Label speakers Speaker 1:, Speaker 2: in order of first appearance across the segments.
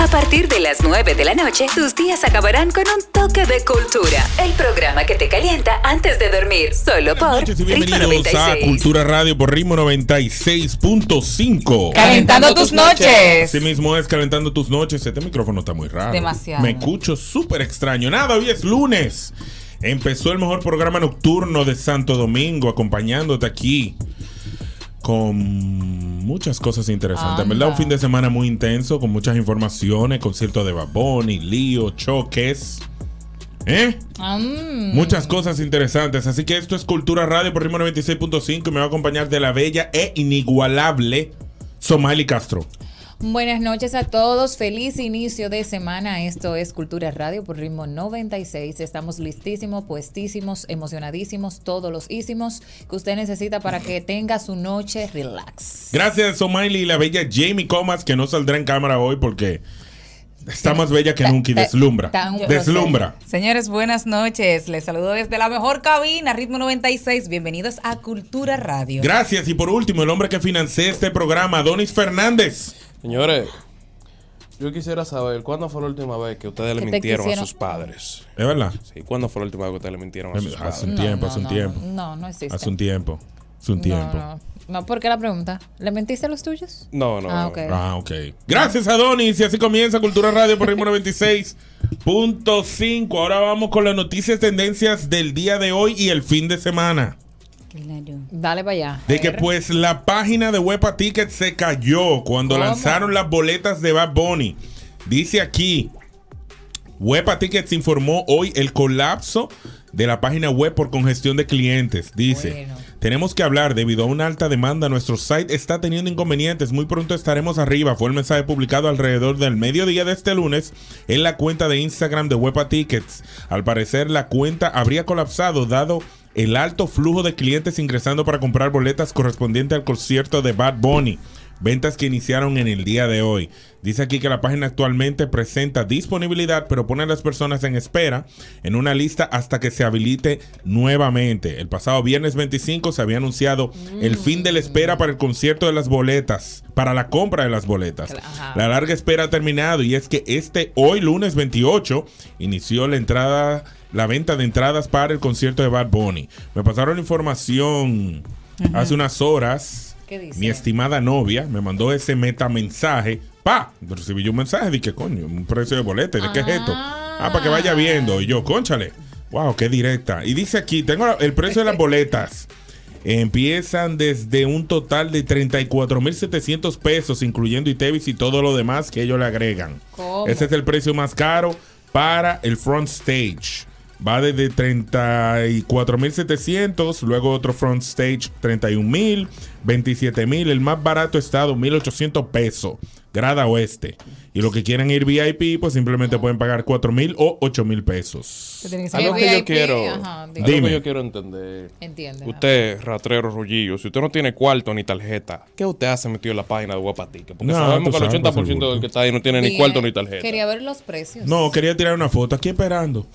Speaker 1: A partir de las 9 de la noche, tus días acabarán con un toque de cultura. El programa que te calienta antes de dormir, solo por
Speaker 2: noches y
Speaker 1: Ritmo
Speaker 2: bienvenidos a
Speaker 1: 96.
Speaker 2: Cultura Radio por Ritmo 96.5.
Speaker 3: Calentando tus noches.
Speaker 2: Así mismo es calentando tus noches. Este micrófono está muy raro.
Speaker 3: Demasiado.
Speaker 2: Me escucho súper extraño. Nada, hoy es lunes. Empezó el mejor programa nocturno de Santo Domingo, acompañándote aquí con muchas cosas interesantes. En verdad, un fin de semana muy intenso, con muchas informaciones, concierto de Baboni, lío, choques. ¿Eh?
Speaker 4: Mm.
Speaker 2: Muchas cosas interesantes. Así que esto es Cultura Radio por Ritmo 96.5 y me va a acompañar de la bella e inigualable Somali Castro.
Speaker 3: Buenas noches a todos, feliz inicio de semana. Esto es Cultura Radio por ritmo 96. Estamos listísimos, puestísimos, emocionadísimos, todos los ísimos que usted necesita para que tenga su noche relax.
Speaker 2: Gracias Somali y la bella Jamie Comas que no saldrá en cámara hoy porque está más bella que nunca y
Speaker 3: Ta-
Speaker 2: deslumbra.
Speaker 3: tan grosero.
Speaker 2: Deslumbra.
Speaker 5: Señores, buenas noches. Les saludo desde la mejor cabina, Ritmo 96. Bienvenidos a Cultura Radio.
Speaker 2: Gracias y por último el hombre que financia este programa, Donis Fernández.
Speaker 6: Señores, yo quisiera saber cuándo fue la última vez que ustedes le
Speaker 3: Que te
Speaker 6: mintieron a
Speaker 3: quisieron-
Speaker 6: sus padres.
Speaker 2: ¿Es verdad? ah,
Speaker 6: Sí, ¿cuándo fue la última vez que ustedes le mintieron a sus
Speaker 2: Hace
Speaker 6: padres?
Speaker 2: un tiempo, hace un
Speaker 3: no,
Speaker 2: tiempo.
Speaker 3: No, no existe.
Speaker 2: Hace un tiempo. Hace un tiempo.
Speaker 3: No, no. No, ¿por qué la pregunta? ¿Le mentiste a los tuyos?
Speaker 6: No, no.
Speaker 3: Ah,
Speaker 6: no.
Speaker 3: ok.
Speaker 2: Ah, ok. Gracias a Donis. Y así comienza Cultura Radio por Ritmo 96.5. Ahora vamos con las noticias, tendencias del día de hoy y el fin de semana.
Speaker 3: Dale para allá.
Speaker 2: De que pues la página de Huepa Ticket se cayó cuando lanzaron las boletas de Bad Bunny. Dice aquí, Huepa Tickets informó hoy el colapso de la página web por congestión de clientes. Dice,
Speaker 3: Bueno.
Speaker 2: tenemos que hablar, debido a una alta demanda, nuestro site está teniendo inconvenientes. Muy pronto estaremos arriba. Fue el mensaje publicado alrededor del mediodía de este lunes en la cuenta de Instagram de Huepa Tickets. Al parecer, la cuenta habría colapsado dado el alto flujo de clientes ingresando para comprar boletas correspondiente al concierto de Bad Bunny. Ventas que iniciaron en el día de hoy. Dice aquí que la página actualmente presenta disponibilidad, pero pone a las personas en espera en una lista hasta que se habilite nuevamente. El pasado viernes 25 se había anunciado el fin de la espera para el concierto de las boletas, para la compra de las boletas. La larga espera ha terminado y es que este hoy, lunes 28, inició la entrada, la venta de entradas para el concierto de Bad Bunny. Me pasaron la información hace unas horas.
Speaker 3: ¿Qué dice?
Speaker 2: Mi estimada novia me mandó ese metamensaje. ¡Pa! Recibí yo un mensaje. Dije, coño, un precio de boleta. ¿De qué es esto? Ah, para que vaya viendo. Y yo, conchale. ¡Wow! ¡Qué directa! Y dice aquí, tengo la- el precio de las boletas. Empiezan desde un total de 34,700 pesos, incluyendo ITEVIS y todo lo demás que ellos le agregan.
Speaker 3: ¿Cómo?
Speaker 2: Ese es el precio más caro para el front stage. Va desde 34.700, luego otro front stage 31.000, 27.000, el más barato está a 2.800 pesos, grada oeste. Y los que quieran ir VIP, pues simplemente pueden pagar 4.000 o 8.000 pesos.
Speaker 3: Tiene que ser
Speaker 6: Algo que yo
Speaker 3: VIP,
Speaker 6: quiero,
Speaker 3: ajá,
Speaker 6: algo
Speaker 3: diga.
Speaker 2: Dime.
Speaker 6: que yo quiero entender.
Speaker 3: Entiende. ajá.
Speaker 6: Usted, ratrero rullillo, si usted no tiene cuarto ni tarjeta, ¿qué usted hace metido en la página de Guapa Ticket? Porque
Speaker 2: No,
Speaker 6: sabemos
Speaker 2: tú
Speaker 6: que el
Speaker 2: sabes,
Speaker 6: 80%
Speaker 2: seguro.
Speaker 6: del que está ahí no tiene ni
Speaker 3: Bien.
Speaker 6: cuarto ni tarjeta.
Speaker 3: eh, Quería ver los precios.
Speaker 2: No, quería tirar una foto, aquí esperando.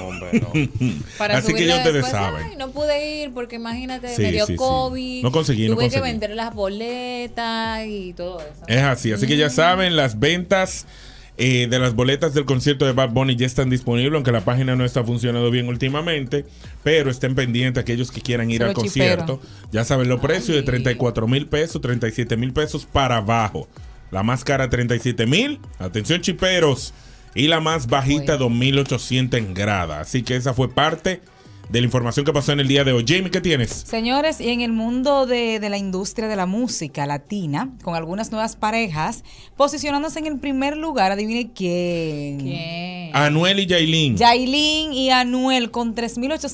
Speaker 6: Hombre, no.
Speaker 2: Así que
Speaker 3: subirla
Speaker 2: ya ustedes
Speaker 3: después.
Speaker 2: saben.
Speaker 3: Ay, no pude ir porque imagínate,
Speaker 2: Sí,
Speaker 3: me dio
Speaker 2: sí, sí.
Speaker 3: COVID.
Speaker 2: No conseguí, no
Speaker 3: Tuve
Speaker 2: conseguí.
Speaker 3: que vender las boletas y todo eso.
Speaker 2: Es así, así que
Speaker 5: Mm.
Speaker 2: ya saben, las ventas eh, de las boletas del concierto de Bad Bunny ya están disponibles, aunque la página no está funcionando bien últimamente, pero estén pendientes aquellos que quieran ir
Speaker 5: Se
Speaker 2: al
Speaker 5: lo chipero.
Speaker 2: concierto. Ya saben los precios de 34 mil pesos, 37 mil pesos para abajo. La más cara 37 mil. Atención, chiperos. Y la más bajita 2800 en grada. Así que esa fue parte de la información que pasó en el día de hoy. Jamie, ¿qué tienes?
Speaker 5: Señores, y en el mundo de, de la industria de la música latina, con algunas nuevas parejas, posicionándose en el primer lugar, adivine quién. Eh.
Speaker 3: Bien.
Speaker 2: Anuel y Yailin.
Speaker 5: Yailin y Anuel con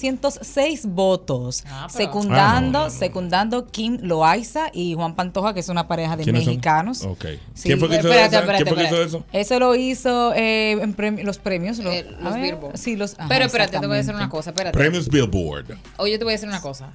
Speaker 5: 3.806 votos,
Speaker 3: Ah, pero-
Speaker 5: secundando,
Speaker 2: Ah, no, no, no.
Speaker 5: secundando Kim Loaiza y Juan Pantoja, que es una pareja de
Speaker 2: ¿Quiénes son?
Speaker 5: mexicanos.
Speaker 2: Ok.
Speaker 5: Sí.
Speaker 2: ¿Quién fue que hizo
Speaker 3: Espérate,
Speaker 2: eso?
Speaker 3: espérate,
Speaker 2: ¿Quién fue que hizo
Speaker 3: espérate.
Speaker 2: eso?
Speaker 5: Eso lo hizo eh, en premi- los premios. lo-
Speaker 3: Eh,
Speaker 5: a
Speaker 3: los
Speaker 5: ver,
Speaker 3: Billboard.
Speaker 5: Sí, los. ajá,
Speaker 3: Pero espérate, te voy a decir
Speaker 5: exactamente.
Speaker 3: una cosa, espérate.
Speaker 2: Premios Billboard.
Speaker 3: Oye, yo te voy a decir una cosa.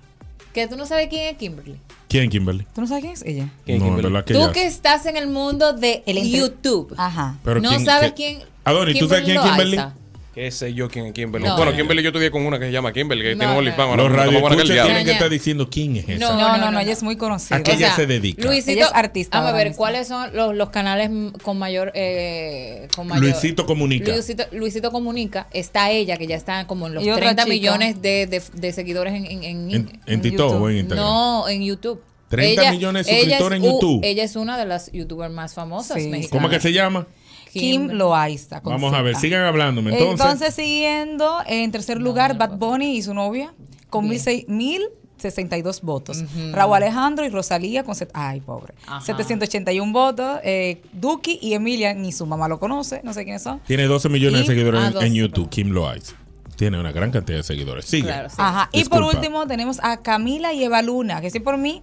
Speaker 3: Que tú no sabes quién es Kimberly.
Speaker 2: ¿Quién, Kimberly?
Speaker 5: ¿Tú no sabes quién es ella?
Speaker 2: No, en verdad que
Speaker 3: Tú
Speaker 2: ya.
Speaker 3: que estás en el mundo de
Speaker 5: El entre-
Speaker 3: YouTube.
Speaker 5: Ajá.
Speaker 2: Pero
Speaker 3: no
Speaker 2: quién-
Speaker 3: sabes
Speaker 2: quién-
Speaker 3: quién.
Speaker 2: Adonis, ¿tú sabes quién es Kimberly?
Speaker 3: Loaiza.
Speaker 6: ¿Qué sé yo quién es Kimberly?
Speaker 3: No,
Speaker 6: bueno,
Speaker 3: no,
Speaker 6: Kimberly, yo estudié con una que se llama Kimberly, que
Speaker 3: No,
Speaker 6: tiene
Speaker 3: no.
Speaker 6: OnlyFans. ahora
Speaker 2: Los
Speaker 6: mismo, estamos
Speaker 2: radioescuchas
Speaker 6: marcando el
Speaker 2: tienen
Speaker 6: diablo.
Speaker 2: que
Speaker 3: Ya, ya.
Speaker 2: estar diciendo quién es esa.
Speaker 3: No,
Speaker 5: No, no, no, ella es muy conocida.
Speaker 2: ¿A qué ella se dedica?
Speaker 3: Luisito,
Speaker 5: Ella es artista
Speaker 3: Vamos a
Speaker 5: ahora
Speaker 3: ver,
Speaker 5: mismo.
Speaker 3: ¿cuáles son los, los canales m- con mayor, eh, con mayor-
Speaker 2: Luisito Comunica.
Speaker 3: Luisito, Luisito Comunica. Está ella, que ya está como en los
Speaker 5: Y otra
Speaker 3: 30
Speaker 5: chica.
Speaker 3: millones de, de- de seguidores en, en, en-
Speaker 2: En, en
Speaker 5: En
Speaker 2: TikTok
Speaker 5: YouTube.
Speaker 2: o en Instagram.
Speaker 3: No, en YouTube.
Speaker 2: 30 millones de
Speaker 3: ella
Speaker 2: suscriptores
Speaker 3: es
Speaker 2: en
Speaker 3: u-
Speaker 2: YouTube.
Speaker 3: Ella es una de las youtubers más famosas
Speaker 5: Sí,
Speaker 3: mexicanas.
Speaker 2: ¿Cómo que se llama?
Speaker 5: Kim Loaiza. con
Speaker 2: Vamos a ver,
Speaker 5: Z.
Speaker 2: sigan hablándome. Entonces,
Speaker 5: Entonces, Eh, siguiendo, en tercer lugar, Bad Bunny y su novia con mil seis- mil 62 votos. Raúl Alejandro y Rosalía con set- ay pobre.
Speaker 3: Ajá.
Speaker 5: 781 votos. eh, Duki y Emilia, ni su mamá lo conoce, no sé quiénes son.
Speaker 2: tiene 12 millones de
Speaker 5: Y-
Speaker 2: seguidores
Speaker 3: ah,
Speaker 2: en- en
Speaker 3: 12,
Speaker 2: YouTube.
Speaker 3: perdón.
Speaker 2: Kim Loaiza. Tiene una gran cantidad de seguidores. Sigue.
Speaker 3: Claro, sí.
Speaker 5: Ajá. Y
Speaker 2: Disculpa.
Speaker 5: por último, tenemos a Camila y Eva Luna, que si por mí,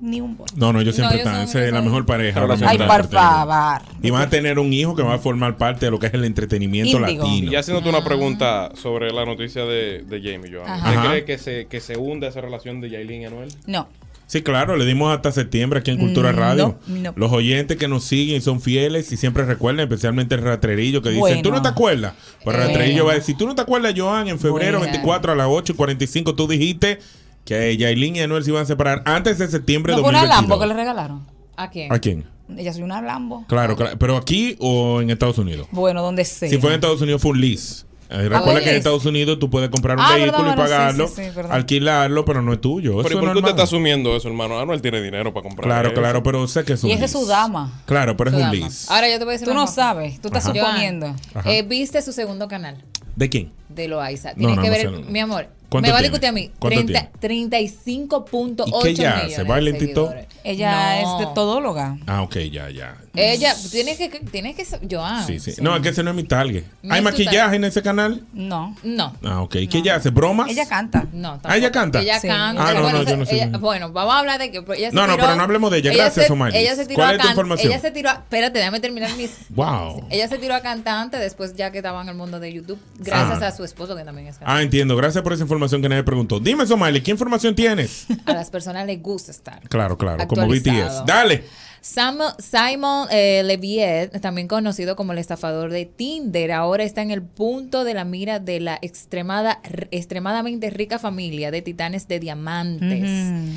Speaker 5: ni un voto.
Speaker 2: No, no, ellos siempre
Speaker 3: ellos
Speaker 2: están.
Speaker 3: son-
Speaker 2: Esa es la
Speaker 3: son-
Speaker 2: mejor pareja.
Speaker 6: Ay,
Speaker 2: ahora mismo
Speaker 5: Ay,
Speaker 2: de la
Speaker 5: por
Speaker 2: entretenida.
Speaker 5: favor.
Speaker 2: Y van a tener un hijo que va a formar parte de lo que es el entretenimiento
Speaker 5: Índigo.
Speaker 6: Y
Speaker 2: latino.
Speaker 6: haciéndote
Speaker 3: Ah.
Speaker 6: una pregunta sobre la noticia de, de Jamie, Joan.
Speaker 5: Ajá.
Speaker 6: ¿Usted
Speaker 2: Ajá.
Speaker 6: cree que se, que se hunda esa relación de Yailin y Anuel?
Speaker 5: No.
Speaker 2: Sí, claro, le dimos hasta septiembre aquí en Cultura
Speaker 5: Mm,
Speaker 2: Radio.
Speaker 5: no, no.
Speaker 2: Los oyentes que nos siguen y son fieles y siempre recuerdan, especialmente el ratrerillo que dice,
Speaker 5: Bueno.
Speaker 2: ¿tú no te acuerdas? Pues el
Speaker 3: Bueno.
Speaker 2: ratrerillo va a decir, ¿tú no te acuerdas, Joan? En febrero
Speaker 5: Bueno.
Speaker 2: 24 a las 8 y 45 tú dijiste que Yailin y Anuel se iban a separar antes de septiembre de
Speaker 5: No fue una Lambo que le
Speaker 2: 2022.
Speaker 5: regalaron.
Speaker 3: ¿A quién?
Speaker 2: ¿A quién?
Speaker 5: Ella soy una Lambo.
Speaker 2: Claro, claro, pero aquí o en Estados Unidos.
Speaker 5: Bueno, donde sea.
Speaker 2: Si fue en Estados Unidos, fue un lease. Eh,
Speaker 3: un
Speaker 2: Recuerda que en
Speaker 3: lease.
Speaker 2: Estados Unidos tú puedes comprar un
Speaker 5: Ah,
Speaker 2: vehículo
Speaker 5: verdad,
Speaker 2: y
Speaker 5: bueno, sí,
Speaker 2: pagarlo,
Speaker 5: sí, sí, verdad.
Speaker 2: alquilarlo, pero no es tuyo. Pues Eso
Speaker 6: Pero ¿y
Speaker 2: es
Speaker 6: ¿por qué usted
Speaker 2: normal.
Speaker 6: está asumiendo eso, hermano? Anuel tiene dinero para comprar.
Speaker 2: Claro,
Speaker 6: eso.
Speaker 2: claro, pero sé que es un
Speaker 5: Y esa es
Speaker 2: lease.
Speaker 5: su dama.
Speaker 2: Claro, pero es
Speaker 3: Su
Speaker 2: un
Speaker 3: dama.
Speaker 2: lease.
Speaker 3: Ahora yo te voy a decir
Speaker 5: Tú
Speaker 3: una
Speaker 5: no
Speaker 3: cosa.
Speaker 5: sabes, tú estás
Speaker 2: Ajá.
Speaker 3: Joan,
Speaker 5: suponiendo.
Speaker 2: Ajá.
Speaker 3: eh, ¿Viste su segundo canal?
Speaker 2: ¿De quién?
Speaker 3: de Loaiza.
Speaker 2: No,
Speaker 3: Tienes
Speaker 2: no,
Speaker 3: que
Speaker 2: no
Speaker 3: ver,
Speaker 2: sé, no.
Speaker 3: mi amor.
Speaker 2: ¿Cuánto
Speaker 3: Me va a
Speaker 2: tiene?
Speaker 3: discutir a mí.
Speaker 2: ¿Cuánto
Speaker 3: 30 35.8
Speaker 2: ¿Y qué ella hace?
Speaker 3: millones. de
Speaker 2: ¿Baila en TikTok?
Speaker 3: seguidores.
Speaker 5: Ella es
Speaker 3: No.
Speaker 5: de todóloga.
Speaker 2: Ah, ok, ya, ya.
Speaker 3: Ella, tienes que, tienes que, Joan.
Speaker 2: Sí, sí. No, es que ese no es mi target.
Speaker 3: No
Speaker 2: ¿Hay
Speaker 3: es tu
Speaker 2: maquillaje
Speaker 3: target.
Speaker 2: en ese canal?
Speaker 5: No.
Speaker 3: No,
Speaker 2: Ah, ok. ¿Qué ella hace? ¿Bromas?
Speaker 5: Ella canta.
Speaker 3: no. tampoco.
Speaker 2: Ah, ¿ella canta?
Speaker 3: Ella
Speaker 5: Sí.
Speaker 3: canta.
Speaker 2: Ah, no,
Speaker 3: bueno,
Speaker 2: no, yo no sé.
Speaker 3: ella- bueno, vamos a hablar de que pues, ella se
Speaker 2: No, no,
Speaker 3: tiró-
Speaker 2: pero no hablemos de ella.
Speaker 3: se-
Speaker 2: Gracias, Omaris.
Speaker 3: Ella se tiró
Speaker 2: ¿Cuál
Speaker 3: a
Speaker 2: es tu
Speaker 3: can-
Speaker 2: información?
Speaker 3: Ella se tiró, a- espérate, déjame terminar mis...
Speaker 2: Wow.
Speaker 3: Ella se tiró a cantante después ya que estaba en el mundo de YouTube, gracias
Speaker 2: Ah.
Speaker 3: a su esposo que también es cantante.
Speaker 2: Ah, entiendo. Gracias por esa información que nadie preguntó. Dime, Somali, ¿qué información tienes?
Speaker 3: A las personas les gusta estar.
Speaker 2: Claro, claro, como
Speaker 3: Actualizado.
Speaker 2: BTS. Dale.
Speaker 3: Samo- Simon eh, Leviet, también conocido como el estafador de Tinder, ahora está en el punto de la mira de la extremada, r- extremadamente rica familia de titanes de diamantes,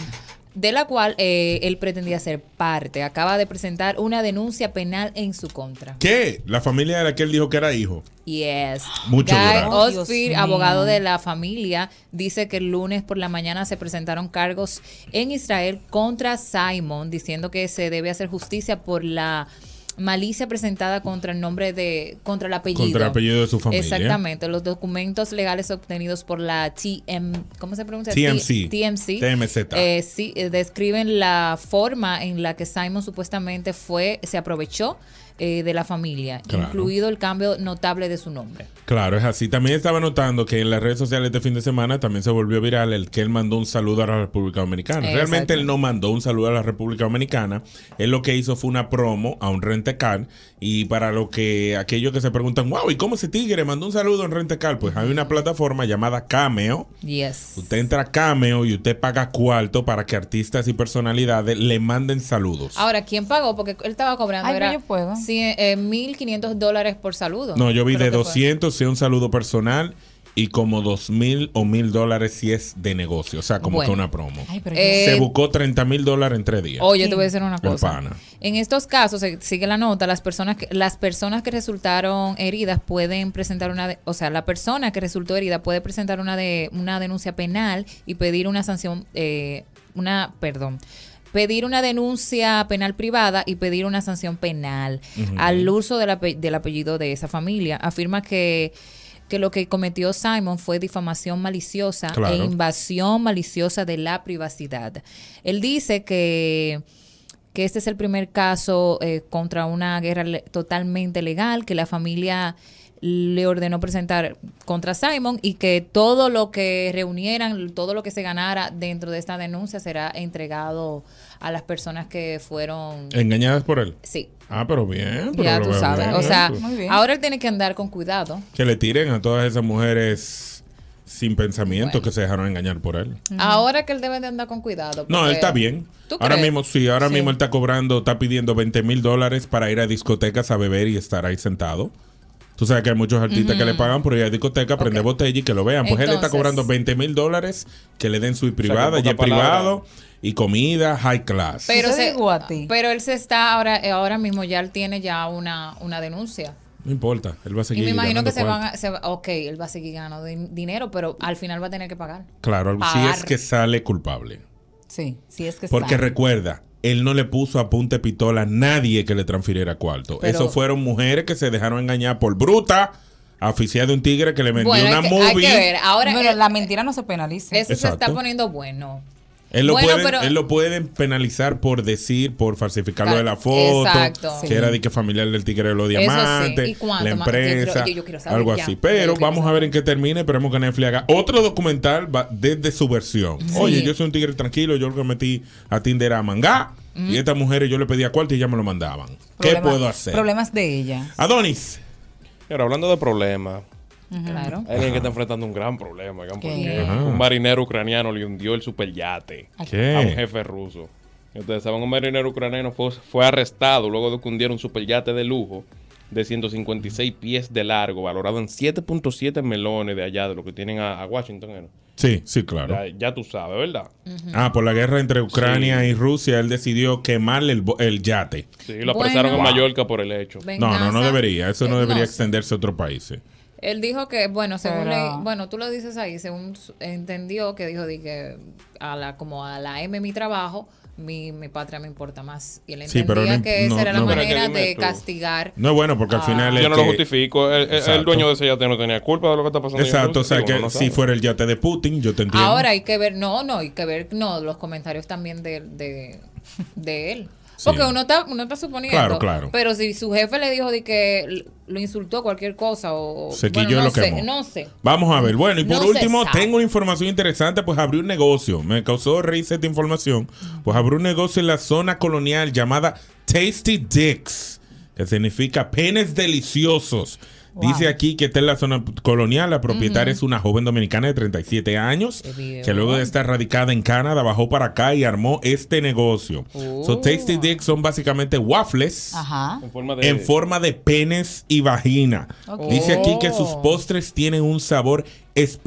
Speaker 3: de la cual eh, él pretendía ser parte. Acaba de presentar una denuncia penal en su contra.
Speaker 2: ¿Qué? La familia de la que él dijo que era hijo.
Speaker 3: Yes.
Speaker 2: Mucho
Speaker 3: Guy
Speaker 2: drama.
Speaker 5: Oh, Dios
Speaker 3: Oldfield,
Speaker 5: mío.
Speaker 3: abogado de la familia, dice que el lunes por la mañana se presentaron cargos en Israel contra Simon, diciendo que se debe hacer justicia por la malicia presentada contra el nombre de contra el apellido
Speaker 2: Contra el apellido de su familia.
Speaker 3: exactamente los documentos legales obtenidos por la TM cómo se pronuncia
Speaker 2: TMC.
Speaker 3: TMC
Speaker 2: TMZ.
Speaker 3: eh, sí, eh, describen la forma en la que Simon supuestamente fue se aprovechó eh, de la familia
Speaker 2: Claro.
Speaker 3: incluido el cambio notable de su nombre
Speaker 2: Claro, es así. También estaba notando que en las redes sociales este fin de semana también se volvió viral el que él mandó un saludo a la República Dominicana.
Speaker 3: Exacto.
Speaker 2: Realmente él no mandó un saludo a la República Dominicana. Él lo que hizo fue una promo a un rentecar. Y para lo que aquellos que se preguntan, wow, ¿y cómo ese tigre mandó un saludo a un rentecar? Pues hay una plataforma llamada Cameo.
Speaker 3: yes
Speaker 2: Usted entra a Cameo y usted paga cuarto para que artistas y personalidades le manden saludos.
Speaker 3: Ahora, ¿quién pagó? Porque él estaba cobrando.
Speaker 5: Ay,
Speaker 3: era
Speaker 5: pero yo puedo.
Speaker 3: cien- eh, 1.500 dólares por saludo.
Speaker 2: No, yo vi de
Speaker 3: Creo que fue.
Speaker 2: 200 si es un saludo personal y como 2 mil o mil dólares si es de negocio, o sea, como
Speaker 3: Bueno.
Speaker 2: que una promo.
Speaker 5: Ay, pero
Speaker 3: Eh,
Speaker 2: Se buscó 30 mil dólares en tres días.
Speaker 3: Oye, te voy a decir una
Speaker 2: El
Speaker 3: cosa.
Speaker 2: pana.
Speaker 3: En estos casos, eh, sigue la nota, las personas que, las personas que resultaron heridas pueden presentar una, de- o sea, la persona que resultó herida puede presentar una de una denuncia penal y pedir una sanción eh, una, perdón, pedir una denuncia penal privada y pedir una sanción penal al uso del, ape- del apellido de esa familia. Afirma que que lo que cometió Simon fue difamación maliciosa
Speaker 2: Claro.
Speaker 3: e invasión maliciosa de la privacidad. Él dice que que este es el primer caso eh, contra una guerra le- totalmente legal que la familia le ordenó presentar contra Simon y que todo lo que reunieran, todo lo que se ganara dentro de esta denuncia será entregado a las personas que fueron...
Speaker 2: Engañadas por él.
Speaker 3: Sí,
Speaker 2: Ah, pero bien. pero
Speaker 3: ya
Speaker 2: lo
Speaker 3: tú
Speaker 2: veo
Speaker 3: sabes.
Speaker 2: bien,
Speaker 3: O sea,
Speaker 2: eso.
Speaker 5: Muy bien.
Speaker 3: ahora él tiene que andar con cuidado.
Speaker 2: que le tiren a todas esas mujeres sin pensamiento que se dejaron engañar por él.
Speaker 3: Ahora que él debe de andar con cuidado.
Speaker 2: No,
Speaker 3: porque-
Speaker 2: él está bien.
Speaker 3: ¿Tú
Speaker 2: Ahora
Speaker 3: crees?
Speaker 2: mismo, sí, ahora
Speaker 3: Sí.
Speaker 2: mismo él está cobrando, está pidiendo 20 mil dólares para ir a discotecas a beber y estar ahí sentado. Tú sabes que hay muchos artistas que le pagan por ir a discoteca, prender botella y que lo vean. Pues él está
Speaker 3: Entonces-
Speaker 2: cobrando 20 mil dólares que le den su
Speaker 6: que
Speaker 2: privada,
Speaker 6: en
Speaker 2: y
Speaker 6: pocas
Speaker 2: privado y comida high class.
Speaker 3: Pero,
Speaker 5: Yo te
Speaker 3: se-
Speaker 5: digo a ti.
Speaker 3: pero él se está ahora, ahora mismo ya él tiene ya una, una denuncia.
Speaker 2: no importa, él va a seguir.
Speaker 3: Y me imagino
Speaker 2: ganando
Speaker 3: que se
Speaker 2: cuarto.
Speaker 3: van a, se va- ok, él va a seguir ganando din- dinero, pero al final va a tener que pagar.
Speaker 2: Claro, algo- si
Speaker 3: pagar.
Speaker 2: es que sale culpable.
Speaker 5: Sí, sí es que
Speaker 2: Porque
Speaker 5: sabe.
Speaker 2: recuerda, él no le puso a punta de pistola a nadie que le transfiriera cuarto.
Speaker 3: Pero-
Speaker 2: Eso fueron mujeres que se dejaron engañar por bruta, aficionada de un tigre que le vendió
Speaker 3: Bueno,
Speaker 2: una
Speaker 3: hay que, hay
Speaker 2: movie.
Speaker 3: que ver. Ahora
Speaker 5: Bueno,
Speaker 3: él-
Speaker 5: la mentira no se penaliza.
Speaker 3: eso se está
Speaker 2: Exacto.
Speaker 3: poniendo bueno.
Speaker 2: Él lo,
Speaker 3: Bueno,
Speaker 2: pueden,
Speaker 3: pero-
Speaker 2: él lo pueden penalizar por decir, por falsificar lo de la foto,
Speaker 3: Exacto.
Speaker 2: que
Speaker 3: Sí.
Speaker 2: era de que familiar del tigre de los
Speaker 3: Eso sí.
Speaker 2: diamantes,
Speaker 3: ¿Y cuánto
Speaker 2: la
Speaker 3: más? Yo quiero-
Speaker 2: empresa,
Speaker 3: yo- yo quiero saber
Speaker 2: algo
Speaker 3: ya.
Speaker 2: así.
Speaker 3: Yo
Speaker 2: Pero
Speaker 3: quiero
Speaker 2: vamos a
Speaker 3: saber.
Speaker 2: ver en qué termina, esperemos que Netflix haga otro documental va- desde su versión. Oye, yo soy un tigre tranquilo, yo lo que metí a Tinder a mangá, y estas mujeres yo le pedía cuarto y ya me lo mandaban. ¿Qué
Speaker 5: Problema-
Speaker 2: puedo hacer?
Speaker 5: Problemas de ella.
Speaker 2: Adonis.
Speaker 6: Y ahora, hablando de problemas,
Speaker 3: Claro.
Speaker 6: hay alguien que está enfrentando un gran problema. oigan,
Speaker 3: ¿Qué?
Speaker 6: porque
Speaker 2: Ajá.
Speaker 6: Un marinero ucraniano le hundió el superyate a un jefe ruso. Y Ustedes saben, un marinero ucraniano fue, fue arrestado luego de que hundiera un superyate de lujo de 156 pies de largo, valorado en 7.7 melones de allá, de lo que tienen a, a Washington. ¿eh?
Speaker 2: Sí, sí, claro.
Speaker 6: Ya, ya tú sabes, ¿verdad?
Speaker 2: Ah, por la guerra entre Ucrania y Rusia, él decidió quemarle el, bo- el yate.
Speaker 6: Sí, lo
Speaker 3: Bueno.
Speaker 6: apresaron en
Speaker 3: Wow.
Speaker 6: Mallorca por el hecho.
Speaker 2: No, no, no
Speaker 3: Venganza.
Speaker 2: debería. Eso no
Speaker 3: Eh,
Speaker 2: debería extenderse a otros países.
Speaker 3: Él dijo que, bueno, según
Speaker 5: Pero-
Speaker 3: le- bueno, tú lo dices ahí, según su- entendió que dijo di que a la como a la M mi trabajo, mi, mi patria me importa más. Y él
Speaker 2: Sí,
Speaker 3: entendía
Speaker 2: pero no imp-
Speaker 3: que
Speaker 2: no-
Speaker 3: esa era
Speaker 2: no.
Speaker 3: la
Speaker 2: Pero
Speaker 6: es que
Speaker 3: manera
Speaker 6: dime
Speaker 3: de
Speaker 6: tú.
Speaker 3: castigar.
Speaker 2: No es bueno
Speaker 5: Ah.
Speaker 2: porque al final.
Speaker 6: Yo
Speaker 2: el
Speaker 6: no lo
Speaker 2: que-
Speaker 6: justifico. El, el- el
Speaker 2: Exacto.
Speaker 6: dueño de ese yate no tenía culpa de lo que está pasando. en
Speaker 2: Exacto, o
Speaker 6: Rusia.
Speaker 2: sea
Speaker 6: Digo,
Speaker 2: que
Speaker 6: uno no
Speaker 2: si
Speaker 6: sabe.
Speaker 2: fuera el yate de Putin, yo te entiendo.
Speaker 3: Ahora hay que ver, no, no, hay que ver, no, los comentarios también de, de, de él.
Speaker 2: Sí.
Speaker 3: Porque uno está, uno está suponiendo.
Speaker 2: Claro, claro.
Speaker 3: Pero si su jefe le dijo de que lo insultó cualquier cosa o
Speaker 2: Se
Speaker 3: bueno,
Speaker 2: quilló
Speaker 3: no
Speaker 2: lo
Speaker 3: sé,
Speaker 2: quemó.
Speaker 3: no sé.
Speaker 2: Vamos a ver. Bueno, y por
Speaker 3: No se
Speaker 2: último,
Speaker 3: sabe.
Speaker 2: tengo una información interesante. Pues abrió un negocio. Me causó risa esta información. Pues abrió un negocio en la zona colonial llamada Tasty Dicks, que significa penes deliciosos. Dice aquí que está en la zona colonial. La propietaria es una joven dominicana de 37 años
Speaker 3: bien.
Speaker 2: que luego de estar radicada en Canadá bajó para acá y armó este negocio.
Speaker 3: Oh.
Speaker 2: So, Tasty Dicks son básicamente waffles
Speaker 5: Ajá.
Speaker 6: En forma de.
Speaker 2: en forma de penes y vagina.
Speaker 5: Ok.
Speaker 2: Dice aquí que sus postres tienen un sabor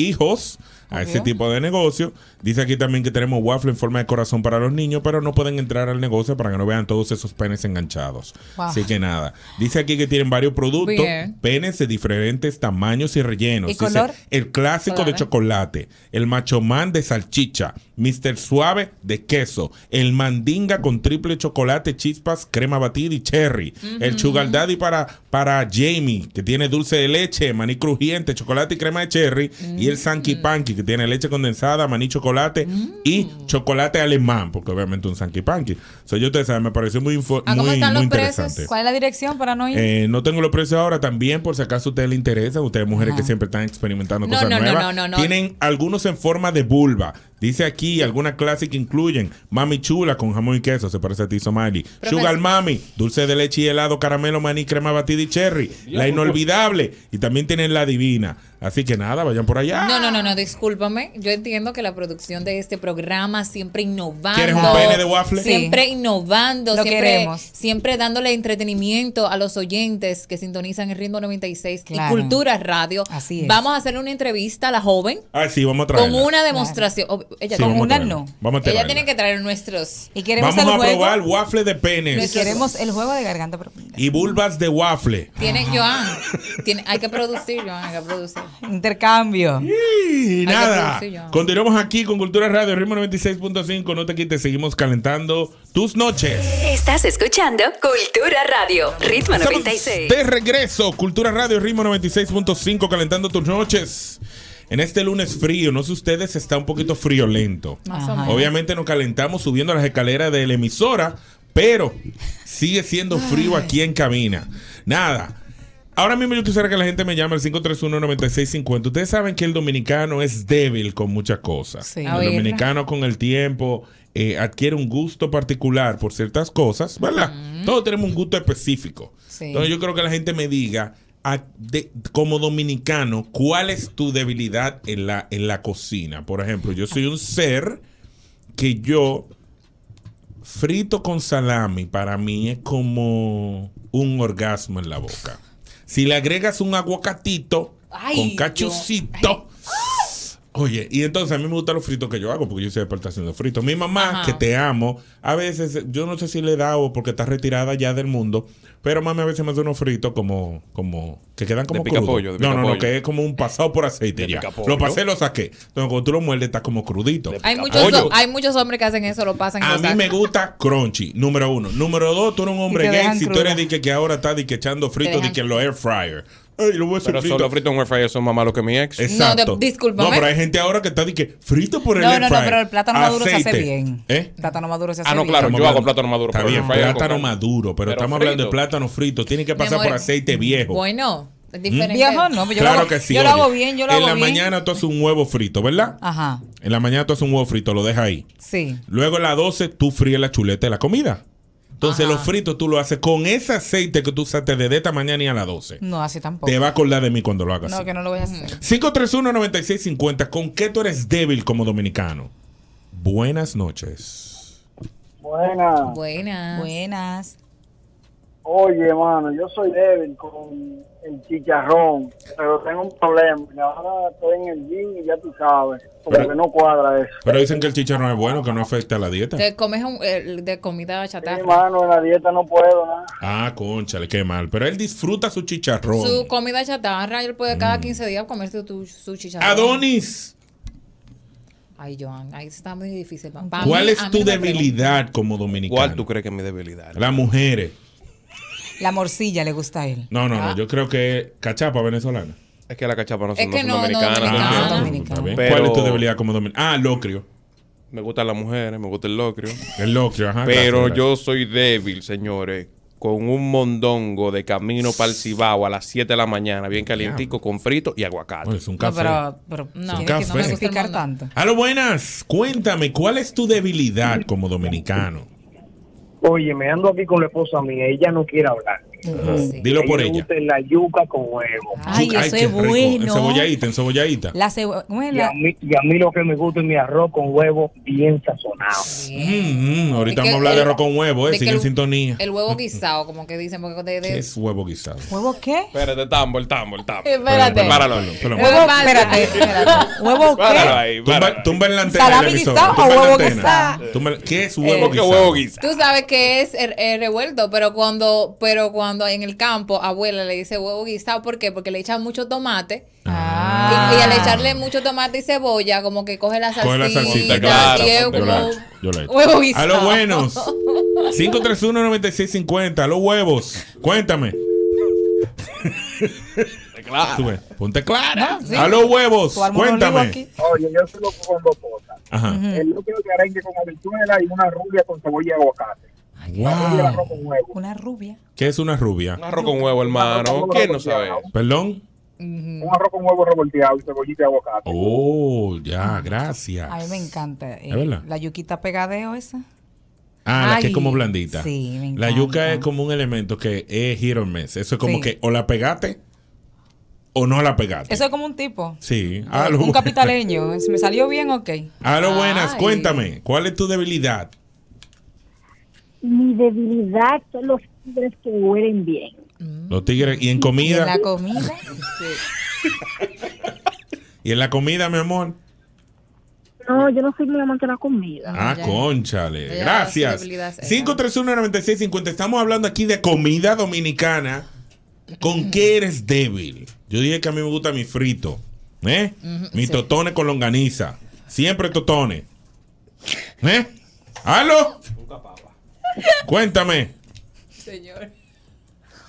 Speaker 2: hijos a ese tipo de negocio. Dice aquí también que tenemos waffle en forma de corazón para los niños, pero no pueden entrar al negocio para que no vean todos esos penes enganchados.
Speaker 7: Wow.
Speaker 2: Así que nada. Dice aquí que tienen varios productos,
Speaker 7: Bien.
Speaker 2: penes de diferentes tamaños y rellenos.
Speaker 7: ¿Y
Speaker 2: Dice,
Speaker 7: color?
Speaker 2: el clásico
Speaker 7: Colores.
Speaker 2: de chocolate, el machomán de salchicha, Mr. Suave de queso, el mandinga con triple chocolate, chispas, crema batida y cherry, el sugar daddy para, para Jamie, que tiene dulce de leche, maní crujiente, chocolate y crema de cherry, y el sanky
Speaker 5: Mm.
Speaker 2: panky, que tiene leche condensada, maní chocolate y
Speaker 5: Mm.
Speaker 2: chocolate alemán, porque obviamente un sanky panky. So, yo te saben, me pareció muy, info-
Speaker 5: Ah, ¿Cómo
Speaker 2: muy,
Speaker 5: están
Speaker 2: muy
Speaker 5: los
Speaker 2: interesante.
Speaker 5: precios? ¿Cuál es la dirección para no ir?
Speaker 2: Eh, no tengo los precios ahora también, por si acaso a ustedes les interesa, ustedes mujeres que siempre están experimentando
Speaker 3: No,
Speaker 2: cosas
Speaker 3: no, no,
Speaker 2: nuevas.
Speaker 3: no, no, no.
Speaker 2: Tienen algunos en forma de vulva. Dice aquí, algunas clases que incluyen Mami Chula con jamón y queso, se parece a ti, Somali.
Speaker 7: Profesor-
Speaker 2: Sugar Mami, dulce de leche y helado, caramelo, maní, crema batida y cherry. La inolvidable. Y también tienen la divina. Así que nada, vayan por allá.
Speaker 3: No, no, no, no, discúlpame. Yo entiendo que la producción de este programa siempre innovando.
Speaker 2: ¿Quieres un pene de waffle?
Speaker 3: Siempre innovando,
Speaker 5: Lo
Speaker 3: siempre,
Speaker 5: queremos.
Speaker 3: siempre dándole entretenimiento a los oyentes que sintonizan el ritmo 96
Speaker 5: Claro.
Speaker 3: y Cultura Radio.
Speaker 5: Así es.
Speaker 3: Vamos a hacerle una entrevista a la joven
Speaker 2: Ah, sí, vamos a
Speaker 3: con
Speaker 2: traerla.
Speaker 3: una demostración. Ob- ella
Speaker 2: Sí, vamos a traerla. Vamos a
Speaker 3: Ella
Speaker 2: traerla.
Speaker 3: tiene que traer nuestros.
Speaker 5: Y
Speaker 2: Vamos a probar waffle de penes.
Speaker 3: Y queremos
Speaker 5: el juego de garganta.
Speaker 2: Y vulvas de waffle.
Speaker 3: Tiene Joan. Tiene, hay que producir, Joan, hay que producir.
Speaker 5: Intercambio.
Speaker 2: Y
Speaker 3: que
Speaker 2: nada,
Speaker 3: producir ya.
Speaker 2: continuamos aquí con Cultura Radio, ritmo 96.5. No te quites, seguimos calentando tus noches.
Speaker 1: Estás escuchando Cultura Radio, Ritmo
Speaker 2: Estamos
Speaker 1: 96.
Speaker 2: De regreso, Cultura Radio, ritmo 96.5, calentando tus noches. En este lunes frío, no sé ustedes, está un poquito friolento.
Speaker 7: Más o menos.
Speaker 2: Obviamente nos calentamos subiendo las escaleras de la emisora, pero sigue siendo frío aquí en cabina. Nada. Ahora mismo yo quisiera que la gente me llame al 531-9650. Ustedes saben que el dominicano es débil con muchas cosas.
Speaker 7: Sí. A
Speaker 2: El
Speaker 7: ver.
Speaker 2: dominicano con el tiempo eh, adquiere un gusto particular por ciertas cosas, ¿verdad? Todos tenemos un gusto específico.
Speaker 7: Sí.
Speaker 2: Entonces yo creo que la gente me diga, a- de- como dominicano, ¿cuál es tu debilidad en la, en la cocina? Por ejemplo, yo soy un ser que yo frito con salami para mí es como un orgasmo en la boca. Si le agregas un aguacatito
Speaker 7: Ay,
Speaker 2: con cachucito. Oye, y entonces a mí me gustan los fritos que yo hago porque yo soy experta haciendo fritos. Mi mamá,
Speaker 7: Ajá.
Speaker 2: que te amo, a veces, yo no sé si le da o porque está retirada ya del mundo, pero mami a veces me hace unos fritos como, como, que quedan como
Speaker 6: De pica
Speaker 2: crudos.
Speaker 6: pollo,
Speaker 2: no,
Speaker 6: de pica
Speaker 2: no, no,
Speaker 6: pollo.
Speaker 2: que es como un pasado por aceite ya.
Speaker 6: pica pollo.
Speaker 2: Lo pasé, lo saqué. Entonces cuando tú lo muerdes está como crudito.
Speaker 3: Hay muchos,
Speaker 2: Oye,
Speaker 3: hay muchos hombres que hacen eso, lo pasan y
Speaker 2: a
Speaker 3: lo
Speaker 2: mí
Speaker 3: sacan.
Speaker 2: me gusta crunchy, número uno. Número dos, tú eres un
Speaker 3: Y
Speaker 2: hombre
Speaker 3: te
Speaker 2: gay
Speaker 3: dejan
Speaker 2: si tú
Speaker 3: cruda.
Speaker 2: eres de que, que ahora está de que echando frito, de
Speaker 3: dejan
Speaker 2: que en los air fryer. Ay, lo voy a hacer
Speaker 6: Pero solo frito en air fryer son más malos que mi ex.
Speaker 2: Exacto.
Speaker 3: de- discúlpame.
Speaker 2: No, pero hay gente ahora que está de que frito por el
Speaker 5: No,
Speaker 2: air
Speaker 5: no, no,
Speaker 2: fryer.
Speaker 5: pero el plátano maduro se hace
Speaker 2: Aceite.
Speaker 5: bien.
Speaker 2: ¿Eh?
Speaker 5: Plátano maduro se hace
Speaker 6: Ah, no,
Speaker 5: bien.
Speaker 6: claro, yo hago
Speaker 2: hablando-
Speaker 6: plátano maduro.
Speaker 2: Está
Speaker 6: pero
Speaker 2: bien,
Speaker 6: air fryer
Speaker 2: plátano
Speaker 6: con-
Speaker 2: maduro, pero, estamos hablando de
Speaker 6: frito.
Speaker 2: plátano frito. Tiene que
Speaker 3: Mi
Speaker 2: pasar
Speaker 3: amor,
Speaker 2: por aceite viejo. ¿Mm?
Speaker 3: Bueno, es diferente.
Speaker 5: Viejo, no, pero yo lo
Speaker 2: claro
Speaker 5: hago-
Speaker 2: que sí.
Speaker 5: yo lo
Speaker 2: oye.
Speaker 5: hago bien, yo lo
Speaker 2: en
Speaker 5: hago
Speaker 2: la
Speaker 5: bien.
Speaker 2: mañana tú haces un huevo frito, ¿verdad?
Speaker 5: Ajá,
Speaker 2: En la mañana tú haces un huevo frito, lo dejas ahí.
Speaker 5: sí.
Speaker 2: Luego a las 12 tú fríes la chuleta de la comida. Entonces
Speaker 5: Ajá.
Speaker 2: los fritos tú lo haces con ese aceite que tú usaste desde esta mañana y a las 12.
Speaker 5: No, así tampoco.
Speaker 2: Te va a acordar de mí cuando lo hagas.
Speaker 5: No, que no lo voy a hacer.
Speaker 2: 531-9650, ¿con qué tú eres débil como dominicano? Buenas noches.
Speaker 8: Buenas.
Speaker 3: Buenas.
Speaker 5: Buenas.
Speaker 8: Oye, mano, yo soy débil con el chicharrón, pero tengo un problema. y Ahora estoy en el gym y ya tú sabes, como
Speaker 2: Pero-
Speaker 8: que no cuadra eso.
Speaker 2: Pero dicen que el chicharrón es bueno, que no afecta a la dieta.
Speaker 3: Te comes un- el de comida chatarra.
Speaker 8: Mi mano, en la dieta no puedo, nada.
Speaker 2: Ah, conchale, qué mal. Pero él disfruta su chicharrón.
Speaker 3: Su comida chatarra, él puede cada 15 días comerse tu, su chicharrón.
Speaker 2: Adonis,
Speaker 3: Ay, Joan, ahí está muy difícil. Pa- pa'
Speaker 2: ¿cuál
Speaker 3: mí- ah, a
Speaker 2: es
Speaker 3: mí
Speaker 2: tu
Speaker 3: no me
Speaker 2: debilidad como dominicano? ¿Cuál tú
Speaker 6: crees que es mi debilidad?
Speaker 2: Las mujeres.
Speaker 5: La morcilla le gusta a él.
Speaker 2: No, no,
Speaker 3: Ah.
Speaker 2: no. Yo creo que es cachapa venezolana.
Speaker 6: Es que la cachapa no
Speaker 5: Es son- no que son no, no, dominicanas.
Speaker 6: dominicana.
Speaker 2: Ah,
Speaker 6: Dominicana.
Speaker 2: ok, está bien.
Speaker 6: Pero-
Speaker 2: ¿Cuál es tu debilidad como dominicano? Ah, locrio.
Speaker 6: Me gustan las mujeres, me gusta el locrio.
Speaker 2: El locrio, ajá.
Speaker 6: Pero
Speaker 2: gracias,
Speaker 6: yo soy débil, señores. Con un mondongo de camino para el Cibao a las 7 de la mañana, bien calientico, con frito y aguacate.
Speaker 2: Bueno, es un
Speaker 5: No, pero, Ah, pero
Speaker 3: No,
Speaker 5: tiene
Speaker 2: café.
Speaker 5: que no me explicar tanto.
Speaker 2: A lo buenas, cuéntame, ¿cuál es tu debilidad como dominicano?
Speaker 8: Oye, me ando aquí con la esposa mía, ella no quiere hablar.
Speaker 2: Ujú. Dilo por ella.
Speaker 4: la yuca con huevo.
Speaker 5: Ay, eso
Speaker 2: qué
Speaker 5: es
Speaker 2: rico. En
Speaker 5: bueno.
Speaker 2: cebolladita, en cebolladita.
Speaker 5: La cebo- ¿cómo es
Speaker 4: Y
Speaker 5: la-
Speaker 4: a, mí, y a mí lo que me gusta es mi arroz con huevo bien sazonado.
Speaker 2: Mm, mm, ahorita
Speaker 3: De que
Speaker 2: vamos a hablar
Speaker 3: el-
Speaker 2: de arroz con huevo,
Speaker 3: de
Speaker 2: eh,
Speaker 3: que
Speaker 2: sigue en
Speaker 3: el-
Speaker 2: sintonía.
Speaker 3: El huevo guisado, como que dicen, porque de, de-
Speaker 2: ¿Qué es huevo guisado?
Speaker 5: ¿Huevo qué?
Speaker 6: Espérate, tambo, el tambo, el tambo.
Speaker 3: Espérate.
Speaker 6: Páralo,
Speaker 2: Pero-
Speaker 5: Huevo, espérate, espérate. ¿Huevo
Speaker 6: Páralo
Speaker 5: qué?
Speaker 6: ahí, páralo.
Speaker 2: Tumba, tumba en la antena
Speaker 5: ¿Salami
Speaker 2: del emisor.
Speaker 5: guisado o
Speaker 2: tumba en la
Speaker 5: huevo
Speaker 2: antena.
Speaker 5: guisado?
Speaker 2: Tumba en- ¿Qué es huevo
Speaker 6: ¿Cómo que
Speaker 2: guisado?
Speaker 6: Eh, huevo guisado?
Speaker 3: Tú sabes que es eh, eh, revuelto, pero cuando pero cuando en el campo abuela le dice huevo guisado, ¿por qué? Porque le echan mucho tomate. Y, y al echarle mucho tomate y cebolla, como que coge la salsita.
Speaker 2: Coge la salsita,
Speaker 3: y
Speaker 2: claro.
Speaker 3: es
Speaker 2: Yo la
Speaker 3: como-
Speaker 2: echo, yo la echo.
Speaker 3: huevo
Speaker 2: A
Speaker 3: guisado.
Speaker 2: los buenos. 531-9650, a los huevos. Cuéntame. Tú ves, Ponte clara.
Speaker 4: Ah, sí.
Speaker 2: A los huevos. Cuéntame.
Speaker 4: Oye, yo solo con dos cosas.
Speaker 2: Ajá.
Speaker 4: El lúpulo de arenque con habichuela y una rubia con cebolla y aguacate. Y el
Speaker 2: Wow.
Speaker 4: arroz con huevo.
Speaker 5: Una rubia.
Speaker 2: ¿Qué es una rubia?
Speaker 6: Un arroz con huevo, hermano. ¿Quién no sabe?
Speaker 2: Perdón.
Speaker 4: Un arroz con huevo revolteado y cebollita y aguacate.
Speaker 2: Oh, ya, gracias.
Speaker 5: A mí me encanta. eh,
Speaker 2: ¿Es verdad?
Speaker 5: la yuquita pegadeo esa.
Speaker 2: Ah, la que
Speaker 5: Ay,
Speaker 2: es como blandita.
Speaker 5: sí, me
Speaker 2: La
Speaker 5: encanta.
Speaker 2: yuca es como un elemento que es hit or miss. Eso es como
Speaker 5: Sí.
Speaker 2: que o la pegaste o no la pegaste.
Speaker 5: Eso es como un tipo.
Speaker 2: Sí. A lo
Speaker 5: un
Speaker 2: buena-
Speaker 5: capitaleño. Si me salió bien, ok.
Speaker 2: A lo buenas, cuéntame, ¿cuál es tu debilidad?
Speaker 7: Mi debilidad son los tigres que huelen bien.
Speaker 2: Los tigres. ¿Y en
Speaker 5: ¿Y en
Speaker 2: comida?
Speaker 5: la comida?
Speaker 2: ¿Y en la comida, mi amor?
Speaker 7: No, yo no soy muy amante de la comida.
Speaker 2: Ah, conchale.
Speaker 7: Ya,
Speaker 2: Gracias.
Speaker 7: su debilidad es esa.
Speaker 2: 531-9650. Estamos hablando aquí de comida dominicana. ¿Con qué eres débil? Yo dije que a mí me gusta mi frito. ¿Eh?
Speaker 9: Ujú,
Speaker 2: Mi
Speaker 9: sí.
Speaker 2: totone con longaniza. Siempre totone. ¿Eh? ¿Aló? Cuéntame.
Speaker 3: Señor.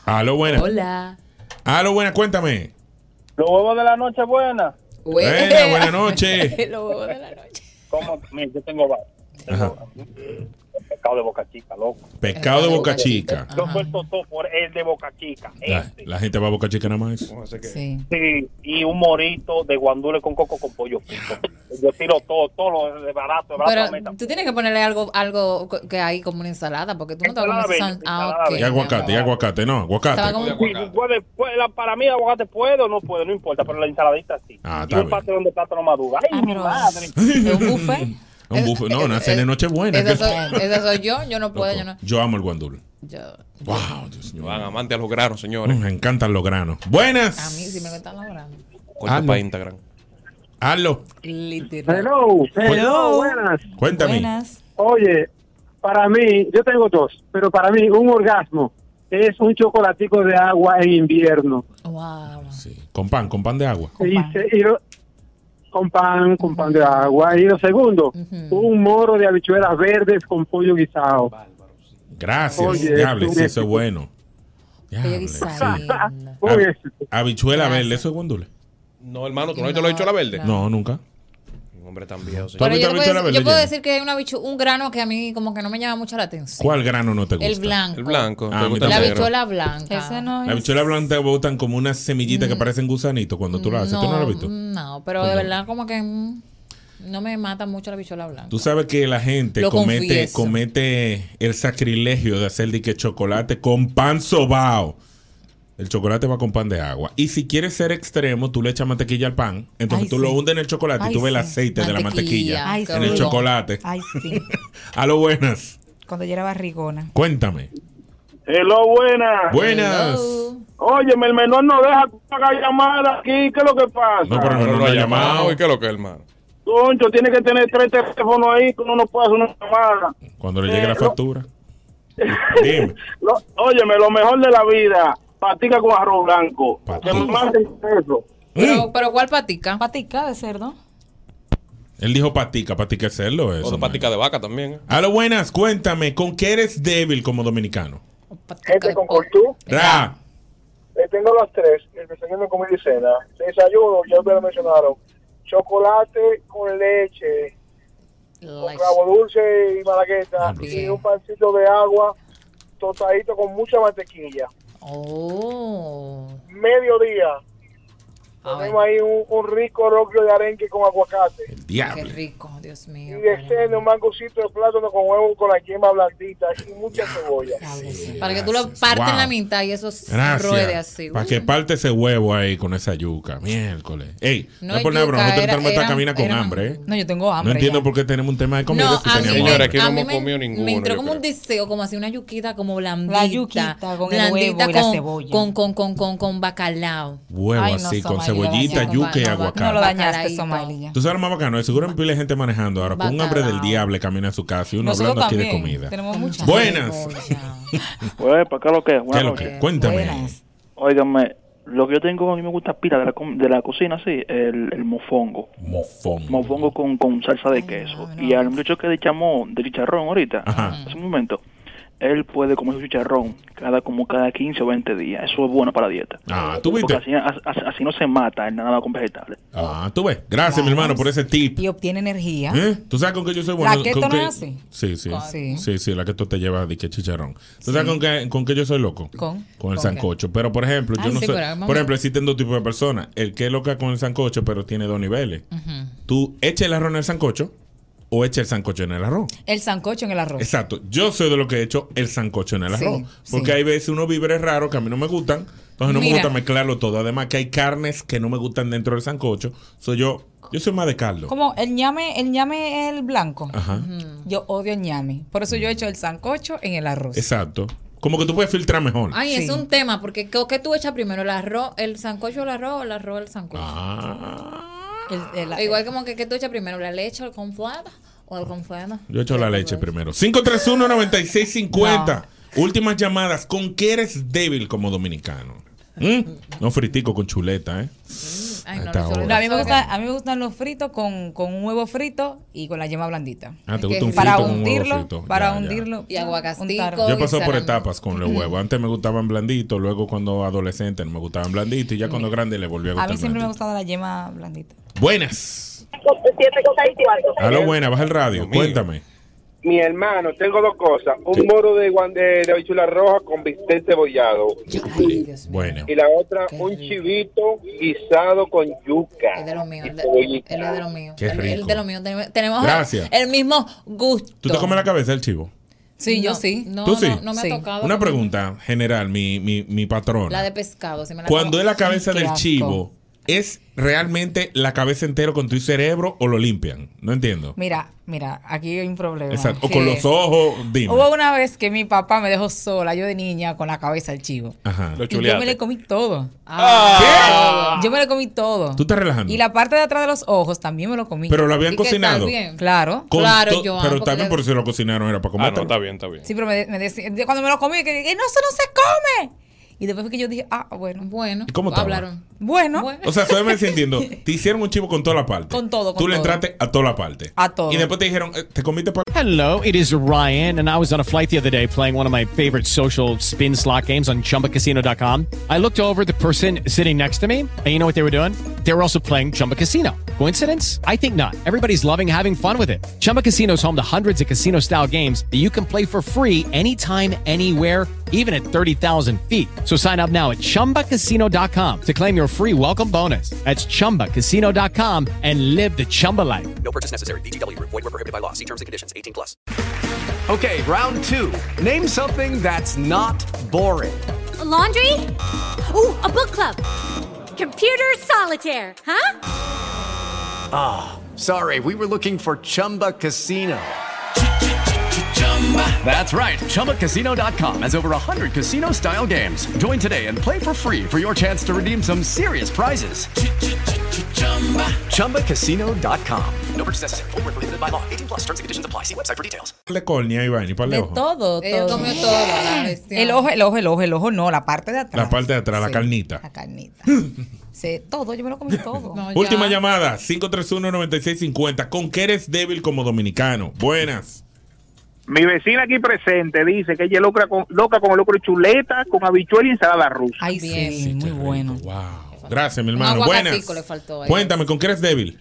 Speaker 2: Aló, buena.
Speaker 3: Hola.
Speaker 2: Aló, buena, cuéntame.
Speaker 4: Los huevos de la noche buena.
Speaker 2: Buena, buena noche.
Speaker 3: Los huevos de la noche.
Speaker 4: ¿Cómo? Mira, yo tengo varios.
Speaker 2: Ajá.
Speaker 4: Pescado de boca chica, loco.
Speaker 2: Pescado de boca chica.
Speaker 4: Yo suelto todo por el de boca chica. este.
Speaker 2: La, la gente va a boca chica nada más.
Speaker 3: Sí.
Speaker 4: y un morito de guandule con coco con pollo frito. Yo tiro todo, todo lo de barato, de barato. a meta.
Speaker 3: Pero tú tienes que ponerle algo algo co- que hay como una ensalada, porque tú no te vas a
Speaker 4: Ensalada
Speaker 3: comer esa-
Speaker 4: verde,
Speaker 3: Ah,
Speaker 4: ensalada
Speaker 3: ok.
Speaker 2: Y aguacate, y aguacate, no, aguacate.
Speaker 4: Sí, puede- puede- la- para mí, aguacate puede o no puede, no importa, pero la ensaladita sí.
Speaker 2: Ah,
Speaker 4: y
Speaker 2: está
Speaker 4: un
Speaker 2: bien.
Speaker 4: pastelón de plátano maduro. ¡Ay, mi madre!
Speaker 3: ¿Un buffet?
Speaker 2: Un buffet. No, una cena de Nochebuena.
Speaker 3: Esa
Speaker 2: que-
Speaker 3: soy, esa soy yo, yo no puedo, yo no.
Speaker 2: Yo amo el guandul.
Speaker 3: Yo,
Speaker 2: Wow, Dios mío.
Speaker 6: Van amante a los granos, señores.
Speaker 2: Me encantan los granos. Buenas.
Speaker 3: a mí sí me lo están logrando.
Speaker 6: Corta
Speaker 2: Aló.
Speaker 6: para Instagram.
Speaker 2: Aló.
Speaker 3: Literal.
Speaker 2: Hello.
Speaker 10: Buenas.
Speaker 2: Cuéntame.
Speaker 10: Oye, para mí, yo tengo dos, pero para mí un orgasmo es un chocolatico de agua en invierno.
Speaker 2: Con pan, con pan de agua.
Speaker 10: y se- y lo- con pan, con pan de agua. Y lo segundo, un moro de habichuelas verdes con pollo guisado.
Speaker 2: Gracias.
Speaker 10: Oye,
Speaker 2: Diable,
Speaker 10: es un
Speaker 2: sí, eso es bueno.
Speaker 3: Pollo guisado.
Speaker 2: Hab- Habichuela verde, eso es guandule.
Speaker 6: No, hermano, tú no, te lo has hecho la verde.
Speaker 2: No, nunca.
Speaker 6: Un hombre tan viejo.
Speaker 2: ¿Tú has
Speaker 3: Pero
Speaker 2: visto
Speaker 3: yo,
Speaker 2: la
Speaker 3: te puedo
Speaker 2: bichuela
Speaker 3: decir, yo
Speaker 2: verde,
Speaker 3: puedo
Speaker 2: Jenny?
Speaker 3: decir que hay una bichu- un grano que a mí como que no me llama mucho la atención.
Speaker 2: ¿Cuál grano no te gusta?
Speaker 3: El blanco.
Speaker 6: El blanco.
Speaker 2: Ah, a mí
Speaker 3: La
Speaker 2: también.
Speaker 3: bichuela blanca. Ese no
Speaker 2: La habichuela blanca botan como unas semillitas que parecen gusanitos cuando tú la haces. ¿Tú no la has visto?
Speaker 3: No, pero de verdad como que mm, no me mata mucho la bichuela blanca.
Speaker 2: Tú sabes que la gente
Speaker 3: Lo
Speaker 2: comete,
Speaker 3: confieso.
Speaker 2: comete el sacrilegio de hacer de que chocolate con pan sobao. El chocolate va con pan de agua. Y si quieres ser extremo, tú le echas mantequilla al pan. Entonces
Speaker 5: Ay,
Speaker 2: tú
Speaker 5: sí.
Speaker 2: lo hundes en el chocolate
Speaker 5: Ay,
Speaker 2: y tú ves Ah, el
Speaker 5: sí.
Speaker 2: aceite de la mantequilla
Speaker 5: Ay,
Speaker 2: en
Speaker 5: sí.
Speaker 2: el chocolate.
Speaker 5: Ay, sí.
Speaker 2: A lo buenas.
Speaker 5: Cuando yo era barrigona.
Speaker 2: Cuéntame.
Speaker 4: Hello, buenas.
Speaker 2: Buenas.
Speaker 4: Oye, el menor no deja que haga llamada aquí. ¿Qué es lo que pasa?
Speaker 2: No, pero no,
Speaker 6: Pero
Speaker 2: no
Speaker 6: lo
Speaker 2: ha
Speaker 6: ha llamado.
Speaker 2: llamado.
Speaker 6: ¿Y qué es lo que es, hermano?
Speaker 4: Concho, tiene que tener tres teléfonos ahí que uno no puede hacer una llamada.
Speaker 2: Cuando le llegue la
Speaker 4: Eh,
Speaker 2: factura. Dime.
Speaker 4: Lo, óyeme, lo mejor de la vida, patica con arroz blanco. Que me manden eso.
Speaker 2: ¡Eh!
Speaker 3: Pero, pero ¿cuál patica?
Speaker 5: Patica de cerdo.
Speaker 2: Él dijo patica, patica hacerlo eso.
Speaker 6: Otra patica de vaca también. ¿eh?
Speaker 2: A lo buenas, cuéntame, ¿con qué eres débil como dominicano?
Speaker 4: Gente Este con cortú.
Speaker 2: Ra.
Speaker 4: Eh, tengo las tres, el desayuno, comida y cena. Desayuno, ya ustedes lo mencionaron. Chocolate con leche, con clavo dulce y malagueta, y un pancito de agua tostadito con mucha mantequilla.
Speaker 3: Oh.
Speaker 4: Mediodía,
Speaker 3: Ah,
Speaker 4: tenemos ahí un, un rico roclo de arenque con aguacate.
Speaker 2: diablo.
Speaker 3: Qué rico, Dios
Speaker 8: Y
Speaker 3: mío.
Speaker 8: de cena un mangucito de plátano con huevo con la yema blandita y mucha cebolla.
Speaker 3: Para que tú lo partes en la
Speaker 2: Wow.
Speaker 3: mitad y eso se ruede
Speaker 2: Gracias.
Speaker 3: así.
Speaker 2: Para
Speaker 3: Uy.
Speaker 2: que parte ese huevo ahí con esa yuca. Miércoles. Ey, no,
Speaker 3: No
Speaker 2: es por nada,
Speaker 3: yuca,
Speaker 2: pero nosotros
Speaker 3: era-
Speaker 2: entramos a esta
Speaker 3: era-
Speaker 2: camina con
Speaker 3: era-
Speaker 2: hambre. ¿eh?
Speaker 5: No, yo tengo hambre.
Speaker 2: No entiendo
Speaker 5: ya.
Speaker 2: por qué tenemos un tema de comida. si
Speaker 3: No, a mí
Speaker 2: teníamos
Speaker 3: me-
Speaker 2: hambre.
Speaker 6: Señores, aquí no
Speaker 3: a
Speaker 6: hemos
Speaker 3: mí
Speaker 6: comido ninguno.
Speaker 3: Me entró
Speaker 6: yo
Speaker 3: como
Speaker 6: creo.
Speaker 3: un deseo, como así una yuquita como blandita.
Speaker 5: La yuquita con el
Speaker 3: blandita
Speaker 5: huevo y la
Speaker 3: con-
Speaker 5: cebolla.
Speaker 3: Con, con, con, con, con bacalao.
Speaker 2: Huevo
Speaker 3: Ay, no,
Speaker 2: así, con
Speaker 3: Somalia, lo
Speaker 2: cebollita,
Speaker 3: dañaste.
Speaker 2: yuca y
Speaker 3: No, no,
Speaker 2: aguacate.
Speaker 5: No lo dañaste,
Speaker 3: Bacalaíto.
Speaker 5: Somalia.
Speaker 2: Tú sabes lo más bacano, es seguro en pila de gente manejando ahora. Con un hambre del
Speaker 5: Bacalao.
Speaker 2: diable camina a su casa y uno
Speaker 5: Nosotros
Speaker 2: hablando aquí de
Speaker 5: también
Speaker 2: comida.
Speaker 5: Tenemos muchas.
Speaker 2: Buenas.
Speaker 11: Pues, ¿para qué lo que es? Buenas
Speaker 2: ¿Qué lo
Speaker 11: noches.
Speaker 2: que? Cuéntame.
Speaker 11: Óigame, lo que yo tengo, a mí me gusta pila de la, com- de la cocina, sí, el, el mofongo.
Speaker 2: Mofongo.
Speaker 11: Mofongo con, con salsa de queso. Y al muchacho que le llamó de chicharrón ahorita, hace un momento, él puede comer su chicharrón cada como cada 15 o 20 días. Eso es bueno para la dieta.
Speaker 2: Ah, ¿tú
Speaker 11: Porque
Speaker 2: viste?
Speaker 11: así, así- así no se mata el nada más con vegetales.
Speaker 2: Ah, tú ves. Gracias, mi hermano, por ese tip.
Speaker 5: Y obtiene energía.
Speaker 2: ¿Eh? ¿Tú sabes con qué yo soy bueno?
Speaker 5: ¿La keto
Speaker 2: ¿Con
Speaker 5: no
Speaker 2: qué-
Speaker 5: es así?
Speaker 2: Sí, sí.
Speaker 5: Con-
Speaker 2: Sí,
Speaker 5: Sí.
Speaker 2: sí, la que tú te llevas de que chicharrón. ¿Tú sabes
Speaker 5: Sí.
Speaker 2: con qué, con qué yo soy loco?
Speaker 5: Con.
Speaker 2: Con el
Speaker 5: ¿Con
Speaker 2: sancocho. Pero, por ejemplo, yo
Speaker 5: Ay,
Speaker 2: no
Speaker 5: sí,
Speaker 2: soy-
Speaker 5: pero vamos
Speaker 2: Por
Speaker 5: a-
Speaker 2: ejemplo, existen dos tipos de personas. El que es loca con el sancocho, pero tiene dos niveles. Tú echa el arroz en el sancocho o echa el sancocho en el arroz.
Speaker 5: El sancocho en el arroz.
Speaker 2: Exacto. Yo soy de lo que he hecho el sancocho en el
Speaker 5: Sí,
Speaker 2: arroz. Porque
Speaker 5: sí.
Speaker 2: hay veces unos víveres raros que a mí no me gustan. Entonces no me
Speaker 5: Mira.
Speaker 2: gusta mezclarlo todo. Además que hay carnes que no me gustan dentro del sancocho. Soy yo. Yo soy más de caldo.
Speaker 5: Como el ñame, el ñame es el blanco.
Speaker 2: Ajá.
Speaker 5: Yo odio el ñame. Por eso yo he hecho el sancocho en el arroz.
Speaker 2: Exacto. Como que tú puedes filtrar mejor.
Speaker 3: Ay, es un tema, porque ¿qué, qué tú echas primero? ¿El arroz, el sancocho o el arroz o el arroz o el sancocho?
Speaker 2: Ah.
Speaker 5: El- el-
Speaker 3: Igual como que ¿qué tú echas primero? ¿La leche o el conflada? ¿O el conflada?
Speaker 2: Yo echo la leche primero. 531-9650. Últimas llamadas. ¿Con qué eres débil como dominicano? ¿Mm? No fritico con chuleta, ¿eh?
Speaker 3: Mm, Ay,
Speaker 2: A
Speaker 3: no,
Speaker 2: esta
Speaker 3: los
Speaker 2: hora.
Speaker 5: No, a, mí me gusta- a mí me gustan los fritos con, con un huevo frito y con la yema blandita.
Speaker 2: Ah, ¿te
Speaker 5: Es
Speaker 2: gusta
Speaker 5: que
Speaker 2: un
Speaker 5: para
Speaker 2: frito con un huevo
Speaker 5: hundirlo,
Speaker 2: frito?
Speaker 5: Para
Speaker 2: Ya, ya.
Speaker 5: hundirlo.
Speaker 3: Y aguacastico.
Speaker 2: Yo paso por etapas con los
Speaker 5: Mm.
Speaker 2: huevos. Antes me gustaban blanditos, luego cuando adolescente no me gustaban blanditos y ya cuando grande le volví a
Speaker 5: A
Speaker 2: gustar
Speaker 5: mí siempre me
Speaker 2: blandito.
Speaker 5: ha gustado la yema blandita.
Speaker 2: Buenas. A lo
Speaker 4: Bien.
Speaker 2: buena, baja el radio. Cuéntame.
Speaker 4: Mi hermano, tengo dos cosas. Un moro de, guan- de, de habichuela roja con bistec cebollado.
Speaker 2: Bueno.
Speaker 4: Y la otra, un chivito guisado con yuca.
Speaker 3: Es de lo mío,
Speaker 4: y
Speaker 3: el de-
Speaker 4: cebollita.
Speaker 3: él es de lo mío.
Speaker 2: Qué
Speaker 3: Él- él
Speaker 2: rico.
Speaker 3: de lo mío. Tenemos- Tenemos
Speaker 2: Gracias.
Speaker 3: el mismo gusto.
Speaker 2: ¿Tú te comes la cabeza el chivo?
Speaker 3: Sí, yo sí. No,
Speaker 2: ¿Tú sí?
Speaker 3: no, no me
Speaker 2: Sí.
Speaker 3: ha tocado.
Speaker 2: Una
Speaker 3: comer.
Speaker 2: pregunta general, mi, mi, mi patrona.
Speaker 3: La de pescado. sí me la
Speaker 2: Cuando
Speaker 3: como.
Speaker 2: es la cabeza
Speaker 3: Ay, qué
Speaker 2: del
Speaker 3: asco.
Speaker 2: chivo, ¿es realmente la cabeza entero con tu cerebro o lo limpian? No entiendo.
Speaker 5: Mira, mira, aquí hay un problema.
Speaker 2: Exacto. O con
Speaker 5: que-
Speaker 2: los ojos, dime.
Speaker 5: Hubo una vez que mi papá me dejó sola, yo de niña, con la cabeza del chivo.
Speaker 2: Ajá.
Speaker 5: Y yo me le comí todo.
Speaker 2: Ah.
Speaker 5: ¿Qué? Yo me le comí todo.
Speaker 2: Tú estás relajando.
Speaker 5: Y la parte de atrás de los ojos también me lo comí.
Speaker 2: Pero lo habían ¿Y qué tal, cocinado. bien?
Speaker 5: Claro.
Speaker 2: Con to- Pero también por si lo cocinaron era para comer.
Speaker 6: no, está
Speaker 2: bien, Ah, está bien.
Speaker 5: Sí, pero me, de- me decía- de- cuando me lo comí, que, que no, eso no se come. Y después fue que yo dije, ah, bueno.
Speaker 3: Bueno.
Speaker 2: ¿Y cómo estaba? hablaron.
Speaker 5: Bueno.
Speaker 2: O sea, estoy me entiendo. Te hicieron un chivo con toda la parte.
Speaker 5: Con todo, con
Speaker 2: Tú le
Speaker 5: todo.
Speaker 2: entraste a toda la parte.
Speaker 5: A todo.
Speaker 2: Y después te dijeron, eh, te comiste pa-
Speaker 12: Hello, it is Ryan, and I was on a flight the other day playing one of my favorite social spin slot games on chumbacasino.com. I looked over at the person sitting next to me, and you know what they were doing? They were also playing Chumba Casino. Coincidence? I think not. Everybody's loving having fun with it. Chumba Casino is home to hundreds of casino style games that you can play for free anytime, anywhere even at 30,000 feet. So sign up now at ChumbaCasino.com to claim your free welcome bonus. That's ChumbaCasino.com and live the Chumba life.
Speaker 10: No purchase necessary. VGW Group. Void were prohibited by law. See terms and conditions. 18 plus.
Speaker 13: Okay, round two. Name something that's not boring.
Speaker 9: laundry? Ooh, a book club. Computer solitaire, huh?
Speaker 13: Ah, sorry, we were looking for Chumba Casino. That's right, ChumbaCasino.com has over 100 casino style games. Join today and play for free for your chance to redeem some serious prizes. ChumbaCasino.com.
Speaker 10: No purchase necessary. Void were prohibited by law. 18 plus. Terms and conditions apply. See website for details.
Speaker 2: de córnea y vaina y para
Speaker 5: De
Speaker 2: lejos.
Speaker 5: todo, todo.
Speaker 3: Ella comió todo, la bestia.
Speaker 5: el ojo, el ojo, el ojo, el ojo, no, la parte de atrás.
Speaker 2: La parte de atrás, la
Speaker 5: Sí,
Speaker 2: carnita.
Speaker 5: La carnita. Sí, todo, yo me lo comí todo.
Speaker 2: Última llamada, 531-9650. ¿Con qué eres débil como dominicano? Buenas.
Speaker 14: Mi vecina aquí presente dice que ella loca con, loca con locro y chuleta, con habichuela y ensalada rusa.
Speaker 5: Ay, bien.
Speaker 2: muy bueno. Wow. Gracias, mi hermano.
Speaker 3: Un
Speaker 2: Buenas.
Speaker 3: aguacatico le faltó ahí.
Speaker 2: Cuéntame, ¿con qué eres débil?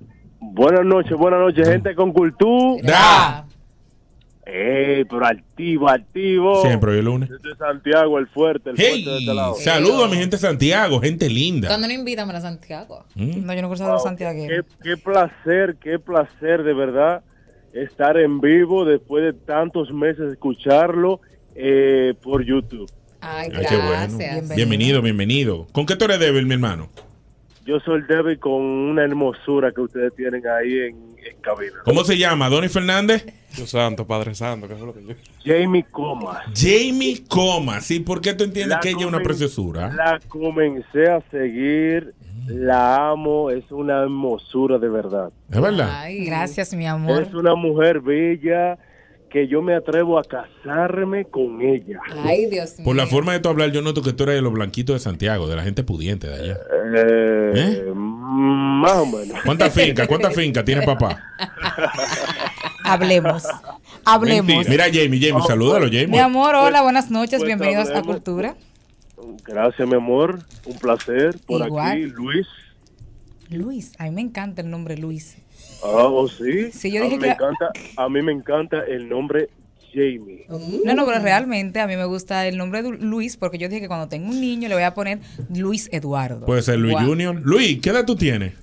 Speaker 2: Mm.
Speaker 15: Este Buenas noches, buenas noches, gente con cultura. Ey, Eh, pero activo, activo.
Speaker 2: Siempre, hoy es lunes.
Speaker 15: Yo soy Santiago, el fuerte, el
Speaker 2: ¡Hey!
Speaker 15: fuerte de este lado.
Speaker 2: Saludos a mi gente de Santiago, gente linda.
Speaker 3: Cuando no invitan a Santiago.
Speaker 2: Mm.
Speaker 5: No, yo no quiero
Speaker 15: Wow,
Speaker 5: saber Santiago.
Speaker 15: Qué, qué placer, qué placer de verdad estar en vivo después de tantos meses de escucharlo eh, por YouTube.
Speaker 3: Ay,
Speaker 2: Ay, qué bueno. Bienvenido, bienvenido. ¿Con qué tú eres débil, mi hermano?
Speaker 15: Yo soy el David con una hermosura que ustedes tienen ahí en, en cabina.
Speaker 2: ¿Cómo se llama? ¿Donny Fernández?
Speaker 6: Dios santo, Padre Santo, ¿qué fue lo que yo?
Speaker 15: Jamie Comas.
Speaker 2: Jamie Comas, ¿sí? ¿Por qué tú entiendes
Speaker 15: La
Speaker 2: que ella es una
Speaker 15: comen-
Speaker 2: preciosura?
Speaker 15: La comencé a seguir, la amo, es una hermosura de verdad.
Speaker 2: ¿Es verdad?
Speaker 5: Ay, gracias, mi amor.
Speaker 15: Es una mujer bella que yo me atrevo a casarme con ella.
Speaker 3: Ay, Dios mío.
Speaker 2: Por la forma de tú hablar, yo noto que tú eres de los blanquitos de Santiago, de la gente pudiente de allá.
Speaker 15: Eh, Más o menos.
Speaker 6: eh.
Speaker 2: ¿Cuántas fincas? ¿Cuántas fincas tiene papá?
Speaker 5: Hablemos. Hablemos.
Speaker 2: Mentira. Mira, Jamie, Jamie, salúdalo, Jamie.
Speaker 5: Mi amor, hola, buenas noches,
Speaker 15: pues,
Speaker 5: bienvenidos a
Speaker 15: hablemos.
Speaker 5: Cultura.
Speaker 15: Gracias, mi amor. Un placer por
Speaker 5: Igual.
Speaker 15: aquí, Luis.
Speaker 5: Luis, a mí me encanta el nombre Luis.
Speaker 15: Ah, oh, sí.
Speaker 5: Sí, yo
Speaker 15: a,
Speaker 5: dije
Speaker 15: mí
Speaker 5: que-
Speaker 15: me encanta, a mí me encanta el nombre Jamie.
Speaker 5: Mm. No, no, pero realmente a mí me gusta el nombre de Luis porque yo dije que cuando tengo un niño le voy a poner Luis Eduardo.
Speaker 2: Puede ser Luis
Speaker 5: Guau.
Speaker 2: Junior. Luis, ¿qué edad tú tienes?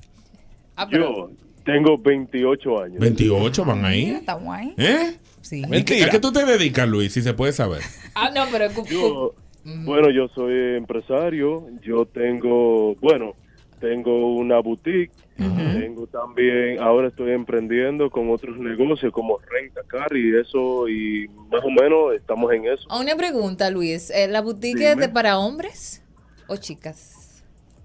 Speaker 5: Ah,
Speaker 15: Yo tengo 28 años.
Speaker 2: 28, van ahí.
Speaker 5: Mira, Está guay.
Speaker 2: ¿Eh?
Speaker 5: Sí.
Speaker 2: ¿Y qué- ¿A qué tú te dedicas, Luis? Si se puede saber.
Speaker 3: Ah, no, pero es cu-
Speaker 15: Yo,
Speaker 5: Mm.
Speaker 15: bueno, yo soy empresario, yo tengo, bueno, tengo una boutique, tengo también, ahora estoy emprendiendo con otros negocios como renta car y eso, y más o menos estamos en eso.
Speaker 3: Ah, Una pregunta, Luis. ¿eh, ¿La boutique es de para hombres o chicas?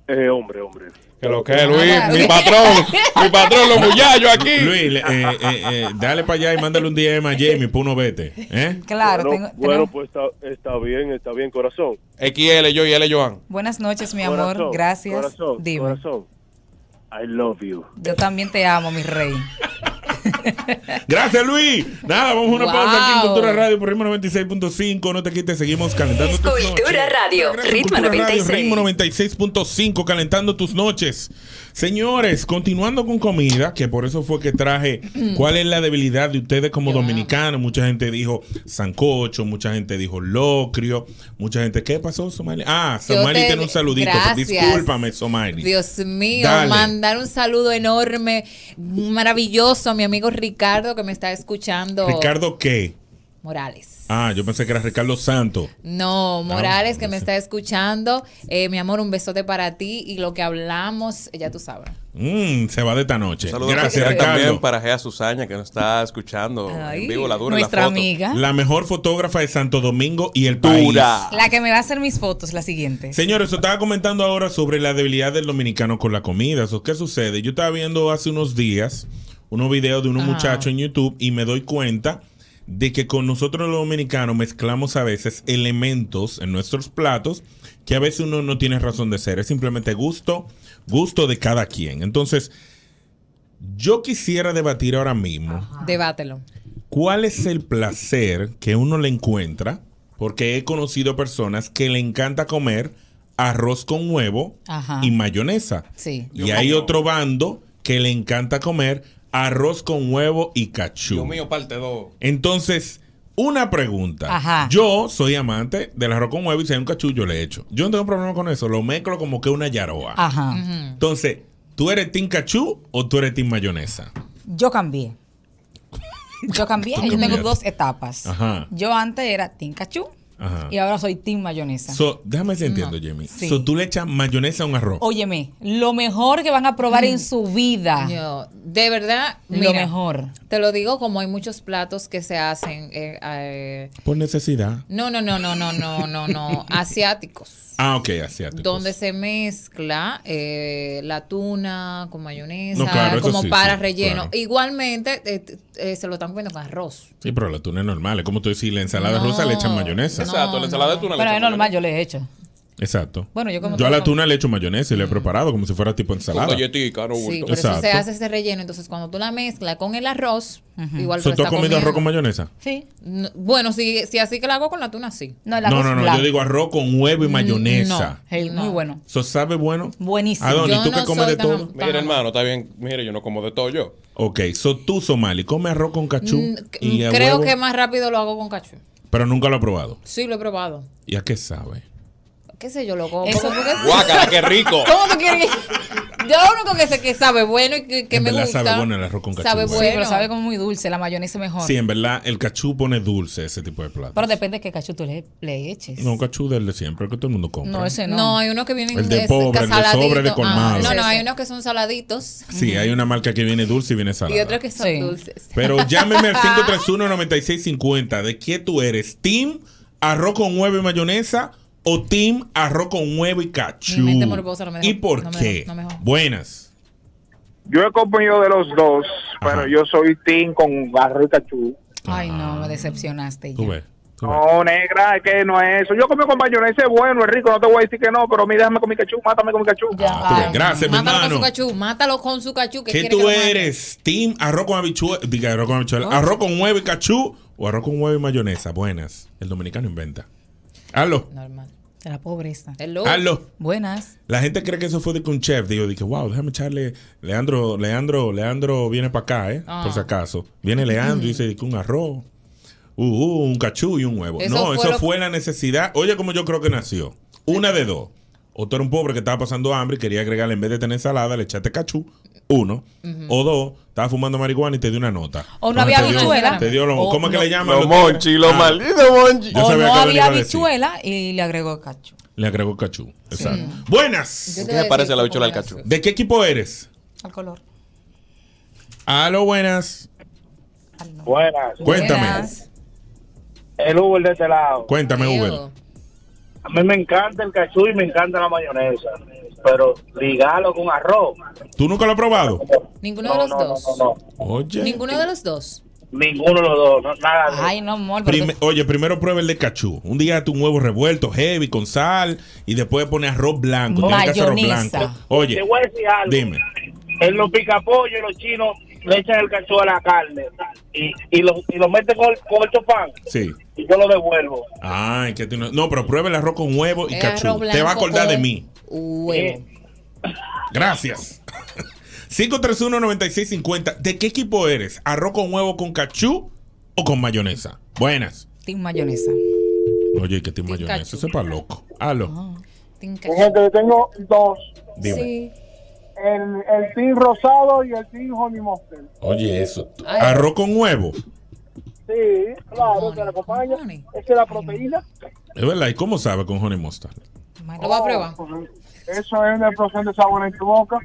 Speaker 15: Eh, hombre, hombre.
Speaker 6: Que lo que es, Luis, mi patrón, mi patrón, los muchachos aquí.
Speaker 2: Luis, le- eh, eh, eh, dale para allá y mándale un DM a Jamie, pues uno vete. ¿Eh?
Speaker 5: Claro,
Speaker 15: bueno,
Speaker 5: tengo-
Speaker 15: bueno,
Speaker 5: tenemos-
Speaker 15: pues está, está bien, está bien, corazón.
Speaker 6: XL, yo y L, Joan.
Speaker 5: Buenas noches, mi
Speaker 15: Corazón,
Speaker 5: amor. Gracias.
Speaker 15: corazón,
Speaker 5: Dime.
Speaker 15: corazón. I love you.
Speaker 5: Yo también te amo, mi rey.
Speaker 2: Gracias, Luis. Nada, vamos a una
Speaker 3: Wow.
Speaker 2: pausa aquí en Cultura Radio por Ritmo 96.5. No te quites, seguimos calentando. tus noches.
Speaker 1: Cultura Radio, Ritmo
Speaker 2: Cultura Radio,
Speaker 1: 96.
Speaker 2: Ritmo 96.5, calentando tus noches. Señores, continuando con comida, que por eso fue que traje
Speaker 3: Mm.
Speaker 2: cuál es la debilidad de ustedes como dominicanos. Mucha gente dijo sancocho, mucha gente dijo locrio, mucha gente. ¿Qué pasó, Somali? Ah,
Speaker 3: Yo
Speaker 2: Somali
Speaker 3: te-
Speaker 2: tiene un saludito. pues,
Speaker 3: Gracias.
Speaker 2: Discúlpame, Somali.
Speaker 3: Dios mío,
Speaker 2: Dale.
Speaker 3: mandar un saludo enorme, maravilloso a mi amigo Ricardo que me está escuchando.
Speaker 2: Ricardo, ¿qué?
Speaker 3: Morales.
Speaker 2: Ah, yo pensé que era Ricardo Santo.
Speaker 3: No, Morales que me está escuchando. Eh, mi amor, un besote para ti y lo que hablamos, eh, ya tú sabes.
Speaker 2: Mm, se va de esta noche.
Speaker 6: Saludos
Speaker 2: Gracias,
Speaker 6: también
Speaker 2: Ricardo.
Speaker 6: para Gea Susaña que nos está escuchando
Speaker 3: Ay,
Speaker 6: en vivo la dura en
Speaker 5: nuestra
Speaker 6: la foto.
Speaker 5: amiga.
Speaker 2: La mejor fotógrafa de Santo Domingo y el país.
Speaker 5: La que me va a hacer mis fotos, la siguiente.
Speaker 2: Señores, yo estaba comentando ahora sobre la debilidad del dominicano con la comida. Eso, ¿Qué sucede? Yo estaba viendo hace unos días unos videos de unos
Speaker 3: Ajá.
Speaker 2: muchachos en YouTube y me doy cuenta de que con nosotros los dominicanos mezclamos a veces elementos en nuestros platos que a veces uno no tiene razón de ser. Es simplemente gusto, gusto de cada quien. Entonces, yo quisiera debatir ahora mismo.
Speaker 5: Ah.
Speaker 3: Debátelo.
Speaker 2: ¿Cuál es el placer que uno le encuentra? Porque he conocido personas que le encanta comer arroz con huevo
Speaker 3: Ajá.
Speaker 2: y mayonesa.
Speaker 3: Sí.
Speaker 2: Y hay otro bando que le encanta comer arroz con huevo y cachú.
Speaker 6: Dios mío, parte 2.
Speaker 2: Entonces, una pregunta.
Speaker 6: Ajá.
Speaker 2: Yo soy amante del arroz con huevo y si hay un cachú, yo le echo. Yo no tengo problema con eso. Lo mezclo como que una yaroa.
Speaker 6: Ah.
Speaker 5: Ajá.
Speaker 2: Entonces, ¿tú eres team cachú o tú eres team mayonesa?
Speaker 5: Yo cambié. Yo cambié.
Speaker 2: Tú
Speaker 5: Yo tengo
Speaker 2: cambiaste.
Speaker 5: dos etapas.
Speaker 2: Ajá.
Speaker 5: Yo antes era Team Cachú
Speaker 2: Ajá.
Speaker 5: y ahora soy Team Mayonesa.
Speaker 2: So, déjame si entiendo, Jamie.
Speaker 5: Sí.
Speaker 2: So, tú le echas mayonesa a un arroz.
Speaker 5: Óyeme, lo mejor que van a probar en su vida.
Speaker 3: Yo, de verdad,
Speaker 5: lo
Speaker 3: Mm. mira,
Speaker 5: mejor.
Speaker 3: te lo digo como hay muchos platos que se hacen. eh, eh,
Speaker 2: Por necesidad.
Speaker 3: no, no, no, no, no, no, no, no. Asiáticos.
Speaker 2: Ah, ok, asiático.
Speaker 3: donde se mezcla eh, la tuna con mayonesa,
Speaker 2: No, claro, eso
Speaker 3: como
Speaker 2: sí,
Speaker 3: para
Speaker 2: sí,
Speaker 3: relleno.
Speaker 2: claro.
Speaker 3: Igualmente eh, t- eh, se lo están comiendo con arroz.
Speaker 2: Sí, pero la tuna es normal. Es como tú decís, la ensalada
Speaker 3: No,
Speaker 2: rusa le echan mayonesa.
Speaker 6: Exacto, la ensalada de tuna le
Speaker 5: Bueno, es
Speaker 6: echamos
Speaker 5: normal, yo le he hecho.
Speaker 2: Exacto.
Speaker 3: Bueno, yo como
Speaker 2: yo a la
Speaker 3: todo-
Speaker 2: tuna le he hecho mayonesa
Speaker 3: Mm.
Speaker 2: y le he preparado como si fuera tipo ensalada.
Speaker 6: galletica, no
Speaker 3: Sí, por eso se hace ese relleno. Entonces, cuando tú la mezclas con el arroz, igual
Speaker 2: So,
Speaker 3: lo
Speaker 2: ¿Tú
Speaker 3: está
Speaker 2: has comido arroz
Speaker 3: comiendo.
Speaker 2: con mayonesa?
Speaker 3: Sí. No, bueno, si, si así que la hago con la tuna, sí.
Speaker 2: No, no, no. Yo digo arroz con huevo
Speaker 3: Mm,
Speaker 2: y mayonesa.
Speaker 3: muy bueno.
Speaker 2: ¿Eso sabe bueno?
Speaker 3: Buenísimo.
Speaker 2: Adonis,
Speaker 3: Yo
Speaker 2: ¿tú que
Speaker 3: no
Speaker 2: comes
Speaker 3: soy
Speaker 2: de
Speaker 3: tan-
Speaker 2: todo?
Speaker 3: tan- Mira,
Speaker 6: hermano, está bien. Mire, yo no como de todo yo.
Speaker 2: Ok, so tú, Somali, come arroz con cachú
Speaker 3: Mm,
Speaker 2: y eh,
Speaker 3: Creo
Speaker 2: huevo,
Speaker 3: que más rápido lo hago con cachú.
Speaker 2: pero nunca lo he probado.
Speaker 3: Sí, lo he probado.
Speaker 2: ¿Y a qué sabe?
Speaker 3: ¿Qué sé yo, loco? Eso,
Speaker 2: Guácala, qué rico.
Speaker 3: ¿Cómo tú quieres que- Yo lo único que sé que sabe bueno y que, que
Speaker 2: En
Speaker 3: me
Speaker 2: verdad
Speaker 3: gusta.
Speaker 2: sabe bueno el arroz con cachú. ¿eh?
Speaker 3: Sabe
Speaker 2: ¿verdad?
Speaker 3: bueno.
Speaker 5: Pero sabe como muy dulce, la mayonesa mejor.
Speaker 2: Sí, en verdad, el cachú pone dulce ese tipo de plato.
Speaker 5: Pero depende de qué cachú tú le, le eches.
Speaker 2: No, un cachú del de siempre, el que todo el mundo compra.
Speaker 3: Pues, No, ese no. No, hay unos que vienen
Speaker 2: El de
Speaker 3: es-
Speaker 2: pobre, el de
Speaker 3: saladito.
Speaker 2: sobre, el de
Speaker 3: Ah,
Speaker 2: colmado.
Speaker 3: no, no, hay unos que son saladitos
Speaker 2: Sí, hay una marca que viene dulce y viene
Speaker 3: y
Speaker 2: salada.
Speaker 3: otros que son dulces.
Speaker 2: Pero llámeme al 531-9650. ¿De qué tú eres? ¿Team arroz con huevo y mayonesa o team arroz con huevo y cachú?
Speaker 3: Mi mente morbosa no me dejó-
Speaker 2: ¿Y por
Speaker 3: no me
Speaker 2: qué?
Speaker 3: dejó- no me dejó.
Speaker 2: Buenas.
Speaker 4: Yo he comido de los dos, pero yo soy team con barro y cachú.
Speaker 2: Ah.
Speaker 5: Ay, no, me decepcionaste. ya.
Speaker 2: Tú ves.
Speaker 4: No, negra, es que no es eso. Yo comí con mayonesa, es bueno, es rico, no te voy a decir que no, pero mira, déjame con mi cachú, mátame con mi cachú. Ah,
Speaker 2: Tú ves. Gracias, mi
Speaker 3: Mátalo con su
Speaker 2: hermano.
Speaker 3: cachú, mátalo con su cachú. que
Speaker 2: ¿Qué
Speaker 3: quiere que
Speaker 2: tú
Speaker 3: lo mate?
Speaker 2: eres? ¿Team arroz con habichuela? Diga, arroz con habichuela.
Speaker 3: Oh.
Speaker 2: ¿Arroz con huevo y cachú o arroz con huevo y mayonesa? Buenas. El dominicano inventa. Aló.
Speaker 5: De la pobreza.
Speaker 2: Aló.
Speaker 5: Buenas.
Speaker 2: La gente cree que eso fue de que un chef. Digo, dije, wow, déjame echarle. Leandro, Leandro, Leandro viene para acá, ¿eh?
Speaker 3: Ah.
Speaker 2: Por si acaso. Viene Leandro y dice que un arroz, uh, uh, un cachú y un huevo.
Speaker 3: Eso
Speaker 2: no,
Speaker 3: fue
Speaker 2: eso
Speaker 3: lo-
Speaker 2: fue la necesidad. Oye, como yo creo que nació. Una de dos. O tú eres un pobre que estaba pasando hambre y quería agregarle, en vez de tener salada, le echaste cachú. Uno.
Speaker 5: Ujú.
Speaker 2: O dos, estaba fumando marihuana y te dio una nota.
Speaker 5: O no
Speaker 2: Entonces
Speaker 5: había
Speaker 2: te dio-
Speaker 5: habichuela.
Speaker 2: Te dio lo-
Speaker 5: O
Speaker 2: ¿Cómo es
Speaker 5: no-
Speaker 2: que le llaman?
Speaker 6: Lo
Speaker 2: los
Speaker 6: monchi,
Speaker 2: tigres?
Speaker 6: lo
Speaker 2: Ah.
Speaker 6: maldito monchi.
Speaker 2: Yo
Speaker 5: o
Speaker 2: sabía
Speaker 5: no
Speaker 2: que Adonis
Speaker 5: había
Speaker 2: iba a decir.
Speaker 5: habichuela y le agregó cacho.
Speaker 2: Le agregó cachú. Exacto. Buenas.
Speaker 5: Yo te ¿Qué voy a le parece decir la cómo habichuela al
Speaker 6: cachú?
Speaker 2: ¿De qué equipo eres?
Speaker 5: Al color.
Speaker 2: Aló, buenas.
Speaker 8: Buenas.
Speaker 2: Cuéntame.
Speaker 8: El Uber de este lado.
Speaker 2: Cuéntame, Google.
Speaker 8: A mí me encanta el cachú y me encanta la mayonesa. Pero ligalo con arroz.
Speaker 2: ¿Tú nunca lo has probado?
Speaker 3: Ninguno de los dos.
Speaker 2: Oye.
Speaker 3: Ninguno de los dos.
Speaker 8: Ninguno de los dos. no, nada de-
Speaker 3: Ay, no, amor.
Speaker 2: Prime- oye, primero prueba el de cachú. Un día tu un huevo revuelto, heavy, con sal, y después pones arroz blanco. Tienes que hacer arroz
Speaker 8: Mayonesa.
Speaker 2: blanco. Oye,
Speaker 8: Te voy a decir algo.
Speaker 2: dime.
Speaker 8: En los picapollos, los chinos le echan el cachú a la carne y, y lo, y lo meten con, con el chopán
Speaker 2: Sí.
Speaker 8: y yo lo devuelvo.
Speaker 2: Ay, que tú no, no, pero prueba el arroz con huevo y
Speaker 8: El
Speaker 2: cachú.
Speaker 8: arroz
Speaker 2: Te va a
Speaker 8: blanco
Speaker 2: acordar de
Speaker 8: con-
Speaker 2: mí.
Speaker 3: Huevo.
Speaker 10: eh,
Speaker 2: Gracias. 531-9650. ¿De qué equipo eres? ¿Arroz con huevo con cachú o con mayonesa? Buenas.
Speaker 5: Team mayonesa.
Speaker 2: Oye, que tiene mayonesa.
Speaker 5: cachú.
Speaker 2: Eso es para loco.
Speaker 3: Ah.
Speaker 2: Aló.
Speaker 8: Gente, yo tengo dos.
Speaker 2: Dime.
Speaker 8: El, el team rosado y el team honey mustard.
Speaker 2: Oye, eso.
Speaker 8: Ay.
Speaker 2: Arroz con huevo.
Speaker 8: Sí, claro, que la acompaña. Es que la proteína.
Speaker 2: Es verdad. ¿Y cómo sabe con honey mustard?
Speaker 3: Lo va a probar.
Speaker 8: Eso es una explosión de sabor en tu boca.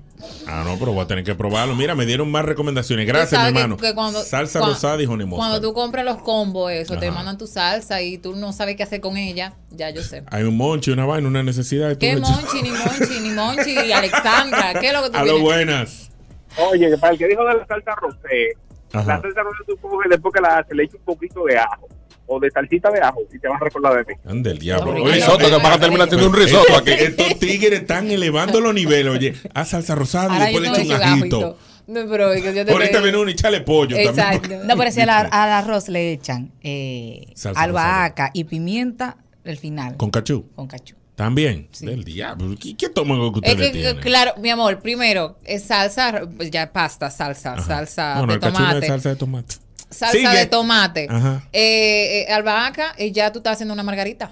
Speaker 2: Ah, no, pero voy a tener que probarlo. Mira, me dieron más recomendaciones.
Speaker 3: Tú
Speaker 2: Gracias, mi
Speaker 3: sabes que-
Speaker 2: hermano.
Speaker 3: que cuando-
Speaker 2: Salsa
Speaker 3: cua-
Speaker 2: rosada y honey
Speaker 3: Cuando
Speaker 2: mustard.
Speaker 3: tú compras los combos, eso, te
Speaker 2: Ajá.
Speaker 3: mandan tu salsa y tú no sabes qué hacer con ella. Ya yo sé.
Speaker 2: Hay un monchi, una vaina, una necesidad. y tú
Speaker 3: ¿Qué
Speaker 2: le echas-
Speaker 3: Monchi, ni Monchi, ni Monchi, y Alexandra? ¿Qué es lo que tú
Speaker 2: A lo
Speaker 3: tienes?
Speaker 2: buenas.
Speaker 4: Oye, para el que dijo de la salsa rosé,
Speaker 2: Ajá.
Speaker 4: la salsa rosé tú coges después que la haces, le echas un poquito de ajo o de salsita de ajo y te vas a recordar de mí.
Speaker 2: Anda el diablo.
Speaker 4: Un risotto, que vas a terminar haciendo un risotto aquí.
Speaker 2: Estos tigres están elevando los niveles. Oye, haz salsa rosada y
Speaker 3: Ahora
Speaker 2: después
Speaker 3: yo
Speaker 2: le
Speaker 3: tengo
Speaker 2: echas un
Speaker 3: que
Speaker 2: ajito.
Speaker 3: llegar, No, ah, pues, pero yo te
Speaker 2: Ahorita viene uno y echale pollo también.
Speaker 3: Exacto.
Speaker 2: porque-
Speaker 5: No, pero si al, ar- al arroz le echan eh,
Speaker 2: Salsa
Speaker 5: albahaca y pimienta al final.
Speaker 2: Con cachú.
Speaker 5: Con cachú.
Speaker 2: También. Del diablo. ¿Qué, qué estómago que
Speaker 3: Es
Speaker 2: ustedes
Speaker 3: que,
Speaker 2: tienen?
Speaker 3: claro, mi amor, primero, es salsa, pues ya pasta, salsa, salsa
Speaker 2: Bueno,
Speaker 3: de
Speaker 2: el cachú no es
Speaker 3: tomate.
Speaker 2: salsa de tomate.
Speaker 3: Salsa
Speaker 2: Sigue.
Speaker 3: de tomate.
Speaker 2: Ajá.
Speaker 3: Eh, eh, albahaca, y ya tú estás haciendo una margarita.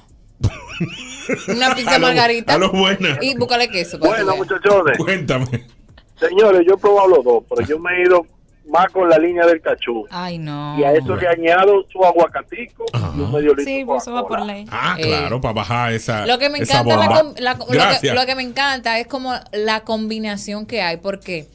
Speaker 3: una
Speaker 2: A
Speaker 3: pizza
Speaker 2: lo-
Speaker 3: margarita.
Speaker 2: A lo buenas.
Speaker 3: Y búscale queso. pues. para que tú veas.
Speaker 4: muchachones.
Speaker 2: Cuéntame.
Speaker 8: Señores, yo he probado los dos, pero yo me he ido más con la línea del cachú.
Speaker 5: Ay, no.
Speaker 8: Y a
Speaker 2: Ah.
Speaker 8: eso le añado su aguacatico y un medio litro.
Speaker 5: Sí, pues eso va por ley.
Speaker 2: Ah,
Speaker 3: Eh,
Speaker 2: claro, para bajar esa.
Speaker 3: Lo que me
Speaker 2: Ah, esa
Speaker 3: encanta es la
Speaker 2: bomba.
Speaker 3: com- la- lo que-
Speaker 2: Gracias.
Speaker 3: lo que me encanta es como la combinación que hay, porque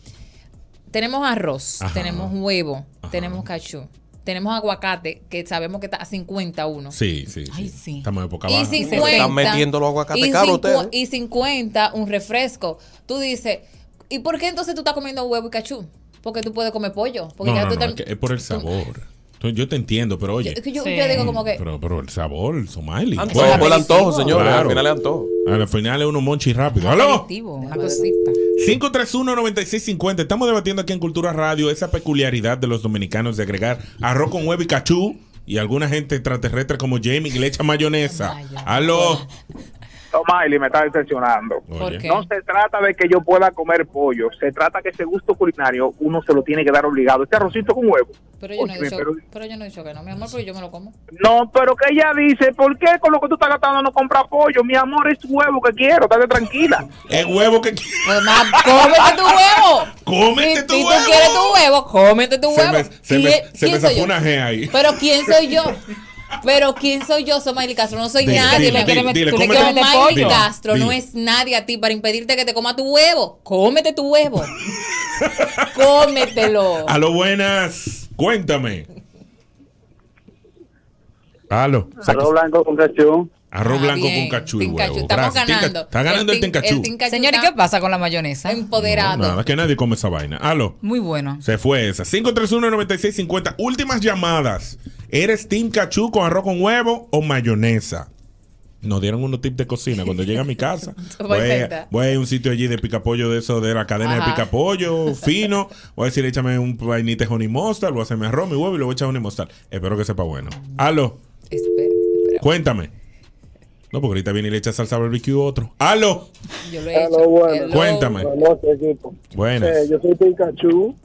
Speaker 3: tenemos arroz,
Speaker 2: Ajá.
Speaker 3: tenemos huevo, tenemos cachú, tenemos aguacate, que sabemos que está a 51.
Speaker 2: Sí, sí. Ay, sí. Estamos de poca
Speaker 3: Y
Speaker 2: baja.
Speaker 3: 50.
Speaker 6: Están metiendo los aguacates
Speaker 3: y
Speaker 6: caros
Speaker 3: cincu-
Speaker 6: ustedes.
Speaker 3: Y 50, un refresco. Tú dices, ¿y por qué entonces tú estás comiendo huevo y cachú? Porque tú puedes comer pollo. Porque
Speaker 2: No,
Speaker 3: ya
Speaker 2: no,
Speaker 3: tú
Speaker 2: no,
Speaker 3: estás-
Speaker 2: es, que es por el sabor. Tú, Yo te entiendo, pero oye.
Speaker 3: Yo- yo- yo digo como que-
Speaker 2: Pero, pero el sabor, el Somali.
Speaker 3: Antes era Fue el antojo, aperitivo.
Speaker 6: señores, al final es
Speaker 2: antojo. Al final es uno monchi rápido. ¡Aló!
Speaker 3: Aperitivo, una cosita.
Speaker 2: 531-9650. Estamos debatiendo aquí en Cultura Radio esa peculiaridad de los dominicanos de agregar arroz con huevo y cachú y alguna gente extraterrestre como Jamie que le echa mayonesa. ¡Aló!
Speaker 4: Tomás, me está decepcionando.
Speaker 2: ¿Por qué?
Speaker 4: No se trata de que yo pueda comer pollo, se trata que ese gusto culinario uno se lo tiene que dar obligado. Este arrocito con huevo.
Speaker 3: Pero yo, no he
Speaker 4: Óyeme,
Speaker 3: dicho,
Speaker 4: pero-
Speaker 3: pero yo no he dicho que no, mi amor, porque yo me lo como.
Speaker 4: No, pero que ella dice, ¿por qué con lo que tú estás gastando no compras pollo? Mi amor, es huevo que quiero, estate tranquila.
Speaker 2: Es huevo que quiero.
Speaker 3: Pues, ¡Cómete tu huevo!
Speaker 2: ¡Cómete
Speaker 3: si, tu huevo! Si tú quieres tu huevo, cómete tu
Speaker 2: Se
Speaker 3: huevo.
Speaker 2: me, se
Speaker 3: Si
Speaker 2: me-
Speaker 3: es-
Speaker 2: se me
Speaker 3: ¿quién soy
Speaker 2: zafó
Speaker 3: yo?
Speaker 2: una G ahí.
Speaker 3: Pero ¿quién soy yo? Pero ¿quién soy yo? Soy Miley Castro. No soy
Speaker 2: Dile,
Speaker 3: nadie.
Speaker 2: dile, dile, dile,
Speaker 3: Tú le
Speaker 2: cómete-
Speaker 3: quieres-
Speaker 2: dile,
Speaker 3: Miley
Speaker 2: dile,
Speaker 3: Castro no
Speaker 2: dile.
Speaker 3: es nadie a ti para impedirte que te coma tu huevo. Cómete tu huevo. Cómetelo.
Speaker 2: Aló, buenas. Cuéntame. Aló.
Speaker 16: Arroz blanco con cachú.
Speaker 2: Arroz
Speaker 3: Ah,
Speaker 2: blanco
Speaker 3: bien.
Speaker 2: con cachú y
Speaker 3: Team
Speaker 2: huevo.
Speaker 3: cachú. Estamos
Speaker 2: Gracias. Team
Speaker 3: ganando.
Speaker 2: ca- Está ganando el, tencachú.
Speaker 3: Señor, ¿y qué pasa con la mayonesa? Empoderado.
Speaker 2: Nada, que nadie come esa vaina. Aló.
Speaker 5: Muy bueno.
Speaker 2: Se fue esa. 531-9650. Últimas llamadas. ¿Eres team cachú con arroz con huevo o mayonesa? Nos dieron unos tips de cocina. Cuando llegue a mi casa,
Speaker 3: Voy a
Speaker 2: voy, a,
Speaker 3: inventar.
Speaker 2: voy a un sitio allí de picapollo de eso, de la cadena
Speaker 3: Ajá.
Speaker 2: de picapollo, fino. Voy a decir, échame un vainita de honey mustard, voy a hacerme arroz, mi huevo y le voy a echar honey mustard. Espero que sepa bueno. Aló. Cuéntame. No, porque ahorita viene y le echa salsa barbecue otro. ¡Aló!
Speaker 3: Yo lo
Speaker 16: he hecho. Bueno.
Speaker 2: Cuéntame.
Speaker 16: Buenos, equipo.
Speaker 2: Buenas.
Speaker 16: Eh, yo soy Pikachu.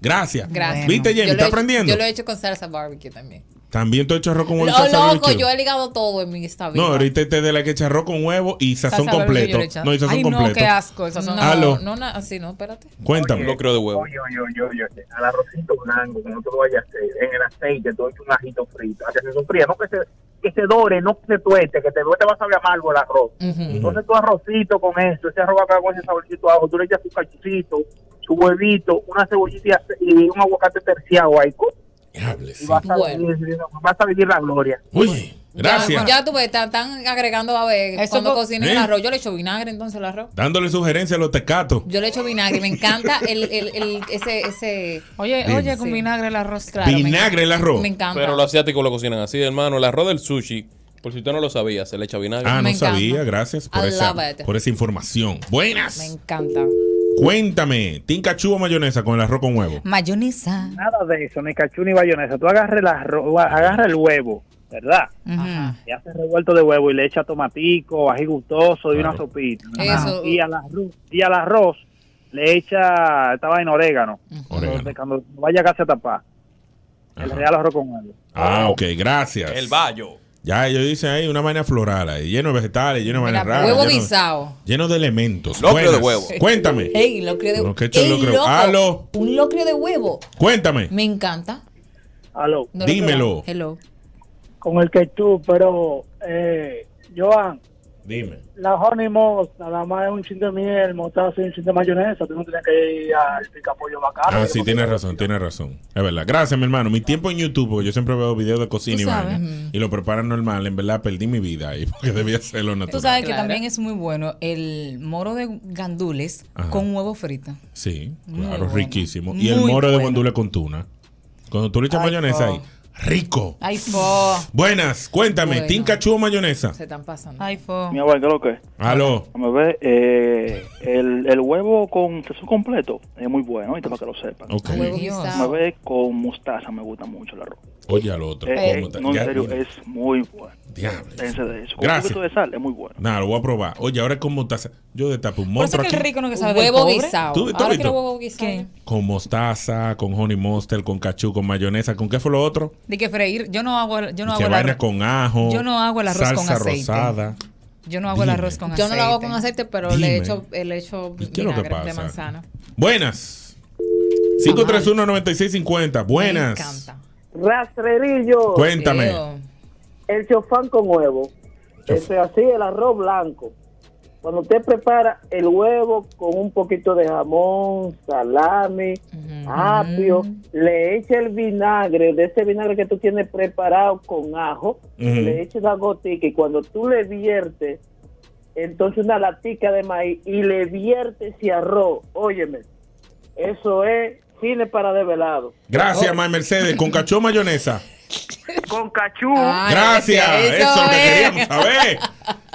Speaker 2: Gracias.
Speaker 3: Gracias.
Speaker 2: ¿Viste, Jamie?
Speaker 3: Yo lo
Speaker 2: ¿Está
Speaker 3: he-
Speaker 2: aprendiendo?
Speaker 3: Yo lo he hecho con salsa barbecue también.
Speaker 2: También tú has hecho arroz con
Speaker 3: Lo
Speaker 2: huevo y salsa
Speaker 3: loco,
Speaker 2: barbecue.
Speaker 3: yo he ligado todo en mi esta vida.
Speaker 2: No, ahorita te de la que echa arroz con huevo y sazón
Speaker 3: Salsa
Speaker 2: completo.
Speaker 3: barbecue yo le he echado.
Speaker 2: No, y sazón
Speaker 3: Ay, no,
Speaker 2: completo. Mm.
Speaker 3: qué asco, el sazón. No,
Speaker 2: Aló.
Speaker 3: no, na- así no, espérate.
Speaker 2: Cuéntame.
Speaker 6: Lo creo de huevo.
Speaker 4: Oye, oye, oye, oye, oye, al arrocito blanco, como tú lo vayas a hacer, en el aceite, tú echas un ajito frito, a que se sofría, no que se, que se dore, no que se tueste, que te duele, te va a saber amargo el arroz. Entonces tu arrocito con eso, ese arroz acá con ese saborcito ajo, tú le echas tu cachucito, su huevito, una cebollita y ace- y un aguacate terciado ahí, ¡cu! y vas a, vivir, vas a vivir la gloria.
Speaker 2: Oye,
Speaker 3: Ya, ya tú ves, están, están agregando a ver
Speaker 5: Eso
Speaker 3: cuando
Speaker 5: po-
Speaker 3: cocinen
Speaker 2: ¿Eh?
Speaker 3: el arroz. Yo le echo vinagre entonces al arroz.
Speaker 2: Dándole sugerencias a los tecatos.
Speaker 3: Yo le echo vinagre, me encanta el, el, el- ese, ese. Oye,
Speaker 2: Dime. oye,
Speaker 3: con vinagre el arroz,
Speaker 2: Vinagre el arroz.
Speaker 3: Me encanta.
Speaker 6: Pero los asiáticos lo cocinan así, hermano. El arroz del sushi, por si usted no lo sabía, se le echa vinagre.
Speaker 2: Ah, no sabía. Gracias por
Speaker 3: I
Speaker 2: esa,
Speaker 3: love it.
Speaker 2: por esa información. Buenas.
Speaker 3: Me encanta.
Speaker 2: Cuéntame. ¿Tin cachú o mayonesa con el arroz con huevo?
Speaker 5: Mayonesa.
Speaker 4: Nada de eso, ni cachú ni bayonesa. Tú agarra el, arroz, agarra el huevo, ¿verdad? Y hace revuelto de huevo y le echa tomatico, ají gustoso y una sopita.
Speaker 3: Eso.
Speaker 4: Y al arroz, y al arroz le echa esta vaina orégano. Entonces, cuando vaya casi a tapar, el real arroz con huevo.
Speaker 2: Ah, ok. Gracias.
Speaker 6: El bayo.
Speaker 2: Ya, ellos dicen ahí una vaina floral, ahí, lleno de vegetales, lleno de vainas raras.
Speaker 3: huevo
Speaker 2: lleno-
Speaker 3: guisado.
Speaker 2: Lleno de elementos.
Speaker 6: Locrio de
Speaker 2: Buenas.
Speaker 6: huevo.
Speaker 2: Cuéntame.
Speaker 3: Ey, locrio de
Speaker 2: Lo que he hecho el
Speaker 3: Ey,
Speaker 2: locrio.
Speaker 3: loco,
Speaker 2: Aló.
Speaker 3: Un locrio de huevo.
Speaker 2: Cuéntame.
Speaker 3: Me encanta.
Speaker 16: Aló.
Speaker 3: No lo he
Speaker 2: Dímelo.
Speaker 3: probado. Hello.
Speaker 16: Con el cachú, pero, eh, Joan,
Speaker 2: Dime.
Speaker 16: la honey mustard, nada más es un chin de miel, mostaza y un chin de mayonesa. Tú no tienes que ir al picapollo bacano.
Speaker 2: Ah, sí, tienes razón, tienes razón. Es verdad. Gracias, mi hermano. Mi tiempo en YouTube, porque yo siempre veo videos de cocina
Speaker 5: Tú
Speaker 2: y
Speaker 5: sabes. mm.
Speaker 2: vaina. Y lo preparan normal. En verdad, perdí mi vida ahí, porque debía hacerlo natural.
Speaker 5: Tú sabes que
Speaker 2: Claro.
Speaker 5: también es muy bueno el moro de gandules
Speaker 2: Ajá.
Speaker 5: con huevo frito.
Speaker 2: Sí,
Speaker 5: Muy
Speaker 2: claro,
Speaker 5: bueno.
Speaker 2: riquísimo. Y el
Speaker 5: Muy
Speaker 2: moro de
Speaker 5: bueno.
Speaker 2: guandule con tuna. Cuando tú le echas mayonesa ahí, rico.
Speaker 5: Ay, fo.
Speaker 2: Buenas, cuéntame,
Speaker 5: Bueno.
Speaker 2: ¿tin cachú o mayonesa?
Speaker 3: Se están pasando.
Speaker 5: Ay, fo.
Speaker 11: Mi abuelo, ¿qué es lo que es?
Speaker 2: Aló.
Speaker 11: Me ve, eh, el, el huevo con queso completo es muy bueno, ahorita para que lo sepan.
Speaker 2: Ok.
Speaker 3: Huevo guisado.
Speaker 11: Me ve con mostaza, me gusta mucho el arroz.
Speaker 2: Oye al otro.
Speaker 11: Eh,
Speaker 2: ¿cómo está?
Speaker 11: no,
Speaker 2: Ya,
Speaker 11: en serio,
Speaker 2: mira.
Speaker 11: es muy bueno.
Speaker 2: Diablo.
Speaker 11: Dense de eso. Con un
Speaker 2: Gracias.
Speaker 11: poquito de sal, es muy bueno.
Speaker 2: Nada, lo voy a probar. Oye, ahora es con mostaza. Yo destapo un
Speaker 5: Por eso
Speaker 2: monstruo
Speaker 5: es
Speaker 2: aquí.
Speaker 5: que el rico no que sabe
Speaker 3: Huevo
Speaker 5: del pobre.
Speaker 3: guisado.
Speaker 2: ¿Tú- tú
Speaker 3: Ahora
Speaker 2: viste?
Speaker 3: quiero huevo guisado.
Speaker 2: Con mostaza, con honey mustard, con cachú, con mayonesa. ¿Con qué fue lo otro?
Speaker 5: De que freír, yo no hago, el- yo no
Speaker 2: que
Speaker 5: hago el
Speaker 2: vaina
Speaker 5: arroz.
Speaker 2: con ajo.
Speaker 5: Yo no hago el arroz con
Speaker 2: salsa
Speaker 5: aceite.
Speaker 2: rosada.
Speaker 5: Yo no hago
Speaker 2: Dime.
Speaker 5: el arroz con aceite.
Speaker 3: Yo no lo hago con aceite, pero
Speaker 2: Dime.
Speaker 3: le echo, le echo
Speaker 2: ¿Y qué es lo que
Speaker 3: vinagre de
Speaker 2: pasa?
Speaker 3: manzana.
Speaker 2: Buenas. 531-9650. Buenas.
Speaker 17: Rastrerillo.
Speaker 2: Cuéntame.
Speaker 17: El chofán con huevo. Eso es así, el arroz blanco. Cuando usted prepara el huevo con un poquito de jamón, salami, apio, le echa el vinagre, de ese vinagre que tú tienes preparado con ajo,
Speaker 18: Ujú.
Speaker 17: le echa una gotica y cuando tú le viertes, entonces una latica de maíz y le viertes ese arroz, óyeme, eso es cine para develado.
Speaker 5: Oh.
Speaker 2: Gracias, May Mercedes. Con cachú o mayonesa.
Speaker 17: Con cachú.
Speaker 3: Ah,
Speaker 2: Gracias. Eso, es lo que queríamos saber.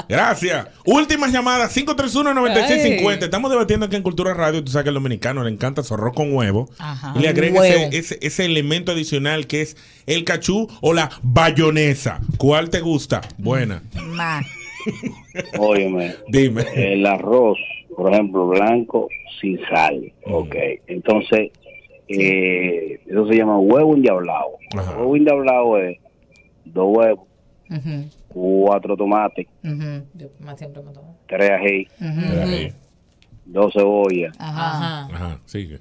Speaker 2: Gracias. Últimas llamadas, 531-9650.
Speaker 3: Ay.
Speaker 2: Estamos debatiendo aquí en Cultura Radio. Tú sabes que al dominicano le encanta su arroz con huevo.
Speaker 3: Ajá.
Speaker 2: Y le agrega
Speaker 3: Huevo.
Speaker 2: ese, ese- ese elemento adicional que es el cachú o la bayonesa. ¿Cuál te gusta? Buena.
Speaker 19: Óyeme.
Speaker 2: Dime.
Speaker 19: El arroz, por ejemplo, blanco sin sal.
Speaker 2: Mm.
Speaker 19: Ok. Entonces, eh, eso se llama huevo endiablado. Huevo endiablado es dos huevos, cuatro tomates,
Speaker 3: Yo más siempre me tomo.
Speaker 19: tres ají,
Speaker 3: Tres ají.
Speaker 19: dos cebollas
Speaker 3: Ajá.
Speaker 2: Ajá, sigue.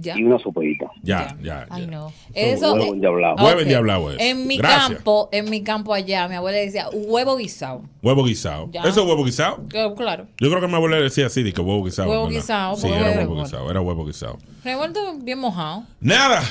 Speaker 3: Ya.
Speaker 19: y una sopita.
Speaker 2: Ya, ya.
Speaker 3: Ay, no.
Speaker 19: Eso,
Speaker 3: Eso.
Speaker 19: huevo endiablado.
Speaker 3: Ok.
Speaker 2: Huevo endiablado es.
Speaker 3: En mi
Speaker 2: Gracias.
Speaker 3: campo, en mi campo allá, mi abuela decía huevo guisado.
Speaker 2: Huevo guisado.
Speaker 3: Ya.
Speaker 2: ¿Eso es huevo guisado?
Speaker 3: Que, Claro.
Speaker 2: Yo creo que mi abuela decía así, de que huevo guisado.
Speaker 3: Huevo
Speaker 2: ¿verdad?
Speaker 3: guisado,
Speaker 2: Sí,
Speaker 3: porque
Speaker 2: era
Speaker 3: huevo-
Speaker 2: huevo guisado, era huevo guisado.
Speaker 3: Revuelto bien mojado.
Speaker 2: Nada,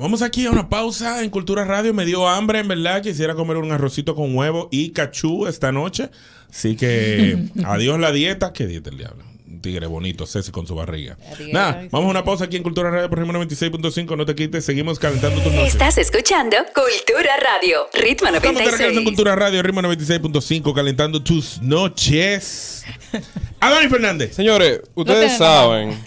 Speaker 2: vamos aquí a una pausa en Cultura Radio. Me dio hambre, en verdad. Quisiera comer un arrocito con huevo y cachú esta noche. Así que adiós la dieta. ¿Qué dieta el diablo? Un tigre bonito, Ceci con su barriga. Nada, vamos a una pausa aquí en Cultura Radio por Ritmo 96.5. No te quites, seguimos calentando tu noche.
Speaker 1: Estás escuchando Cultura Radio, Ritmo
Speaker 2: Estamos de regreso en
Speaker 1: 96.
Speaker 2: Cultura Radio, Ritmo 96.5, calentando tus noches. Adonis Fernández.
Speaker 6: Señores,
Speaker 2: tenemos.
Speaker 6: ustedes saben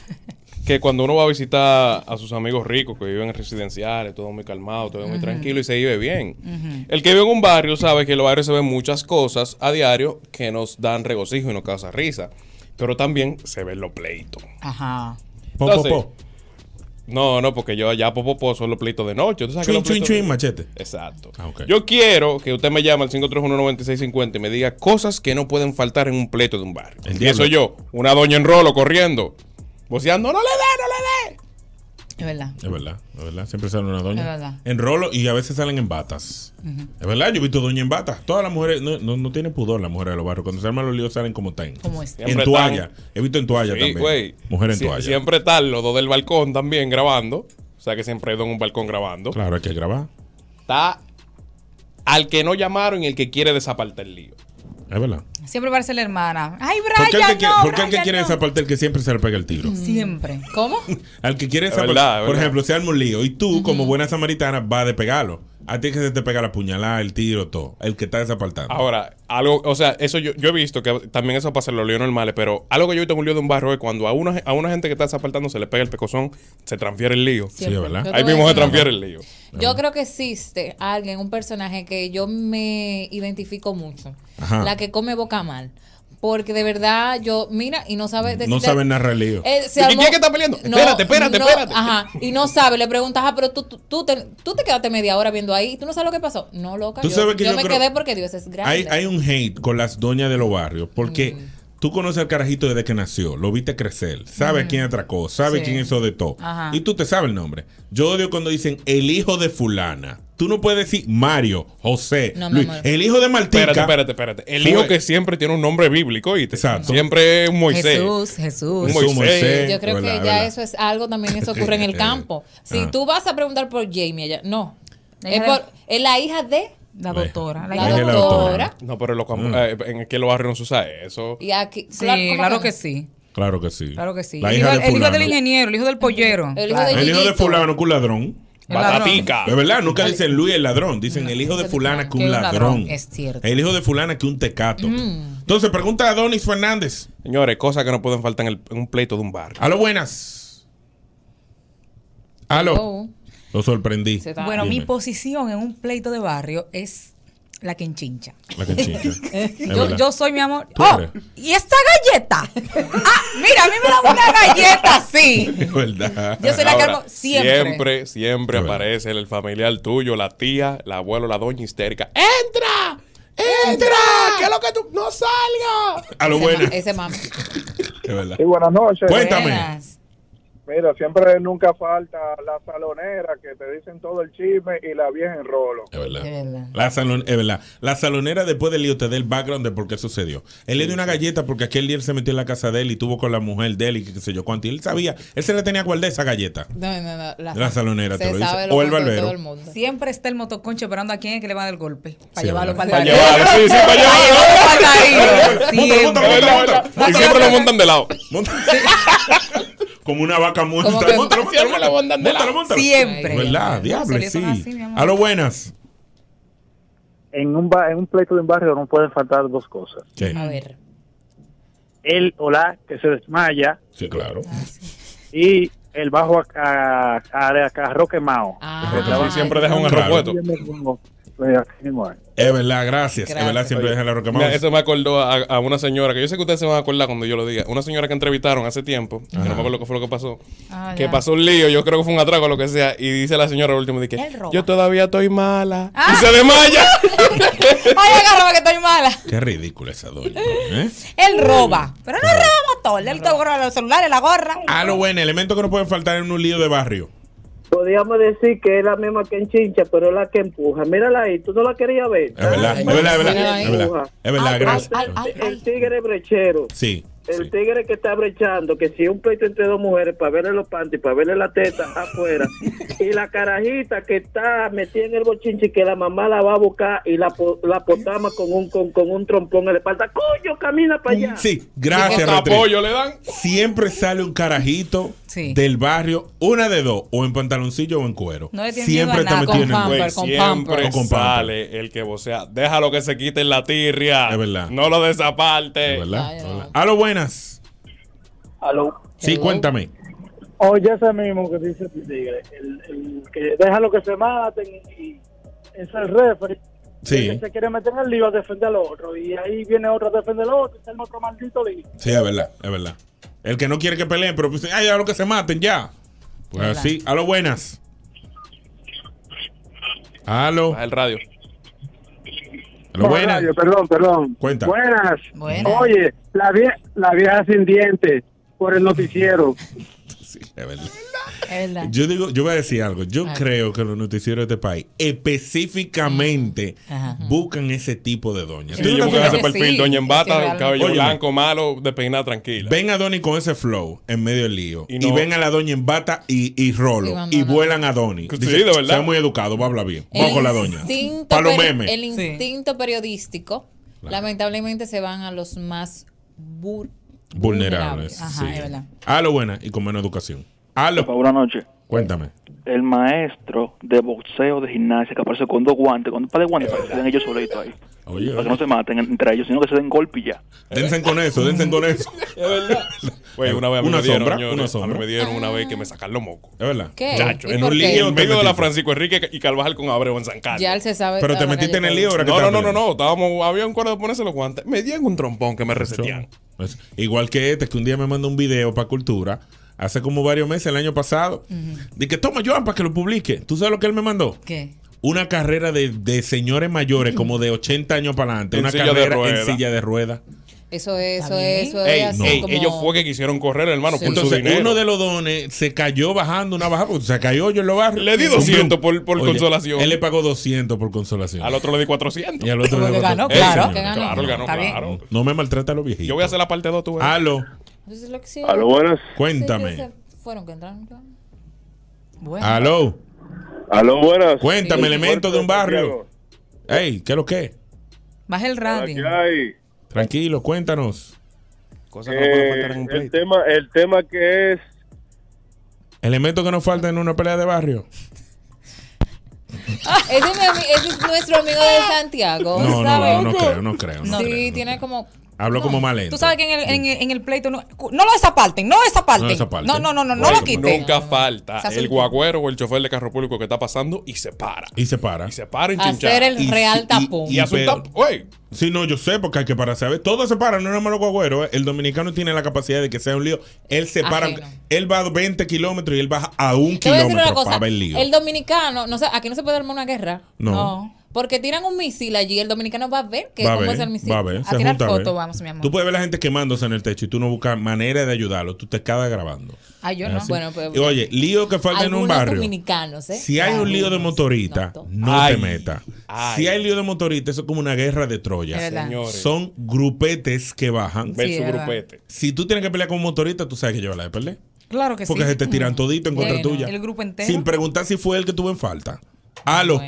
Speaker 6: que cuando uno va a visitar a sus amigos ricos que viven en residenciales, todo muy calmado, todo muy
Speaker 18: Ujú.
Speaker 6: tranquilo y se vive bien. El que vive en un barrio sabe que en los barrios se ven muchas cosas a diario que nos dan regocijo y nos causa risa. Pero también se ven los pleitos.
Speaker 5: Ajá.
Speaker 2: Po, po,
Speaker 6: Entonces,
Speaker 2: po.
Speaker 6: No, no, porque yo allá popopó son los pleitos de noche. ¿Tú sabes que
Speaker 2: Chuin,
Speaker 6: los
Speaker 2: chuin,
Speaker 6: pleitos-
Speaker 2: chuin, machete.
Speaker 6: Exacto.
Speaker 2: Ah, ok.
Speaker 6: Yo quiero que usted me llame al 531-9650 y me diga cosas que no pueden faltar en un pleito de un barrio.
Speaker 2: El
Speaker 6: Y
Speaker 2: diablo.
Speaker 6: eso yo, una doña en rolo corriendo, voceando, no le dé, no le dé.
Speaker 3: Es verdad.
Speaker 2: Es verdad, es verdad. Siempre sale una doña.
Speaker 3: Es verdad.
Speaker 2: En rolo y a veces salen en batas.
Speaker 3: Ujú.
Speaker 2: Es verdad, yo he visto doña en batas. Todas las mujeres, no, no, no tienen pudor las mujeres de los barrios. Cuando se arman los líos salen como están.
Speaker 3: Como este. están.
Speaker 2: En
Speaker 6: Siempre
Speaker 2: toalla.
Speaker 6: están.
Speaker 2: He visto en toalla
Speaker 6: Sí,
Speaker 2: también.
Speaker 6: güey.
Speaker 2: Mujer en
Speaker 6: Sie-
Speaker 2: toalla.
Speaker 6: Siempre están los dos del balcón también grabando. O sea que siempre hay dos en un balcón grabando.
Speaker 2: Claro, hay que grabar.
Speaker 6: Está al que no llamaron y el que quiere desapartar el lío.
Speaker 2: Es verdad.
Speaker 5: Siempre parece la hermana. Ay,
Speaker 2: ¿Por qué el
Speaker 5: Brian,
Speaker 2: que quiere,
Speaker 5: no,
Speaker 2: por qué el que
Speaker 5: Brian,
Speaker 2: quiere
Speaker 5: no.
Speaker 2: desapartar el que siempre se le pega el tiro?
Speaker 5: Siempre. ¿Cómo?
Speaker 2: Al que quiere
Speaker 6: Es
Speaker 2: desapartar,
Speaker 6: verdad, es
Speaker 2: por
Speaker 6: verdad.
Speaker 2: ejemplo, se arma un lío y tú, como buena samaritana, vas a despegarlo. A ti es que se te pega la puñalada, el tiro, todo. El que está desapartando.
Speaker 6: Ahora, algo, o sea, eso yo, yo he visto que también eso pasa en los líos normales, pero algo que yo he visto en un lío de un barrio es cuando a una, a una gente que está desapartando se le pega el pecozón, se transfiere el lío.
Speaker 3: Sí, es verdad. Yo te
Speaker 6: Ahí
Speaker 3: voy a
Speaker 6: mismo se
Speaker 3: decir-
Speaker 6: transfiere el lío.
Speaker 3: Yo creo que existe alguien, un personaje que yo me identifico mucho.
Speaker 2: Ajá.
Speaker 3: La que come boca mal. Porque de verdad yo, mira, y no sabe
Speaker 2: No
Speaker 3: decirte-
Speaker 2: sabe narrar el lío.
Speaker 3: Eh, se
Speaker 6: ¿Y
Speaker 3: armó-
Speaker 6: quién es que está peleando? Espérate, espérate, espérate.
Speaker 3: Ajá. Y no sabe, le preguntas, ah, pero tú, tú, tú te, tú te quedaste media hora viendo ahí y tú no sabes lo que pasó. No, loca.
Speaker 2: Tú
Speaker 3: yo,
Speaker 2: sabes que
Speaker 3: yo
Speaker 2: yo
Speaker 3: me
Speaker 2: creo-
Speaker 3: quedé porque Dios es grande.
Speaker 2: Hay, hay un hate con las doñas de los barrios porque tú conoces al carajito desde que nació, lo viste crecer, sabes
Speaker 3: Mm.
Speaker 2: quién atracó, sabes
Speaker 3: Sí.
Speaker 2: quién hizo de todo.
Speaker 3: Ajá.
Speaker 2: Y tú te sabes el nombre. Yo odio cuando dicen el hijo de fulana. Tú no puedes decir Mario, José,
Speaker 6: No, mi
Speaker 2: Luis,
Speaker 6: amor.
Speaker 2: el hijo de Martín.
Speaker 6: Espérate, espérate, espérate. El hijo que siempre tiene un nombre bíblico, ¿oíste? Siempre es un Moisés.
Speaker 3: Jesús, Jesús.
Speaker 6: Un Moisés.
Speaker 3: Eh, yo creo que ya eso es algo también, eso ocurre en el campo. Si
Speaker 6: Ah.
Speaker 3: tú vas a preguntar por Jamie allá, no.
Speaker 5: La
Speaker 3: Es,
Speaker 5: hija
Speaker 3: por-
Speaker 5: de-
Speaker 3: es la hija de
Speaker 5: La doctora. La
Speaker 3: La
Speaker 5: hija de-
Speaker 3: doctora. doctora.
Speaker 6: No, pero en los
Speaker 2: Mm.
Speaker 6: campos- eh, en aquel barrio no se usa eso.
Speaker 3: Y aquí,
Speaker 5: Sí,
Speaker 3: ¿cómo
Speaker 5: claro que sí.
Speaker 2: Claro que sí.
Speaker 5: Claro que sí.
Speaker 2: La
Speaker 5: el,
Speaker 2: hija
Speaker 5: hijo,
Speaker 2: de
Speaker 5: el hijo
Speaker 2: fulano.
Speaker 5: del ingeniero, el hijo del pollero.
Speaker 3: El
Speaker 5: Claro.
Speaker 2: El hijo de fulano que un ladrón.
Speaker 5: El ladrón. Batatica.
Speaker 2: De verdad, nunca dicen Luis el ladrón. Dicen el hijo de fulana que un ladrón.
Speaker 5: Es cierto. Mm.
Speaker 2: El hijo de fulana que un tecato. Entonces, pregunta a Donis Fernández.
Speaker 6: Señores, cosas que no pueden faltar en, el- en un pleito de un barrio.
Speaker 2: A lo buenas. Aló. Lo sorprendí.
Speaker 5: Bueno, mi
Speaker 2: Dime,
Speaker 5: posición en un pleito de barrio es la que enchincha.
Speaker 2: La que chincha. Es
Speaker 5: yo,
Speaker 2: verdad.
Speaker 5: yo soy mi amor.
Speaker 2: Tú
Speaker 5: ¡Oh!
Speaker 2: eres.
Speaker 5: ¿Y esta galleta? ¡Ah! Mira, a mí me da una galleta así.
Speaker 2: Es verdad.
Speaker 5: Yo soy la que hago siempre.
Speaker 6: Siempre, siempre aparece el familiar tuyo, la tía, el abuelo, la doña histérica. ¡Eh!
Speaker 20: ¡Entra! ¡Entra! ¿Qué es lo que tú no salga?
Speaker 2: A lo
Speaker 3: Ese
Speaker 2: buena.
Speaker 3: ma- Ese mami.
Speaker 2: Es verdad.
Speaker 20: Sí, buenas noches.
Speaker 2: Cuéntame.
Speaker 20: Mira, siempre nunca falta la salonera que te dicen todo el chisme y la vieja en rolo.
Speaker 2: Es verdad. La, salon- es verdad. la salonera después del lío te da el background de por qué sucedió. Él le dio una galleta porque aquel día él se metió en la casa de él y tuvo con la mujer de él y qué sé yo cuánto. Y él sabía, él se le tenía guardada esa galleta.
Speaker 3: No, no, no.
Speaker 2: La salonera,
Speaker 3: Se
Speaker 2: te lo
Speaker 3: sabe
Speaker 2: dice.
Speaker 3: lo
Speaker 2: O el
Speaker 3: mejor de
Speaker 2: barbero.
Speaker 3: todo el mundo.
Speaker 5: Siempre está el motoconcho esperando a quién es que le va a dar el golpe. Para
Speaker 2: Sí,
Speaker 5: llevarlo
Speaker 2: es
Speaker 5: para
Speaker 2: verdad.
Speaker 5: el
Speaker 2: Para llevarlo, sí, sí, para llevarlo.
Speaker 5: Para el
Speaker 2: Monta, monta, monta, monta.
Speaker 6: Y siempre lo montan de lado.
Speaker 2: como una vaca muerta.
Speaker 3: Como que
Speaker 2: Móntalo, móntalo,
Speaker 3: siempre lo
Speaker 2: móntalo,
Speaker 3: mandan de lado.
Speaker 2: móntalo, móntalo.
Speaker 3: Siempre.
Speaker 2: ¿Verdad?
Speaker 3: Los
Speaker 2: Diablo,
Speaker 3: soles son así,
Speaker 2: sí.
Speaker 3: mi amor.
Speaker 2: A lo buenas.
Speaker 16: En un, ba- en un pleito de un barrio no pueden faltar dos cosas.
Speaker 3: A ver.
Speaker 16: El o la que se desmaya.
Speaker 2: Sí, claro.
Speaker 3: Ah,
Speaker 16: Y el bajo a, a, a- a carro quemado.
Speaker 2: Porque siempre deja un arropueto. Es verdad, gracias. Es verdad, siempre deja el arroz quemado.
Speaker 6: Mira, eso me acordó a, a una señora que yo sé que ustedes se van a acordar cuando yo lo diga. Una señora que entrevistaron hace tiempo, que no me acuerdo qué fue lo que pasó.
Speaker 3: Ah,
Speaker 6: que
Speaker 3: ya.
Speaker 6: pasó un lío, yo creo que fue un atraco o lo que sea. Y dice la señora al último: de que,
Speaker 3: Él roba.
Speaker 6: Yo todavía estoy mala.
Speaker 5: Ah.
Speaker 6: Y se desmaya.
Speaker 3: Ay, agárrame que estoy mala.
Speaker 2: Qué ridícula esa doña. ¿eh?
Speaker 5: Él roba. Pero no roba motor. Él te roba los celulares, la gorra.
Speaker 2: A lo bueno, elemento que Ah, no puede faltar en un lío de barrio.
Speaker 17: Podríamos decir que es la misma que enchincha, pero es la que empuja. Mírala ahí, tú no la querías ver.
Speaker 2: Es verdad, es verdad, es verdad.
Speaker 17: Mírala
Speaker 2: Es
Speaker 17: ahí.
Speaker 2: verdad, es verdad, gracias.
Speaker 17: El tigre brechero.
Speaker 2: Sí.
Speaker 17: El tigre que está brechando, que si es un pleito entre dos mujeres para verle los panties, para verle la teta afuera, y la carajita que está metida en el bochinche que la mamá la va a buscar y la, po- la potama con un con, con un trompón en la espalda, coño, camina para allá.
Speaker 2: Sí, gracias.
Speaker 6: Hasta
Speaker 2: Retri.
Speaker 6: apoyo le dan.
Speaker 2: Siempre sale un carajito del barrio, una de dos, o en pantaloncillo o en cuero.
Speaker 6: No le tiene
Speaker 2: Siempre
Speaker 6: miedo
Speaker 2: está
Speaker 6: a nada,
Speaker 2: metido en
Speaker 6: con
Speaker 2: el
Speaker 6: pamper,
Speaker 2: cuero.
Speaker 6: con Siempre
Speaker 2: O con pamper.
Speaker 6: sale el que vocea. Déjalo que se quite la tirria. Es verdad. No lo desaparte. Es
Speaker 2: verdad. A lo buenas.
Speaker 16: Aló.
Speaker 2: Sí, cuéntame.
Speaker 16: Oye, ese mismo que dice tu tigre. El, el que déjalo que se maten y es el referee.
Speaker 2: Sí.
Speaker 16: El que se quiere meter en el lío a defender al otro. Y ahí viene otro a defender al otro. y está en otro maldito lío.
Speaker 2: Sí, es verdad, es verdad. El que no quiere que peleen, pero pues, ay, a lo que se maten ya. Pues
Speaker 16: Verdad.
Speaker 2: así, a lo buenas. Aló.
Speaker 6: el radio.
Speaker 2: A lo buenas.
Speaker 16: Radio, perdón, perdón.
Speaker 2: Cuenta.
Speaker 16: Buenas.
Speaker 2: Buenas.
Speaker 16: Oye, la, vie la vieja sin dientes por el noticiero.
Speaker 2: Es verdad.
Speaker 3: Es verdad.
Speaker 2: Yo digo, yo voy a decir algo. Yo
Speaker 3: Ah.
Speaker 2: creo que los noticieros de este país específicamente
Speaker 3: Ajá.
Speaker 2: buscan ese tipo de doñas.
Speaker 6: Sí,
Speaker 2: ¿Tú no
Speaker 6: yo
Speaker 2: te
Speaker 6: busco
Speaker 2: fijas?
Speaker 6: ese perfil, doña en bata, cabello
Speaker 2: Óyeme,
Speaker 6: blanco, malo, despeinada tranquila.
Speaker 2: Ven a Donny con ese flow en medio del lío. Y,
Speaker 6: no-
Speaker 2: ven a la doña en bata y, y rolo.
Speaker 3: Y
Speaker 2: Y,
Speaker 3: abandona.
Speaker 2: vuelan a Donny.
Speaker 6: Sí,
Speaker 2: Dice,
Speaker 6: de verdad.
Speaker 2: Sea muy educado, va a hablar bien.
Speaker 3: El
Speaker 2: Vamos con la doña.
Speaker 3: instinto
Speaker 2: Para los
Speaker 3: peri-
Speaker 2: memes.
Speaker 3: El instinto periodístico, lamentablemente, se van a los más bur-
Speaker 2: Vulnerables.
Speaker 3: Ajá,
Speaker 2: sí.
Speaker 3: es verdad.
Speaker 2: A lo buena y con menos educación. A lo.
Speaker 11: Buenas noches.
Speaker 2: Cuéntame.
Speaker 11: El maestro de boxeo de gimnasia que aparece con dos guantes, con un par de guantes para que se den ellos solitos ahí.
Speaker 2: Oye,
Speaker 11: para que no se maten entre ellos, sino que se den golpe y ya.
Speaker 2: Dense con eso, dense con eso.
Speaker 6: Güey, una vez a mí
Speaker 2: Una
Speaker 6: me dieron,
Speaker 2: sombra,
Speaker 6: señores,
Speaker 2: una
Speaker 6: a mí
Speaker 2: sombra.
Speaker 6: me dieron una vez que me sacaron los mocos.
Speaker 2: Es verdad.
Speaker 3: Ah. ¿Qué?
Speaker 6: Chacho,
Speaker 3: ¿Y
Speaker 6: en
Speaker 3: por
Speaker 6: un
Speaker 3: qué?
Speaker 6: lío en medio de la
Speaker 2: metiste?
Speaker 6: Francisco Enrique y Carvajal con Abreu en San Carlos.
Speaker 3: Ya él se sabe.
Speaker 2: Pero te
Speaker 3: ahora
Speaker 2: metiste
Speaker 3: yo
Speaker 2: en el
Speaker 3: creo.
Speaker 2: lío, ahora que
Speaker 6: No, no,
Speaker 2: estás
Speaker 6: no, no,
Speaker 2: peleando.
Speaker 6: no, estábamos, había un cuadro de ponerse los guantes. Me dieron un trompón que me resetean.
Speaker 2: Pues, igual que este, que un día me mandó un video para Cultura, hace como varios meses, el año pasado. Dije, toma, Joan, para que lo publique. ¿Tú sabes lo que él me mandó?
Speaker 3: ¿Qué?
Speaker 2: Una carrera de, de señores mayores, como de 80 años para adelante.
Speaker 6: En
Speaker 2: Una
Speaker 6: silla de
Speaker 2: carrera en
Speaker 6: rueda.
Speaker 2: silla de ruedas.
Speaker 3: Eso es, eso es, eso
Speaker 6: Ey,
Speaker 3: es así
Speaker 6: ey,
Speaker 3: como...
Speaker 6: ellos fue que quisieron correr, hermano, por su
Speaker 2: Entonces,
Speaker 6: dinero.
Speaker 2: uno de los dones se cayó bajando una bajada, porque se cayó yo en los barrios.
Speaker 6: Le di 200 por- por consolación.
Speaker 2: Él le pagó 200 por consolación.
Speaker 6: Al otro le di 400.
Speaker 2: Y al otro le
Speaker 6: Porque
Speaker 2: dio
Speaker 6: ganó,
Speaker 2: 400.
Speaker 6: claro,
Speaker 2: Sí,
Speaker 6: que
Speaker 2: señor.
Speaker 6: ganó. Claro, él ganó, Está bien. claro.
Speaker 2: No me maltrata a los viejitos.
Speaker 6: Yo voy a hacer la parte 2, tú ves.
Speaker 2: Aló.
Speaker 3: Eso es lo que sí-
Speaker 2: A lo buenas. Cuéntame.
Speaker 3: Sí, que se fueron que entraron.
Speaker 2: Aló.
Speaker 15: Aló, buenas.
Speaker 2: Cuéntame,
Speaker 15: Sí.
Speaker 2: elemento de un barrio.
Speaker 15: Santiago.
Speaker 2: Ey, ¿qué es lo que?
Speaker 5: Baja el radio.
Speaker 2: Tranquilo, cuéntanos.
Speaker 6: Cosa
Speaker 15: Eh, el, tema, el tema que es
Speaker 2: Elemento que nos falta en una pelea de barrio.
Speaker 3: Ah, Ese es, mi ami- ese es nuestro amigo de Santiago.
Speaker 2: No, no,
Speaker 3: ¿sabes?
Speaker 2: no, no creo, no creo, no
Speaker 3: sí,
Speaker 2: creo, no
Speaker 3: tiene como...
Speaker 2: Hablo como más
Speaker 5: Tú
Speaker 2: lento.
Speaker 5: sabes que en el, en, el- en el pleito no, no lo desaparten, no lo
Speaker 6: No
Speaker 5: desaparten.
Speaker 6: lo desaparten.
Speaker 5: No, no, no, no, no
Speaker 6: Bueno,
Speaker 5: lo quiten.
Speaker 6: Nunca falta
Speaker 5: Se hace
Speaker 6: el
Speaker 5: el-
Speaker 6: guagüero o el chofer de carro público que está pasando y se para.
Speaker 2: Y se para.
Speaker 6: Y se para
Speaker 5: Ah,
Speaker 6: en chinchar.
Speaker 3: Hacer el real tapón.
Speaker 6: y- hace un
Speaker 2: pero-
Speaker 6: tap- Oye,
Speaker 2: Sí, no, yo sé, porque hay que parar. ¿sabes? Todo se para, no es malo guagüero. eh. El dominicano tiene la capacidad de que sea un lío. Él se para,
Speaker 3: Ajeno.
Speaker 2: él va a 20 kilómetros y él baja a un
Speaker 3: Te voy a decir una
Speaker 2: kilómetro
Speaker 3: cosa.
Speaker 2: para ver el lío.
Speaker 3: El dominicano, no sé, aquí no se puede armar una guerra.
Speaker 2: No.
Speaker 3: Porque tiran un misil allí, el dominicano va a ver que
Speaker 2: Va a
Speaker 3: cómo
Speaker 2: ver,
Speaker 3: es el misil.
Speaker 2: va a ver, se junta a ver. Tú puedes ver la gente quemándose en el techo y tú no buscas manera de ayudarlo. Tú te quedas grabando.
Speaker 3: Ah, yo
Speaker 2: Es
Speaker 3: no.
Speaker 2: así.
Speaker 3: Bueno, pues,
Speaker 2: Y oye, lío que falta en un
Speaker 3: algunos
Speaker 2: barrio.
Speaker 3: dominicanos, ¿eh?
Speaker 2: Si hay un lío de motorista, no
Speaker 6: Ay,
Speaker 2: te metas. Si hay lío de motorista, eso es como una guerra de Troya.
Speaker 6: Es verdad. Señores.
Speaker 2: Son grupetes que bajan.
Speaker 6: Versus Sí, es verdad. grupete.
Speaker 2: Si tú tienes que pelear con un motorista, tú sabes que llevarla de pelea.
Speaker 5: Claro que
Speaker 2: Porque
Speaker 5: sí.
Speaker 2: se te tiran todito en
Speaker 5: Sí,
Speaker 2: contra
Speaker 5: no.
Speaker 2: tuya.
Speaker 5: El grupo entero.
Speaker 2: Sin preguntar si fue el que tuvo en falta. Aló.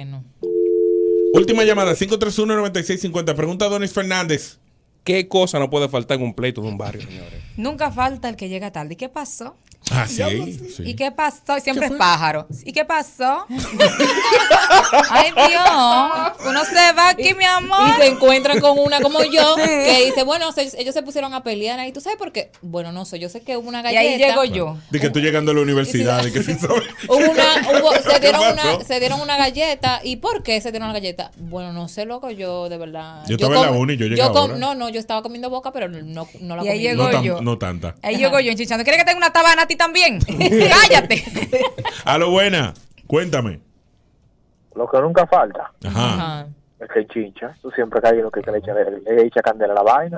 Speaker 2: Última llamada, 531-9650. Pregunta a Donis Fernández.
Speaker 6: ¿Qué cosa no puede faltar en un pleito de un barrio, señores?
Speaker 5: Nunca falta el que llega tarde. ¿Y qué pasó?
Speaker 6: Ah, sí.
Speaker 5: ¿Y qué pasó? Y Siempre es pájaro. ¿Y qué pasó? Ay, Dios. Uno se va aquí, mi amor.
Speaker 3: Y se encuentra con una como yo
Speaker 5: Sí.
Speaker 3: que dice, bueno, se- ellos se pusieron a pelear ahí. ¿Tú sabes por qué? Bueno, no sé, yo sé que hubo una
Speaker 5: ahí
Speaker 3: galleta.
Speaker 5: llego yo.
Speaker 2: De que tú llegando a la universidad, de que sí sabes.
Speaker 3: Hubo una, hubo-
Speaker 2: ¿Qué
Speaker 3: se, dieron
Speaker 2: pasó?
Speaker 3: una, se dieron una galleta. ¿Y por qué se dieron la galleta? Bueno, no sé, loco, yo de verdad.
Speaker 2: Yo estaba en la uni, yo llegué
Speaker 3: com-
Speaker 2: ahora.
Speaker 3: No, no, yo estaba comiendo boca, pero no, no la
Speaker 5: Y ahí
Speaker 3: comí.
Speaker 5: llegó
Speaker 2: no, tan-
Speaker 5: yo.
Speaker 2: no tanta.
Speaker 5: Ahí llego yo enchichando. ¿Quieres que tenga una tabana a ti también? Cállate.
Speaker 2: A lo buena, cuéntame.
Speaker 4: Lo que nunca falta
Speaker 2: Ajá.
Speaker 4: es que chincha. Tú siempre caes en lo que le echa, le echa candela a la vaina.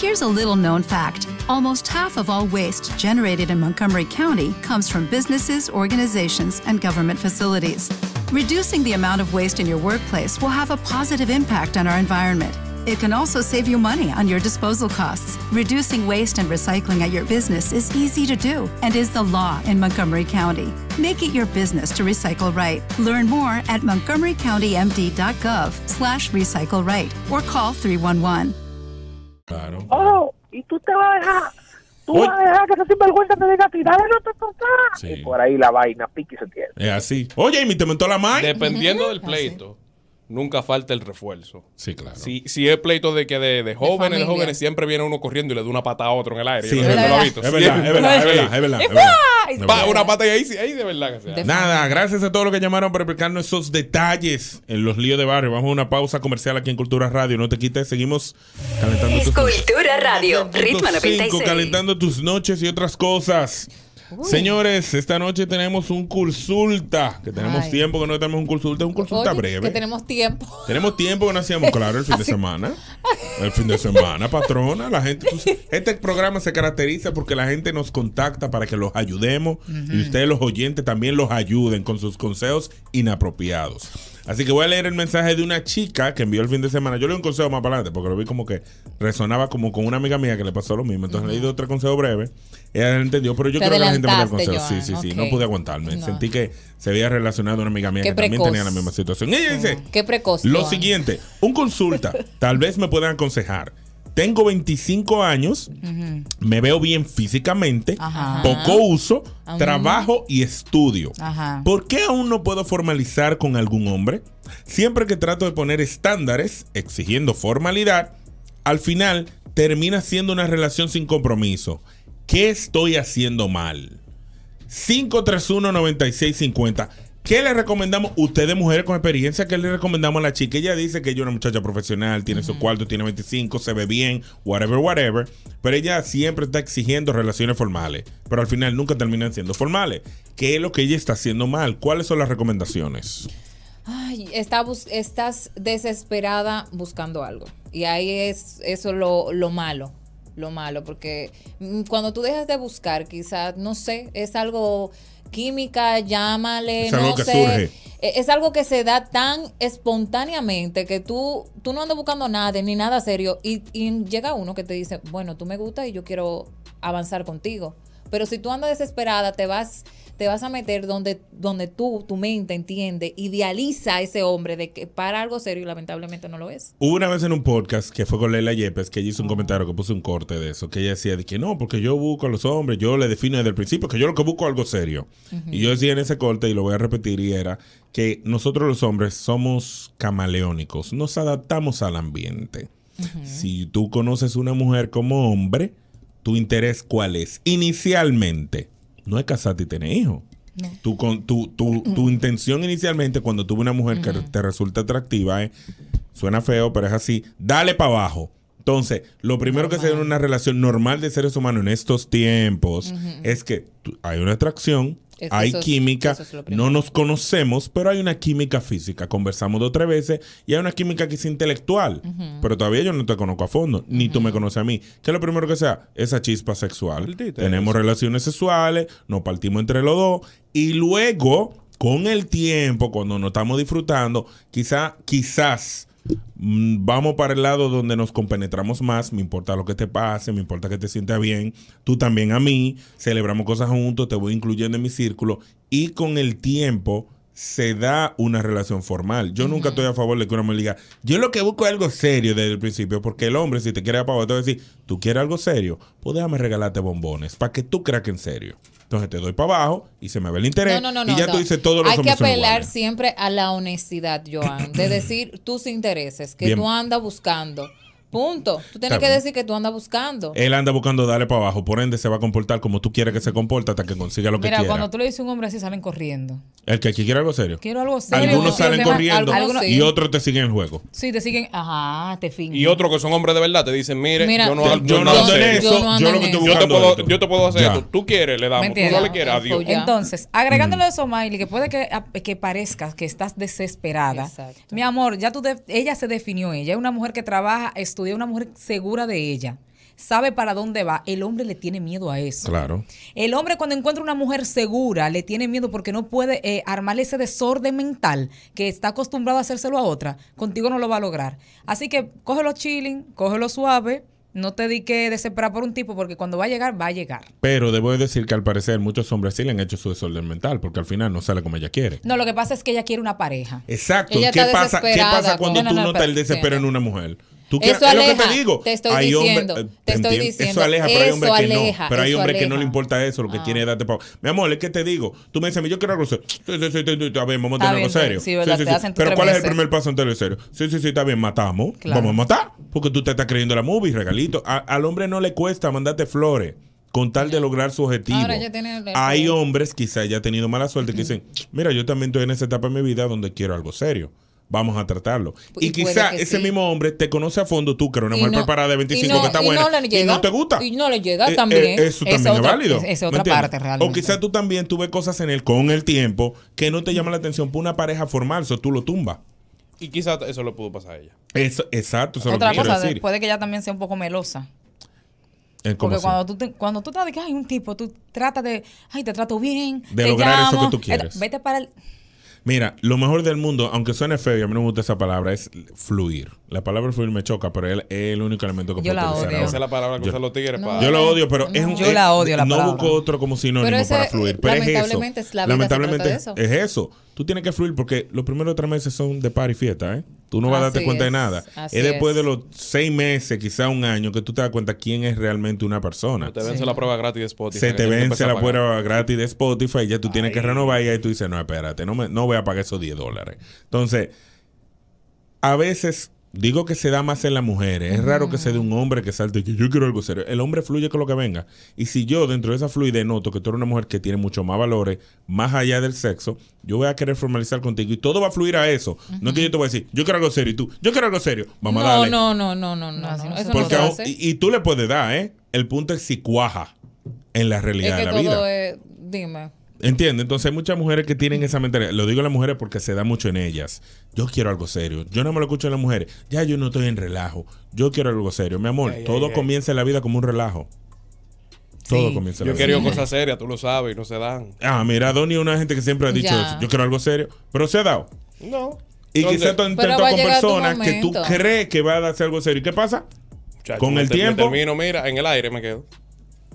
Speaker 21: Here's a little known fact almost half of all waste generated in Montgomery County comes from businesses, organizations, and government facilities. Reducing the amount of waste in your workplace will have a positive impact on our environment. It can also save you money on your disposal costs. Reducing waste and recycling at your business is easy to do and is the law in Montgomery County. Make it your business to recycle right. Learn more at montgomerycountymd.gov slash recycle right or call 311.
Speaker 4: Oh, y tú te
Speaker 21: lah,
Speaker 4: vas a
Speaker 21: ya.
Speaker 4: dejar. Tú vas a dejar que esa sinvergüenza te diga a ti. Dale, no te toca. Y por ahí la vaina pique y se tiene.
Speaker 2: Es así. Oye, y te mentó la mano.
Speaker 6: Dependiendo del pleito, nunca falta el refuerzo.
Speaker 2: Sí, claro.
Speaker 6: Si, si es pleito de que de, de jóvenes, de
Speaker 2: familia.
Speaker 6: jóvenes siempre viene uno corriendo y le da una pata a otro en el aire.
Speaker 2: Sí,
Speaker 6: Yo
Speaker 2: es
Speaker 6: no sé si
Speaker 2: verdad.
Speaker 6: lo has visto.
Speaker 2: Es verdad,
Speaker 6: Siempre.
Speaker 2: es verdad, es verdad, es verdad, es verdad.
Speaker 6: Pa,
Speaker 2: Es verdad.
Speaker 6: una pata y ahí, sí, ahí de verdad que sea.
Speaker 2: Nada, gracias a todos los que llamaron para explicarnos esos detalles en los líos de barrio. Vamos a una pausa comercial aquí en Cultura Radio. No te quites, seguimos calentando
Speaker 1: Es
Speaker 2: tus
Speaker 1: Cultura Radio, Ritmo
Speaker 2: 5,
Speaker 1: 96.
Speaker 2: calentando tus noches y otras cosas. Señores, esta noche tenemos un consulta, que tenemos
Speaker 3: Ay.
Speaker 2: tiempo que no tenemos un consulta, un consulta
Speaker 3: Oye,
Speaker 2: breve.
Speaker 3: Que tenemos tiempo.
Speaker 2: Tenemos tiempo que no hacíamos claro el fin de
Speaker 3: Así-
Speaker 2: semana. El fin de semana, patrona. La gente, tú- este programa se caracteriza porque la gente nos contacta para que los ayudemos y ustedes, los oyentes, también los ayuden con sus consejos inapropiados. Así que voy a leer el mensaje de una chica que envió el fin de semana. Yo le doy un consejo más para adelante porque lo vi como que resonaba como con una amiga mía que le pasó lo mismo. Entonces le di otro consejo breve. Ella lo entendió, pero yo
Speaker 3: Te
Speaker 2: creo que la gente me da el consejo.
Speaker 3: adelantaste,
Speaker 2: sí, sí, sí.
Speaker 3: Joan,
Speaker 2: No
Speaker 3: ok.
Speaker 2: pude aguantarme.
Speaker 3: No.
Speaker 2: Sentí que se había relacionado una amiga mía
Speaker 3: Qué
Speaker 2: que también
Speaker 3: precoz.
Speaker 2: tenía la misma situación. Ella dice,
Speaker 3: Qué precoz.
Speaker 2: lo
Speaker 3: Joan.
Speaker 2: siguiente, un consulta. Tal vez me puedan aconsejar. Tengo 25 años,
Speaker 3: Ujú.
Speaker 2: me veo bien físicamente,
Speaker 5: Ajá. Ah.
Speaker 2: poco uso,
Speaker 5: Ajá.
Speaker 2: trabajo y estudio.
Speaker 5: Ajá.
Speaker 2: ¿Por qué aún no puedo formalizar con algún hombre? Siempre que trato de poner estándares, exigiendo formalidad, al final termina siendo una relación sin compromiso. ¿Qué estoy haciendo mal? 531-9650. ¿Qué le recomendamos? Ustedes, mujeres con experiencia, ¿qué le recomendamos a la chica? Ella dice que ella es una muchacha profesional, tiene su cuarto, tiene 25, se ve bien, whatever, whatever. Pero ella siempre está exigiendo relaciones formales. Pero al final nunca terminan siendo formales. ¿Qué es lo que ella está haciendo mal? ¿Cuáles son las recomendaciones?
Speaker 3: Ay, está bus- estás desesperada buscando algo. Y ahí es eso lo, lo malo. Lo malo, porque mm, cuando tú dejas de buscar, quizás, no sé, es algo química, llámale,
Speaker 22: Es
Speaker 3: no
Speaker 22: algo que
Speaker 3: sé.
Speaker 22: surge.
Speaker 3: E- Es algo que se da tan espontáneamente que tú, tú no andas buscando nada, ni nada serio. Y, y llega uno que te dice, bueno, tú me gustas y yo quiero avanzar contigo. Pero si tú andas desesperada, te vas, te vas a meter donde, donde tú, tu mente entiende, idealiza a ese hombre de que para algo serio y lamentablemente no lo es.
Speaker 2: Hubo una vez en un podcast que fue con Leila Yepes que ella hizo un comentario que puso un corte de eso, que ella decía de que no, porque yo busco a los hombres, yo le defino desde el principio que yo lo que busco es algo serio. Y yo decía en ese corte, y lo voy a repetir, y era que nosotros los hombres somos camaleónicos, nos adaptamos al ambiente. Si tú conoces una mujer como hombre, tu interés cuál es? Inicialmente, no es casarte y tener hijos. Tu, con, tu, tu,
Speaker 18: Mm.
Speaker 2: tu intención inicialmente cuando tuve una mujer que te resulta atractiva es suena feo, pero es así, dale para abajo. Entonces, lo primero que se ve en una relación normal de seres humanos en estos tiempos es que tú- hay una atracción,
Speaker 18: Es-
Speaker 2: hay
Speaker 18: eso es-
Speaker 2: química,
Speaker 18: eso es lo primero.
Speaker 2: no nos conocemos, pero hay una química física. Conversamos dos o tres veces y hay una química que es intelectual, pero todavía yo no te conozco a fondo, ni tú me conoces a mí. ¿Qué es lo primero que sea? Esa chispa sexual. Tenemos relaciones sexuales, nos partimos entre los dos y luego, con el tiempo, cuando nos estamos disfrutando, quizá, quizás mm, vamos para el lado donde nos compenetramos más, me importa lo que te pase, me importa que te sientas bien, tú también a mí, celebramos cosas juntos, te voy incluyendo en mi círculo y con el tiempo se da una relación formal. Yo nunca estoy a favor de que uno me diga, yo lo que busco es algo serio desde el principio, porque el hombre, si te quiere apagar, te va a decir, tú quieres algo serio, pues déjame regalarte bombones para que tú creas que en serio. Entonces te doy para abajo y se me ve el interés.
Speaker 3: No, no, no,
Speaker 2: y ya
Speaker 3: no.
Speaker 2: tú dices, todos los
Speaker 3: Hay que
Speaker 2: hombres son
Speaker 3: apelar
Speaker 2: iguales".
Speaker 3: siempre a la honestidad, Joan, de decir tus intereses, que
Speaker 2: Bien.
Speaker 3: tú andas buscando. Punto. Tú tienes
Speaker 2: Está
Speaker 3: que
Speaker 2: bien. Eh,
Speaker 3: decir que tú andas buscando.
Speaker 2: Él anda buscando darle para abajo, por ende se va a comportar como tú quieres que se comporte hasta que consiga lo que
Speaker 5: Mira,
Speaker 2: quiera.
Speaker 5: cuando tú le dices a un hombre así, salen corriendo.
Speaker 2: El que quiere algo serio.
Speaker 5: Quiero algo serio.
Speaker 2: Algunos salen
Speaker 5: Los demás-
Speaker 2: corriendo
Speaker 5: algunos sí.
Speaker 2: y otros te siguen el juego.
Speaker 5: Sí, te siguen. Ajá, te fingen.
Speaker 6: Y otros que son hombres de verdad te dicen, mire,
Speaker 5: Mira,
Speaker 6: yo no,
Speaker 5: Yo-
Speaker 6: hago-
Speaker 5: yo no
Speaker 6: hago
Speaker 5: ando en
Speaker 6: serio.
Speaker 5: eso, Yo no yo ando lo que en estoy eso.
Speaker 6: yo te
Speaker 2: buscando
Speaker 6: puedo,
Speaker 2: esto.
Speaker 6: yo te puedo hacer
Speaker 2: Ya.
Speaker 6: esto. Tú quieres, le
Speaker 5: ¿Me pues
Speaker 6: damos. Tú
Speaker 5: entiendes?
Speaker 6: no le quieres, adiós. Mm.
Speaker 5: Entonces, agregándole eso, Miley, que puede que, que parezcas que estás desesperada. Mi amor, ya tú de- ella se definió ella. Es una mujer que trabaja, estudia, una mujer segura de ella. Sabe para dónde va. El hombre le tiene miedo a eso.
Speaker 2: Claro.
Speaker 5: El hombre cuando encuentra una mujer segura le tiene miedo porque no puede eh, armar ese desorden mental que está acostumbrado a hacérselo a otra. Contigo no lo va a lograr. Así que cógelo chilling, cógelo suave. No te di que desesperar por un tipo porque cuando va a llegar, va a llegar.
Speaker 2: Pero debo decir que al parecer muchos hombres sí le han hecho su desorden mental porque al final no sale como ella quiere.
Speaker 5: No, lo que pasa es que ella quiere una pareja.
Speaker 2: Exacto.
Speaker 5: Ella
Speaker 2: ¿Qué
Speaker 5: está
Speaker 2: pasa, ¿Qué
Speaker 5: desesperada
Speaker 2: pasa
Speaker 5: con-
Speaker 2: cuando
Speaker 5: No, no,
Speaker 2: tú
Speaker 5: no,
Speaker 2: notas el
Speaker 5: pero-
Speaker 2: desespero en una mujer? Tú
Speaker 3: Eso
Speaker 2: quieres- es lo que
Speaker 3: aleja,
Speaker 2: te digo.
Speaker 3: te estoy
Speaker 2: Hay hombre-
Speaker 3: diciendo,
Speaker 2: eh,
Speaker 3: te estoy
Speaker 2: entiendo.
Speaker 3: diciendo,
Speaker 2: Eso aleja, pero hay
Speaker 3: eso
Speaker 2: hombres que
Speaker 3: aleja,
Speaker 2: no. Pero hay
Speaker 3: eso
Speaker 2: hombres que no
Speaker 3: aleja. Ah.
Speaker 2: le importa eso, lo que quiere es darte pa- Mi amor, es que te digo. Tú me dices, a mí, yo quiero algo serio. Sí, sí, sí, sí, sí, a ver, vamos a
Speaker 5: Está
Speaker 2: tener algo
Speaker 5: bien,
Speaker 2: serio.
Speaker 5: sí, ¿verdad? Te hacen
Speaker 2: Pero
Speaker 5: tres
Speaker 2: ¿cuál es el
Speaker 5: meses.
Speaker 2: primer paso en tener serio? Sí, sí, sí, está bien, matamos.
Speaker 5: Claro.
Speaker 2: Vamos a matar. Porque tú te estás creyendo la movie, regalito. A- al hombre no le cuesta mandarte flores con tal de lograr su objetivo.
Speaker 3: Ahora ya tiene el-
Speaker 2: Hay hombres, quizá ya ha tenido mala suerte, que dicen, mira, yo también estoy en esa etapa de mi vida donde quiero algo serio. Vamos a tratarlo.
Speaker 3: Y
Speaker 2: Y,
Speaker 3: puede
Speaker 2: quizá
Speaker 3: que
Speaker 2: ese
Speaker 3: sí.
Speaker 2: mismo hombre te conoce a fondo tú, que eres una
Speaker 3: Y
Speaker 2: mujer
Speaker 3: no-
Speaker 2: preparada de 25
Speaker 3: y no-
Speaker 2: que está
Speaker 3: y
Speaker 2: buena.
Speaker 3: no le
Speaker 2: y
Speaker 3: llega.
Speaker 2: no te gusta.
Speaker 3: Y no le llega
Speaker 2: Eh,
Speaker 3: también.
Speaker 2: eh, eso
Speaker 3: Es
Speaker 2: también es,
Speaker 3: otra-
Speaker 2: válido.
Speaker 3: es- es
Speaker 2: ¿me
Speaker 3: otra
Speaker 2: entiendes?
Speaker 3: parte, realmente.
Speaker 2: O quizá tú también tuve cosas en el con el tiempo que no te llaman la atención por una pareja formal, eso tú lo tumbas.
Speaker 6: Y quizás eso le pudo pasar a ella.
Speaker 2: Eso, exacto, eso es lo
Speaker 5: Otra
Speaker 2: que quiero
Speaker 5: cosa,
Speaker 2: decir.
Speaker 5: puede que ella también sea un poco melosa.
Speaker 2: Eh, ¿cómo
Speaker 5: Porque
Speaker 2: así?
Speaker 5: cuando tú, te, cuando tú estás de que hay un tipo, tú tratas de, ay, te trato bien.
Speaker 2: De
Speaker 5: te
Speaker 2: lograr eso
Speaker 5: llamo,
Speaker 2: que tú quieres.
Speaker 5: eh, Vete para el.
Speaker 2: Mira, lo mejor del mundo, aunque suene feo y a mí no me gusta esa palabra, es fluir. La palabra fluir me choca, pero él- es el único elemento que
Speaker 6: Yo
Speaker 2: puedo
Speaker 6: la
Speaker 2: utilizar
Speaker 6: odio.
Speaker 2: ahora.
Speaker 6: Esa es la palabra que
Speaker 2: Yo-
Speaker 6: usan los tigres para-
Speaker 2: Yo la odio, pero es un.
Speaker 6: Yo la odio, la
Speaker 2: no
Speaker 6: palabra.
Speaker 2: busco otro como sinónimo
Speaker 3: Pero ese,
Speaker 2: para fluir. Pero
Speaker 3: lamentablemente,
Speaker 2: es
Speaker 3: es
Speaker 2: eso.
Speaker 3: la vida, se
Speaker 2: lamentablemente
Speaker 3: trata
Speaker 2: es
Speaker 3: de
Speaker 2: eso. Tú tienes que fluir porque los primeros tres meses son de par y fiesta, ¿eh? Tú no vas a
Speaker 3: Así
Speaker 2: darte cuenta de
Speaker 3: es,
Speaker 2: nada.
Speaker 3: así
Speaker 2: Es después
Speaker 3: es.
Speaker 2: de los seis meses, quizá un año, que tú te das cuenta quién es realmente una persona.
Speaker 6: Te vence la prueba gratis de Spotify.
Speaker 2: Se
Speaker 6: que
Speaker 2: te
Speaker 6: hay que
Speaker 2: vence
Speaker 6: empezar a
Speaker 2: la
Speaker 6: pagar.
Speaker 2: prueba gratis de Spotify y ya tú tienes que renovar y ahí tú dices, no, espérate, no, me, no voy a pagar esos 10 dólares. Entonces, a veces digo que se da más en las mujeres. Es raro que se dé un hombre que salte y que yo quiero algo serio. El hombre fluye con lo que venga. Y si yo dentro de esa fluidez noto que tú eres una mujer que tiene mucho más valores, más allá del sexo, yo voy a querer formalizar contigo y todo va a fluir a eso. No es que yo te voy a decir, yo quiero algo serio y tú, yo quiero algo serio. Vamos a
Speaker 3: No,
Speaker 2: darle.
Speaker 3: no, no, no, no, no. así no- Eso no
Speaker 2: Porque
Speaker 3: se
Speaker 2: aún-
Speaker 3: hace.
Speaker 2: y, y tú le puedes dar, ¿eh? El punto es si cuaja en la
Speaker 3: Es
Speaker 2: realidad
Speaker 3: que
Speaker 2: de la
Speaker 3: todo
Speaker 2: vida.
Speaker 3: es. Dime.
Speaker 2: Entiende, entonces hay muchas mujeres que tienen esa mentalidad. Lo digo a las mujeres porque se da mucho en ellas. Yo quiero algo serio. Yo no me lo escucho a las mujeres. Ya yo no estoy en relajo. Yo quiero algo serio. Mi amor,
Speaker 6: Ay,
Speaker 2: todo
Speaker 6: ay, ay.
Speaker 2: comienza en la vida como un relajo. Todo comienza en
Speaker 6: Yo
Speaker 2: la
Speaker 6: he querido
Speaker 2: vida.
Speaker 6: cosas serias, tú lo sabes, y no se dan.
Speaker 2: Ah, mira, Donnie es una gente que siempre ha dicho
Speaker 6: Ya.
Speaker 2: eso. Yo quiero algo serio. Pero se ha dado.
Speaker 6: No.
Speaker 2: Y
Speaker 6: ¿Dónde?
Speaker 2: quizás tú
Speaker 6: Pero
Speaker 2: has
Speaker 6: va
Speaker 2: intentado
Speaker 6: a
Speaker 2: con
Speaker 6: llegar tu
Speaker 2: personas que tú
Speaker 6: momento.
Speaker 2: crees que va a darse algo serio. ¿Y qué pasa? con
Speaker 6: me
Speaker 2: el
Speaker 6: te- me
Speaker 2: tiempo.
Speaker 6: termino, mira, en el aire me quedo.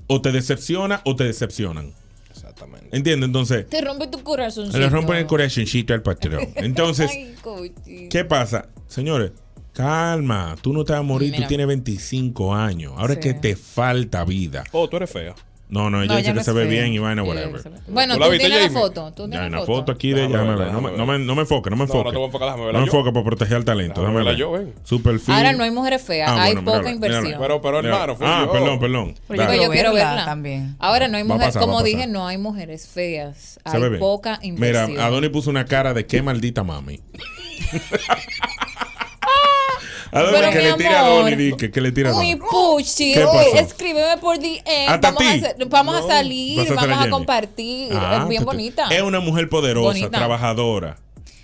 Speaker 2: O te decepciona o te decepcionan. Exactamente. ¿Entiendes? Entonces,
Speaker 3: Te rompe tu corazón.
Speaker 2: le rompen el corazoncito al patrón. Entonces,
Speaker 3: Ay, cochino.
Speaker 2: ¿Qué pasa? Señores, calma. Tú no te vas a morir.
Speaker 6: Mira.
Speaker 2: Tú tienes 25 años. Ahora es
Speaker 6: Sí.
Speaker 2: que te falta vida.
Speaker 6: Oh, tú eres fea.
Speaker 2: No, no, ella
Speaker 3: No,
Speaker 2: dice
Speaker 3: ella
Speaker 2: que
Speaker 3: no
Speaker 2: se
Speaker 3: es
Speaker 2: ve
Speaker 3: fea.
Speaker 2: bien y vaina,
Speaker 3: Ella
Speaker 2: whatever.
Speaker 3: se ve- Bueno,
Speaker 2: ¿Tú la
Speaker 3: tú
Speaker 2: viste,
Speaker 3: tienes la
Speaker 2: Jamie?
Speaker 3: foto. Tú
Speaker 2: Ya
Speaker 3: tienes
Speaker 2: hay
Speaker 3: la
Speaker 2: una
Speaker 3: foto.
Speaker 2: foto aquí de ella.
Speaker 6: Déjame ver,
Speaker 2: déjame ver. No,
Speaker 6: déjame
Speaker 2: me- no me, no me enfoque, no me
Speaker 6: No, no
Speaker 2: enfoque.
Speaker 6: te voy a enfocar, déjame verla
Speaker 2: No me
Speaker 6: yo.
Speaker 2: enfoque para proteger al talento. Déjame
Speaker 6: verla
Speaker 2: ver.
Speaker 6: yo, ven.
Speaker 2: Su perfil.
Speaker 3: Ahora no hay mujeres feas,
Speaker 2: Ah,
Speaker 3: hay
Speaker 2: bueno,
Speaker 3: poca
Speaker 2: mírala,
Speaker 3: inversión.
Speaker 2: mírala.
Speaker 6: Pero- pero,
Speaker 2: Mírala.
Speaker 6: hermano, fui
Speaker 2: Ah,
Speaker 6: yo.
Speaker 2: perdón, perdón.
Speaker 3: Pero
Speaker 2: Dale.
Speaker 3: yo quiero verla.
Speaker 5: también.
Speaker 3: Ahora no hay
Speaker 2: Va a
Speaker 3: mujeres,
Speaker 2: pasar, va
Speaker 3: como
Speaker 2: a pasar.
Speaker 3: dije, no hay mujeres feas.
Speaker 2: Se ve
Speaker 3: Hay
Speaker 2: bien.
Speaker 3: poca inversión.
Speaker 2: Mira, Adoni puso una cara de qué maldita mami. Adoni
Speaker 3: Pero,
Speaker 2: que
Speaker 3: mi
Speaker 2: le tira a
Speaker 3: amor.
Speaker 2: Adoni, di que, que le tira a Adoni.
Speaker 3: Uy, Puchi,
Speaker 2: ¿Qué pasó?
Speaker 3: escríbeme por DM.
Speaker 2: ¿Hasta
Speaker 3: Vamos, a,
Speaker 2: ti?
Speaker 3: hacer- vamos a
Speaker 2: No. Vas
Speaker 3: salir,
Speaker 2: a hacer
Speaker 3: vamos
Speaker 2: la
Speaker 3: a
Speaker 2: Jenny.
Speaker 3: compartir.
Speaker 2: Ah,
Speaker 3: es bien
Speaker 2: tú te-
Speaker 3: bonita.
Speaker 2: Es una mujer poderosa,
Speaker 3: Bonita.
Speaker 2: trabajadora.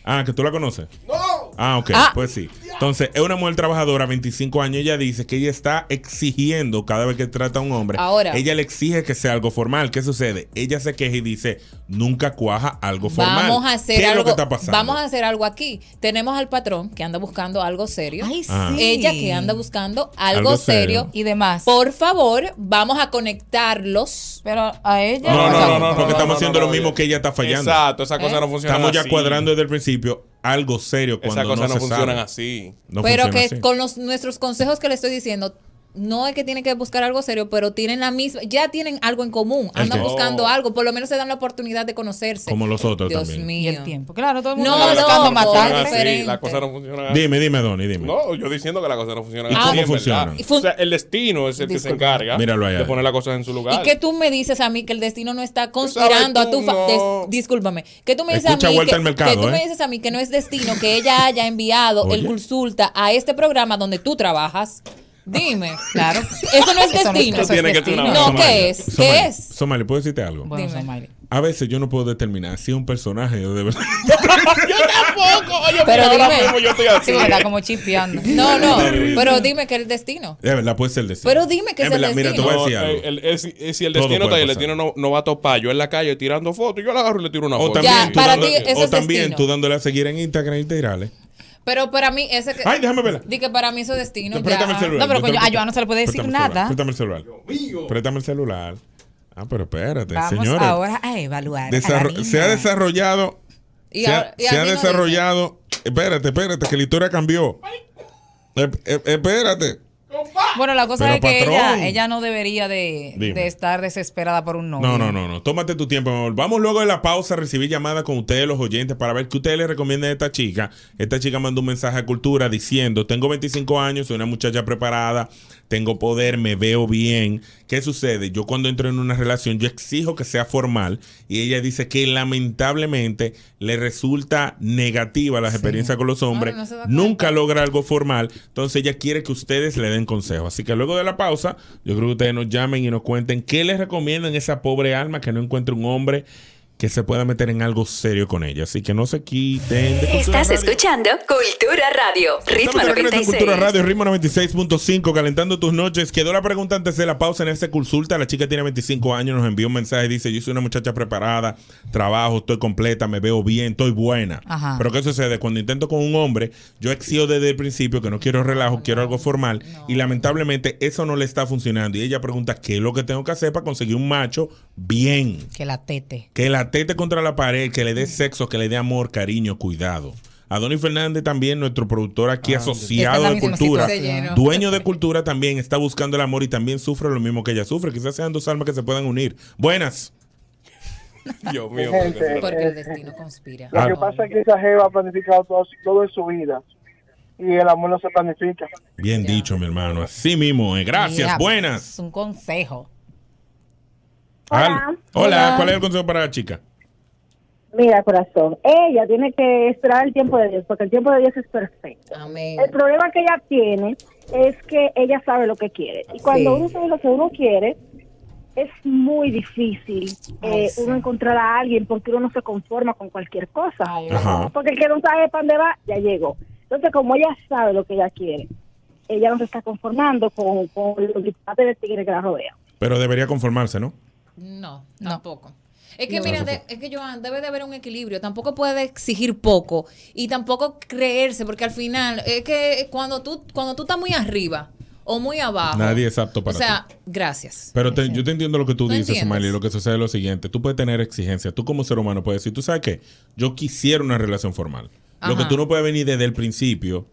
Speaker 2: Ah, que tú la conoces.
Speaker 3: ¡No!
Speaker 2: Ah, ok,
Speaker 3: Ah.
Speaker 2: pues sí. Entonces, es una mujer trabajadora, 25 años, ella dice que ella está exigiendo cada vez que trata a un hombre.
Speaker 3: Ahora.
Speaker 2: Ella le exige que sea algo formal. ¿Qué sucede? Ella se queja y dice, nunca cuaja algo formal.
Speaker 3: Vamos a hacer
Speaker 2: ¿Qué es
Speaker 3: algo.
Speaker 2: lo que está pasando?
Speaker 3: Vamos a hacer algo aquí. Tenemos al patrón que anda buscando algo serio.
Speaker 2: Ajá. sí.
Speaker 3: Ella que anda buscando algo,
Speaker 2: Ah. Algo serio.
Speaker 3: serio. y demás. Por favor, vamos a conectarlos.
Speaker 5: Pero a ella.
Speaker 2: No, no, no, no,
Speaker 6: no,
Speaker 2: porque
Speaker 6: no,
Speaker 2: estamos
Speaker 6: no,
Speaker 2: haciendo
Speaker 6: no,
Speaker 2: lo
Speaker 6: no,
Speaker 2: mismo que ella está fallando.
Speaker 6: Exacto, esas cosas
Speaker 3: ¿Eh?
Speaker 6: no funcionan
Speaker 2: Estamos ya
Speaker 6: así.
Speaker 2: cuadrando desde el principio algo serio cuando
Speaker 6: Esas cosas no,
Speaker 2: se
Speaker 6: funcionan
Speaker 2: sabe.
Speaker 6: así.
Speaker 2: No
Speaker 3: pero
Speaker 2: funciona
Speaker 3: que
Speaker 2: así.
Speaker 3: con los, nuestros consejos que le estoy diciendo, no es que tienen que buscar algo serio, pero tienen la misma, ya tienen algo en común,
Speaker 2: El
Speaker 3: andan
Speaker 2: tiempo. Oh.
Speaker 3: buscando algo, por lo menos se dan la oportunidad de conocerse.
Speaker 2: Como los otros
Speaker 3: Dios
Speaker 2: también.
Speaker 3: mío. el
Speaker 5: tiempo. Claro, todo
Speaker 3: el mundo está buscando matar.
Speaker 6: Ah,
Speaker 3: diferente.
Speaker 6: Las cosas no funcionan así.
Speaker 2: Dime, dime, Donny, dime.
Speaker 6: No, yo diciendo que las cosas no funcionan
Speaker 2: ¿Y
Speaker 6: así.
Speaker 2: cómo
Speaker 6: en verdad.
Speaker 2: funcionan? Y
Speaker 6: o sea, el destino es el que se
Speaker 2: Disculpa.
Speaker 6: encarga
Speaker 2: Míralo allá.
Speaker 6: de poner las cosas en su lugar.
Speaker 3: Y que tú me dices a mí que el destino no está conspirando a tu fa- des- discúlpame. Que tú me dices
Speaker 2: Escucha
Speaker 3: a mí
Speaker 2: Vuelta
Speaker 3: que,
Speaker 2: al Mercado,
Speaker 3: que tú me
Speaker 2: ¿eh?
Speaker 3: dices a mí que no es destino que ella haya enviado el
Speaker 2: Oye.
Speaker 3: consulta a este programa donde tú trabajas. Dime. Claro. Eso no es
Speaker 5: Eso no es-
Speaker 3: destino.
Speaker 5: eso es Tiene que destino. tú
Speaker 3: No,
Speaker 2: Somalia,
Speaker 3: ¿qué es?
Speaker 2: Somalia,
Speaker 3: ¿Qué es?
Speaker 2: Somalia, ¿puedo decirte algo?
Speaker 5: Bueno, Somalia.
Speaker 2: A veces yo no puedo determinar si es un personaje o de verdad.
Speaker 6: yo tampoco. Oye,
Speaker 3: Pero
Speaker 6: mira, ahora
Speaker 3: dime.
Speaker 6: mismo yo estoy así.
Speaker 5: Sí, ¿verdad? Como chispeando.
Speaker 3: No, no. Pero dime que el destino.
Speaker 2: De verdad, puede ser el destino.
Speaker 3: Pero dime que es el
Speaker 2: verdad, Mira, te
Speaker 3: destino.
Speaker 2: voy a decir
Speaker 6: No,
Speaker 2: algo.
Speaker 6: el- el- es- es- si el
Speaker 2: Todo
Speaker 6: destino está
Speaker 2: puede
Speaker 6: ahí, el
Speaker 2: pasar.
Speaker 6: destino no, no va a topar. Yo en la calle tirando fotos, yo la agarro y le tiro una
Speaker 2: O
Speaker 6: foto.
Speaker 2: también, tú,
Speaker 3: para
Speaker 2: dándole-
Speaker 3: ti eso
Speaker 2: o
Speaker 3: es
Speaker 2: también
Speaker 3: destino.
Speaker 2: tú dándole a seguir en Instagram y te irales.
Speaker 3: Pero para mí ese que
Speaker 2: Ay, déjame verla.
Speaker 3: Di que para mí eso es destino. ya.
Speaker 2: Préstame el celular.
Speaker 5: No, pero coño,
Speaker 2: te-
Speaker 5: a Joan no se le puede decir
Speaker 2: préstame el celular,
Speaker 5: nada.
Speaker 2: Préstame el celular. Préstame el celular. Ah, pero espérate,
Speaker 5: Vamos
Speaker 2: señores.
Speaker 5: ahora a evaluar.
Speaker 2: Desarro- se ha desarrollado.
Speaker 3: Y
Speaker 2: se ha,
Speaker 3: ahora- y
Speaker 2: se
Speaker 3: así
Speaker 2: ha
Speaker 3: no
Speaker 2: desarrollado. Espérate, espérate, que la historia cambió. Eh, eh, espérate.
Speaker 5: Bueno, la cosa
Speaker 2: Pero,
Speaker 5: es que
Speaker 2: patrón.
Speaker 5: ella, ella no debería de,
Speaker 2: Dime.
Speaker 5: de estar desesperada por un novio.
Speaker 2: No, no, no, no. Tómate tu tiempo, mi amor. Vamos luego de la pausa a recibir llamadas con ustedes, los oyentes, para ver qué ustedes le recomiendan a esta chica. Esta chica mandó un mensaje a Cultura diciendo: Tengo 25 años, soy una muchacha preparada, tengo poder, me veo bien. ¿Qué sucede? Yo cuando entro en una relación, yo exijo que sea formal y ella dice que lamentablemente le resulta negativa las experiencias con los hombres.
Speaker 3: Claro, no se da
Speaker 2: Nunca logra algo formal. Entonces ella quiere que ustedes le den consejo. Así que luego de la pausa, yo creo que ustedes nos llamen y nos cuenten qué les recomiendan a esa pobre alma que no encuentra un hombre que se pueda meter en algo serio con ella. Así que no se quiten. de Cultura
Speaker 1: Estás
Speaker 2: Radio.
Speaker 1: escuchando Cultura Radio, Ritmo
Speaker 2: Estamos de regreso en
Speaker 1: 96.
Speaker 2: Cultura Radio, ritmo 96.5, calentando tus noches. Quedó la pregunta antes de la pausa en esta consulta. La chica tiene 25 años, nos envió un mensaje, dice, yo soy una muchacha preparada, trabajo, estoy completa, me veo bien, estoy buena.
Speaker 5: Ah.
Speaker 23: Ajá.
Speaker 2: Pero ¿qué sucede? Cuando intento con un hombre, yo exijo desde el principio que no quiero relajo, quiero algo formal. y lamentablemente eso no le está funcionando. Y ella pregunta, ¿qué es lo que tengo que hacer para conseguir un macho bien?
Speaker 5: Que la tete.
Speaker 2: Que la tete contra la pared, que le
Speaker 5: Mm.
Speaker 2: dé sexo, que le dé amor, cariño, cuidado. Adonis Fernández también, nuestro productor aquí asociado
Speaker 5: Está en la
Speaker 2: de
Speaker 5: misma
Speaker 2: cultura,
Speaker 5: situación. De lleno.
Speaker 2: dueño de cultura también, está buscando el amor y también sufre lo mismo que ella sufre. Quizás sean dos almas que se puedan unir. Buenas.
Speaker 6: Dios mío.
Speaker 14: Gente,
Speaker 3: Porque el
Speaker 14: eh,
Speaker 3: destino conspira.
Speaker 14: Lo
Speaker 2: Ah.
Speaker 14: que pasa es que esa jeva ha planificado todo, su- todo en su vida y el amor no se planifica.
Speaker 2: Bien dicho, mi hermano. Así mismo. eh. Gracias.
Speaker 5: Mira,
Speaker 2: Buenas.
Speaker 5: pues, Es un consejo.
Speaker 2: Al- Hola.
Speaker 7: Hola.
Speaker 2: ¿Cuál es el consejo para la chica?
Speaker 7: Mira, corazón, ella tiene que esperar el tiempo de Dios, porque el tiempo de Dios es perfecto. El problema que ella tiene es que ella sabe lo que quiere. Y cuando
Speaker 22: Sí.
Speaker 7: uno sabe lo que uno quiere, es muy difícil
Speaker 22: Ay,
Speaker 7: eh,
Speaker 22: sí.
Speaker 7: uno encontrar a alguien porque uno no se conforma con cualquier cosa.
Speaker 22: Ajá.
Speaker 7: Porque el que no sabe para dónde va, ya llegó. Entonces, como ella sabe lo que ella quiere, ella no se está conformando con, con los dispates de tigre que la rodea.
Speaker 2: Pero debería conformarse, ¿no?
Speaker 3: No, tampoco. Es que
Speaker 2: No.
Speaker 3: mira, de- es que Joan, debe de haber un equilibrio. Tampoco puede exigir poco y tampoco creerse, porque al final es que cuando tú cuando tú estás muy arriba o muy abajo,
Speaker 2: Nadie es apto
Speaker 3: Ah, o
Speaker 2: para ti.
Speaker 3: sea, gracias.
Speaker 2: Pero te- yo te entiendo lo que tú
Speaker 3: No
Speaker 2: dices,
Speaker 3: entiendes.
Speaker 2: Somali. Lo que sucede es lo siguiente. Tú puedes tener exigencias. Tú como ser humano puedes decir, tú sabes qué, yo quisiera una relación formal. Lo
Speaker 3: Ajá.
Speaker 2: que tú no puedes venir desde el principio,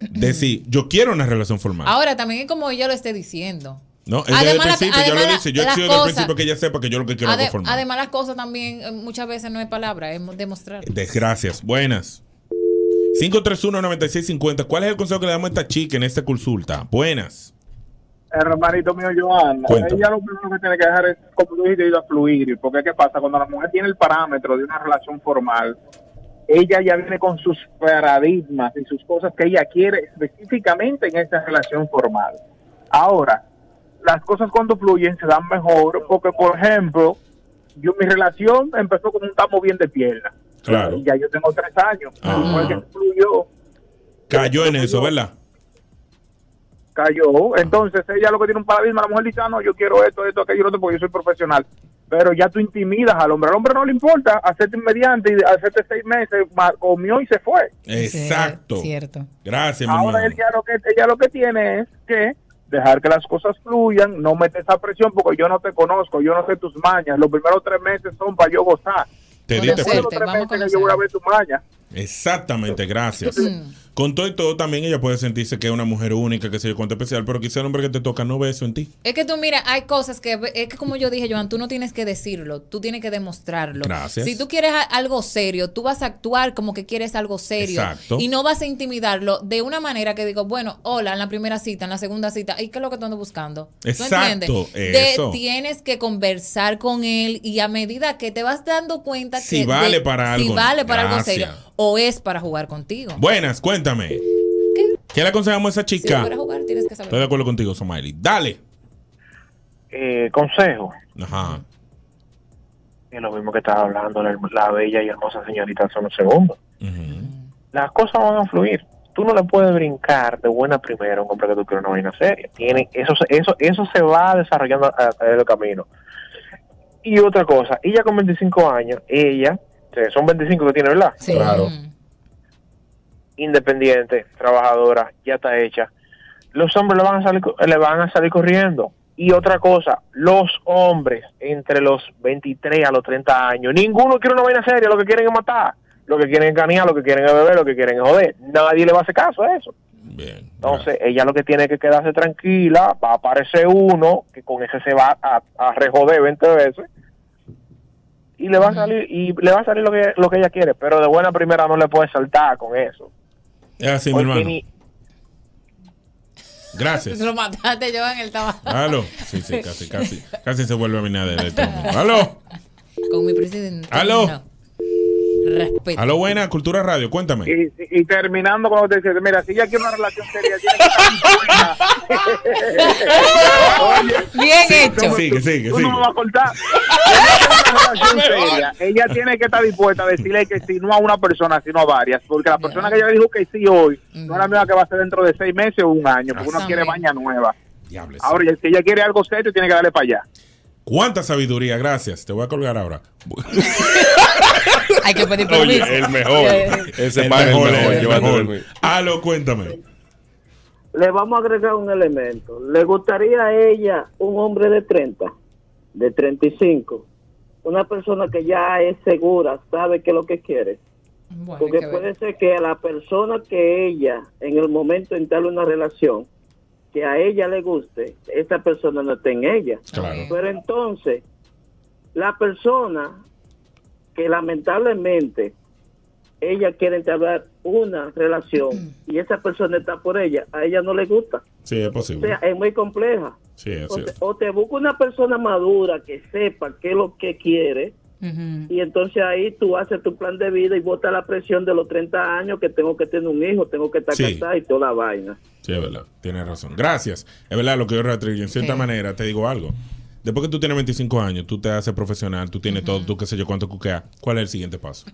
Speaker 2: decir, yo quiero una relación formal.
Speaker 3: Ahora también es como ella lo esté diciendo.
Speaker 2: no, es desde el
Speaker 3: Ah, además la-
Speaker 2: principio, ya lo
Speaker 3: además la-
Speaker 2: dice. Yo
Speaker 3: las
Speaker 2: exijo desde el
Speaker 3: cosas-
Speaker 2: principio que ella sepa que yo lo que quiero es
Speaker 3: Ade-
Speaker 2: algo formal.
Speaker 3: además las cosas también eh, muchas veces no es palabra, es mo- demostrar.
Speaker 2: Desgracias. Buenas. 531-9650. ¿Cuál es el consejo que le damos a esta chica en esta consulta? Buenas.
Speaker 14: Hermanito mío, Joana,
Speaker 2: Cuéntame.
Speaker 14: ella lo primero que tiene que dejar es, como tú dijiste, ir a fluir. Porque, ¿qué pasa? Cuando la mujer tiene el parámetro de una relación formal, ella ya viene con sus paradigmas y sus cosas que ella quiere específicamente en esa relación formal. Ahora, las cosas cuando fluyen se dan mejor, porque, por ejemplo, yo mi relación empezó con un tamo bien de pierna.
Speaker 2: Claro.
Speaker 14: Y ya yo tengo tres años. Después que fluyó,
Speaker 2: Cayó en eso, ¿verdad?
Speaker 4: cayó. Entonces ella lo que tiene un paradigma, la mujer dice, ah, no, yo quiero esto, esto, aquello, lo otro, porque yo soy profesional. Pero ya tú intimidas al hombre. Al hombre no le importa hacerte mediante y hacerte seis meses, ma- comió y se fue.
Speaker 2: Exacto.
Speaker 5: Cierto.
Speaker 2: Gracias, mi
Speaker 4: Ahora
Speaker 2: hermano.
Speaker 4: él ya lo que, ella lo que tiene es que dejar que las cosas fluyan, no meter esa presión porque yo no te conozco, yo no sé tus mañas. Los primeros tres meses son para yo gozar.
Speaker 2: Te
Speaker 4: Después
Speaker 2: diste
Speaker 4: de los
Speaker 2: cuenta.
Speaker 4: tres meses que yo voy a ver tus mañas.
Speaker 2: Exactamente, gracias.
Speaker 3: Mm.
Speaker 2: Con todo y todo, también ella puede sentirse que es una mujer única, que se yo cuánto especial, pero quizá el hombre que te toca no ve eso en ti.
Speaker 3: Es que tú mira, hay cosas que es que como yo dije, Joan, tú no tienes que decirlo, tú tienes que demostrarlo.
Speaker 2: Gracias.
Speaker 3: Si tú quieres a- algo serio, tú vas a actuar como que quieres algo serio
Speaker 2: Exacto.
Speaker 3: y no vas a intimidarlo de una manera que digo, bueno, hola, en la primera cita, en la segunda cita, ¿y qué es lo que tú andas buscando? ¿Tú
Speaker 2: Exacto,
Speaker 3: De-
Speaker 2: eso.
Speaker 3: tienes que conversar con él y a medida que te vas dando cuenta
Speaker 2: Si
Speaker 3: que
Speaker 2: vale para
Speaker 3: si
Speaker 2: algo.
Speaker 3: vale para algo
Speaker 2: Gracias.
Speaker 3: serio o es para jugar contigo.
Speaker 2: Buenas, cuéntame. ¿Qué, le aconsejamos a esa
Speaker 3: Si es
Speaker 2: chica?
Speaker 3: para jugar tienes que
Speaker 2: Estoy
Speaker 3: saber.
Speaker 2: de acuerdo contigo, Somaili. Dale.
Speaker 23: consejo.
Speaker 2: Ajá.
Speaker 23: Es lo mismo que estaba hablando la, herm- la bella y hermosa señorita hace unos segundos. Las cosas van a fluir. Tú no le puedes brincar de buena primera a un hombre que tú quieres una vaina seria. Tiene, eso, se- eso, eso se va desarrollando a a través del camino. Y otra cosa, ella con 25 años, ella, o sea, son 25 que tiene, ¿verdad? Claro. Independiente, trabajadora, ya está hecha. Los hombres le van a salir, co- le van a salir corriendo. Y otra cosa, los hombres entre los 23 a los 30 años, ninguno quiere una vaina seria, lo que quieren es matar, lo que quieren es ganear, lo que quieren es beber, lo que quieren es joder. Nadie le va a hacer caso a eso. Entonces, ella lo que tiene que quedarse tranquila, va a aparecer uno que con ese se va a, a rejoder 20 veces y le va a salir y le va a salir lo que lo que ella quiere, pero de buena primera no le puede saltar con eso.
Speaker 2: Es así, mi
Speaker 23: Porque
Speaker 2: hermano.
Speaker 23: ni-
Speaker 2: Graciel.
Speaker 3: Lo mataste, Joan, él estaba
Speaker 2: Aló. Sí, sí, casi, casi. Casi se vuelve a Abinader. este hombre. Aló.
Speaker 3: con mi presidente.
Speaker 2: Aló.
Speaker 3: No. pues. Respeto.
Speaker 2: Aló, buena. Cultura Radio, cuéntame.
Speaker 4: Y, y- y terminando con lo que te dice, mira, si ella quiere una relación seria, tiene que estar
Speaker 3: Bien
Speaker 2: hecho. Sigue, sigue,
Speaker 4: Tú
Speaker 2: sigue.
Speaker 4: no me vas a cortar. Ella tiene una relación seria. Ella tiene que estar dispuesta a decirle que sí, no a una persona, sino a varias. Porque la persona que ella le dijo que sí hoy, no es la misma que va a ser dentro de seis meses o un año, porque uno quiere baña nueva.
Speaker 2: Diablo, sí.
Speaker 4: Ahora, si ella quiere algo serio, tiene que darle para allá.
Speaker 2: Cuánta sabiduría, gracias. Te voy a colgar ahora.
Speaker 3: Hay que pedir
Speaker 2: Oye,
Speaker 3: permiso. Eh,
Speaker 2: el mejor.
Speaker 6: Ese man es el mejor, llévatelo de mí.
Speaker 2: Aló, cuéntame.
Speaker 17: Le vamos a agregar un elemento. ¿Le gustaría a ella un hombre de 30, de 35? Una persona que ya es segura, sabe qué es lo que quiere. Porque puede ser que a la persona que ella, en el momento de entrar en una relación, que a ella le guste, esa persona no está en ella. Pero entonces, la persona que lamentablemente ella quiere entablar una relación y esa persona está por ella, a ella no le gusta.
Speaker 2: Sí, es
Speaker 17: O
Speaker 2: posible.
Speaker 17: sea, es muy compleja.
Speaker 2: Sí, es
Speaker 17: O te,
Speaker 2: cierto.
Speaker 17: o te busca una persona madura que sepa qué es lo que quiere
Speaker 3: Mm.
Speaker 17: y entonces ahí tú haces tu plan de vida y bota la presión de los 30 años que tengo que tener un hijo, tengo que estar
Speaker 2: Sí.
Speaker 17: casada y toda la vaina.
Speaker 2: Sí, es verdad. Tienes razón. Gracias. Es verdad lo que yo retribuyo. En cierta
Speaker 17: Sí.
Speaker 2: manera, te digo algo. Después que tú tienes 25 años, tú te haces profesional, tú tienes todo, tú qué sé yo cuánto cuquea. ¿Cuál es el siguiente paso?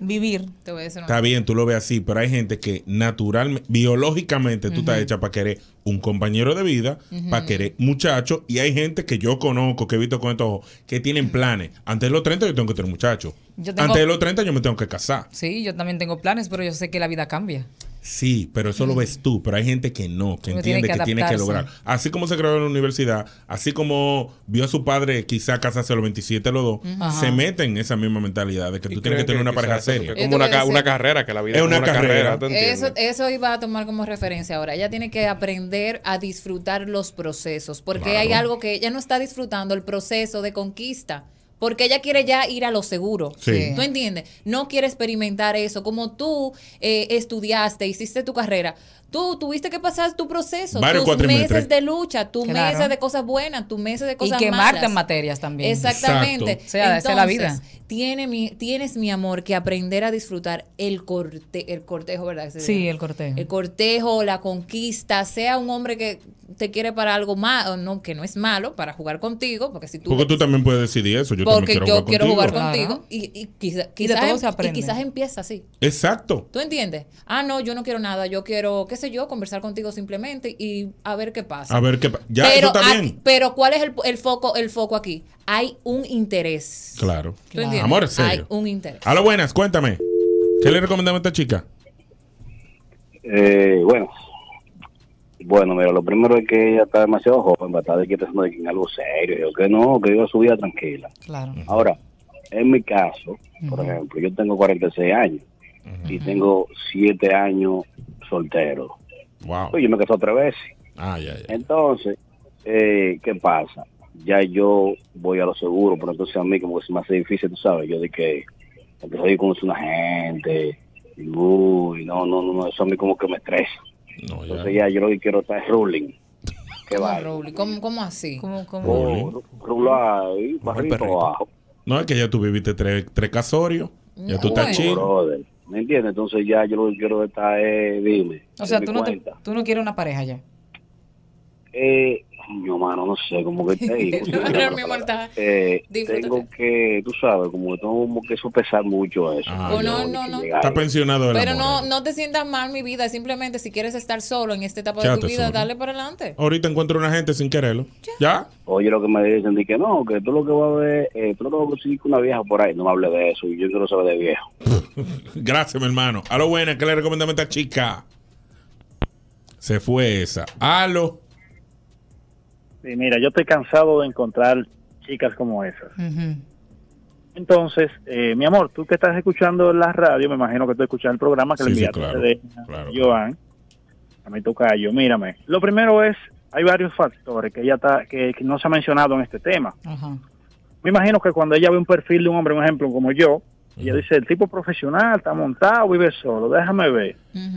Speaker 5: Vivir.
Speaker 3: Te voy a decir una
Speaker 2: Está bien, tú lo ves así, pero hay gente que naturalmente, biológicamente, tú estás
Speaker 3: Ujú.
Speaker 2: hecha para querer un compañero de vida,
Speaker 3: Ujú.
Speaker 2: para querer muchacho, y hay gente que yo conozco, que he visto con estos ojos, que tienen planes. Antes de los 30 yo tengo que tener muchacho.
Speaker 5: Yo tengo-
Speaker 2: Antes de los 30 yo me tengo que casar.
Speaker 5: Sí, yo también tengo planes, pero yo sé que la vida cambia.
Speaker 2: Sí, pero eso lo ves tú, pero hay gente que no, que
Speaker 5: Uno tiene
Speaker 2: entiende
Speaker 5: que
Speaker 2: que, tiene que
Speaker 5: adaptarse.
Speaker 2: lograr. Así como se graduó en la universidad, así como vio a su padre quizá casarse a los 27 los dos,
Speaker 6: Ujú.
Speaker 2: se
Speaker 6: Ajá.
Speaker 2: mete en esa misma mentalidad de que tú tienes
Speaker 6: creen
Speaker 2: que tener
Speaker 6: que
Speaker 2: una
Speaker 6: quizá
Speaker 2: pareja
Speaker 6: eso es
Speaker 2: seria.
Speaker 6: como Yo te una voy a ca- decir- una carrera, que la
Speaker 2: es
Speaker 6: vida es como
Speaker 2: una,
Speaker 6: una
Speaker 2: carrera.
Speaker 6: carrera, ¿te
Speaker 3: Eso, eso iba a tomar como referencia ahora. Ella tiene que aprender a disfrutar los procesos, porque
Speaker 2: Claro.
Speaker 3: hay algo que ella no está disfrutando, el proceso de conquista, porque ella quiere ya ir a lo seguro.
Speaker 2: Sí.
Speaker 3: ¿Tú entiendes? No quiere experimentar eso. Como tú eh, estudiaste, hiciste tu carrera, Tú tuviste que pasar tu proceso,
Speaker 2: Varios
Speaker 3: tus
Speaker 2: cuatrimestres.
Speaker 3: meses de lucha, tu
Speaker 5: Claro.
Speaker 3: meses de cosas buenas, tu meses de
Speaker 5: Y
Speaker 3: cosas malas.
Speaker 5: quemarte en materias también.
Speaker 3: Exactamente.
Speaker 5: O sea, esa es la vida.
Speaker 3: Entonces, Tiene mi, tienes, mi amor, que aprender a disfrutar el, corte, el cortejo, ¿verdad? Ese-
Speaker 5: Sí, el cortejo.
Speaker 3: El cortejo, la conquista, sea un hombre que te quiere para algo malo, no, que no es malo, para jugar contigo, porque si tú...
Speaker 2: Porque tú también puedes decidir eso. Yo
Speaker 3: porque
Speaker 2: también
Speaker 3: yo quiero jugar
Speaker 2: contigo.
Speaker 3: contigo y, y quizá-
Speaker 5: Y de todo
Speaker 3: quizás em,
Speaker 5: se
Speaker 3: y
Speaker 5: aprende.
Speaker 3: quizás empieza así.
Speaker 2: Exacto.
Speaker 3: ¿Tú entiendes? Ah, no, yo no quiero nada, yo quiero, qué sé yo, conversar contigo simplemente y a ver qué pasa.
Speaker 2: A ver qué pa- Ya,
Speaker 3: pero,
Speaker 2: eso está
Speaker 3: a-
Speaker 2: bien.
Speaker 3: pero ¿cuál es el, el foco el foco aquí? Hay un interés.
Speaker 2: Claro.
Speaker 3: ¿Tú entiendes?
Speaker 2: Amor, es
Speaker 3: Hay
Speaker 2: serio.
Speaker 3: un interés.
Speaker 2: A lo buenas, cuéntame. ¿Qué le recomendamos a esta chica?
Speaker 19: Eh, bueno, bueno, mira, lo primero es que ella está demasiado joven para estar aquí pensando de que en algo serio. Yo que no, que viva su vida tranquila.
Speaker 5: Claro.
Speaker 19: Ahora, en mi caso, por ejemplo, yo tengo 46 años y tengo 7 años soltero.
Speaker 2: Wow.
Speaker 19: Pues yo me casé otra vez.
Speaker 2: Ah, ya, ya.
Speaker 19: Entonces, eh, ¿qué pasa? Ya yo voy a lo seguro, pero entonces a mí como que se me hace difícil, tú sabes, yo de que empecé a ir con una gente, y, uy, no, no, no, no, eso a mí como que me estresa. Entonces ya yo lo que quiero está es ruling. ¿Qué
Speaker 3: ¿Cómo,
Speaker 19: va?
Speaker 3: Raúl? ¿Cómo, cómo así?
Speaker 19: Oh, Rular, ahí, barrito
Speaker 2: perrito.
Speaker 19: abajo.
Speaker 2: No, es que ya tú viviste tres, tres casorios. Ya tú
Speaker 3: Bueno.
Speaker 2: estás chill.
Speaker 19: Brother, ¿Me entiendes? Entonces ya yo lo que quiero está es, dime.
Speaker 5: O sea,
Speaker 19: de
Speaker 5: tú
Speaker 19: mi
Speaker 5: no, te-
Speaker 19: cuenta.
Speaker 5: tú no quieres una pareja ya.
Speaker 19: Eh, yo, mano, no sé, como que te digo.
Speaker 3: Pero, mi amor, está-
Speaker 19: Eh,
Speaker 3: Disfrútate.
Speaker 19: tengo que, tú sabes, como que tengo como que sopesar mucho eso.
Speaker 3: Oh, no, no, no.
Speaker 2: Ah, Está pensionado el
Speaker 3: Pero
Speaker 2: amor.
Speaker 3: no, no te sientas mal, mi vida. Simplemente si quieres estar solo en esta etapa de
Speaker 2: Quédate
Speaker 3: tu vida,
Speaker 2: solo.
Speaker 3: dale para adelante.
Speaker 2: Ahorita encuentro una gente sin quererlo. ¿Ya?
Speaker 19: Oye, lo que me dicen, de que no, que tú lo que vas a ver, eh, tú lo que vas a conseguir con una vieja por ahí, no me hables de eso, yo quiero saber de viejo.
Speaker 2: Gracias, mi hermano. A lo buena, ¿qué le recomendamos a esta chica? Se fue esa. A lo.
Speaker 12: Sí, mira, yo estoy cansado de encontrar chicas como esas. Entonces, eh, mi amor, tú que estás escuchando la radio, me imagino que tú escuchas el programa que
Speaker 22: Sí,
Speaker 12: le
Speaker 22: sí,
Speaker 12: enviaste
Speaker 22: claro,
Speaker 12: de
Speaker 22: claro,
Speaker 12: Joan. A mí toca yo, mírame. Lo primero es, hay varios factores que ella está, que, que no se ha mencionado en este tema. Me imagino que cuando ella ve un perfil de un hombre, un ejemplo como yo, ella dice, el tipo profesional, está montado, vive solo, déjame ver.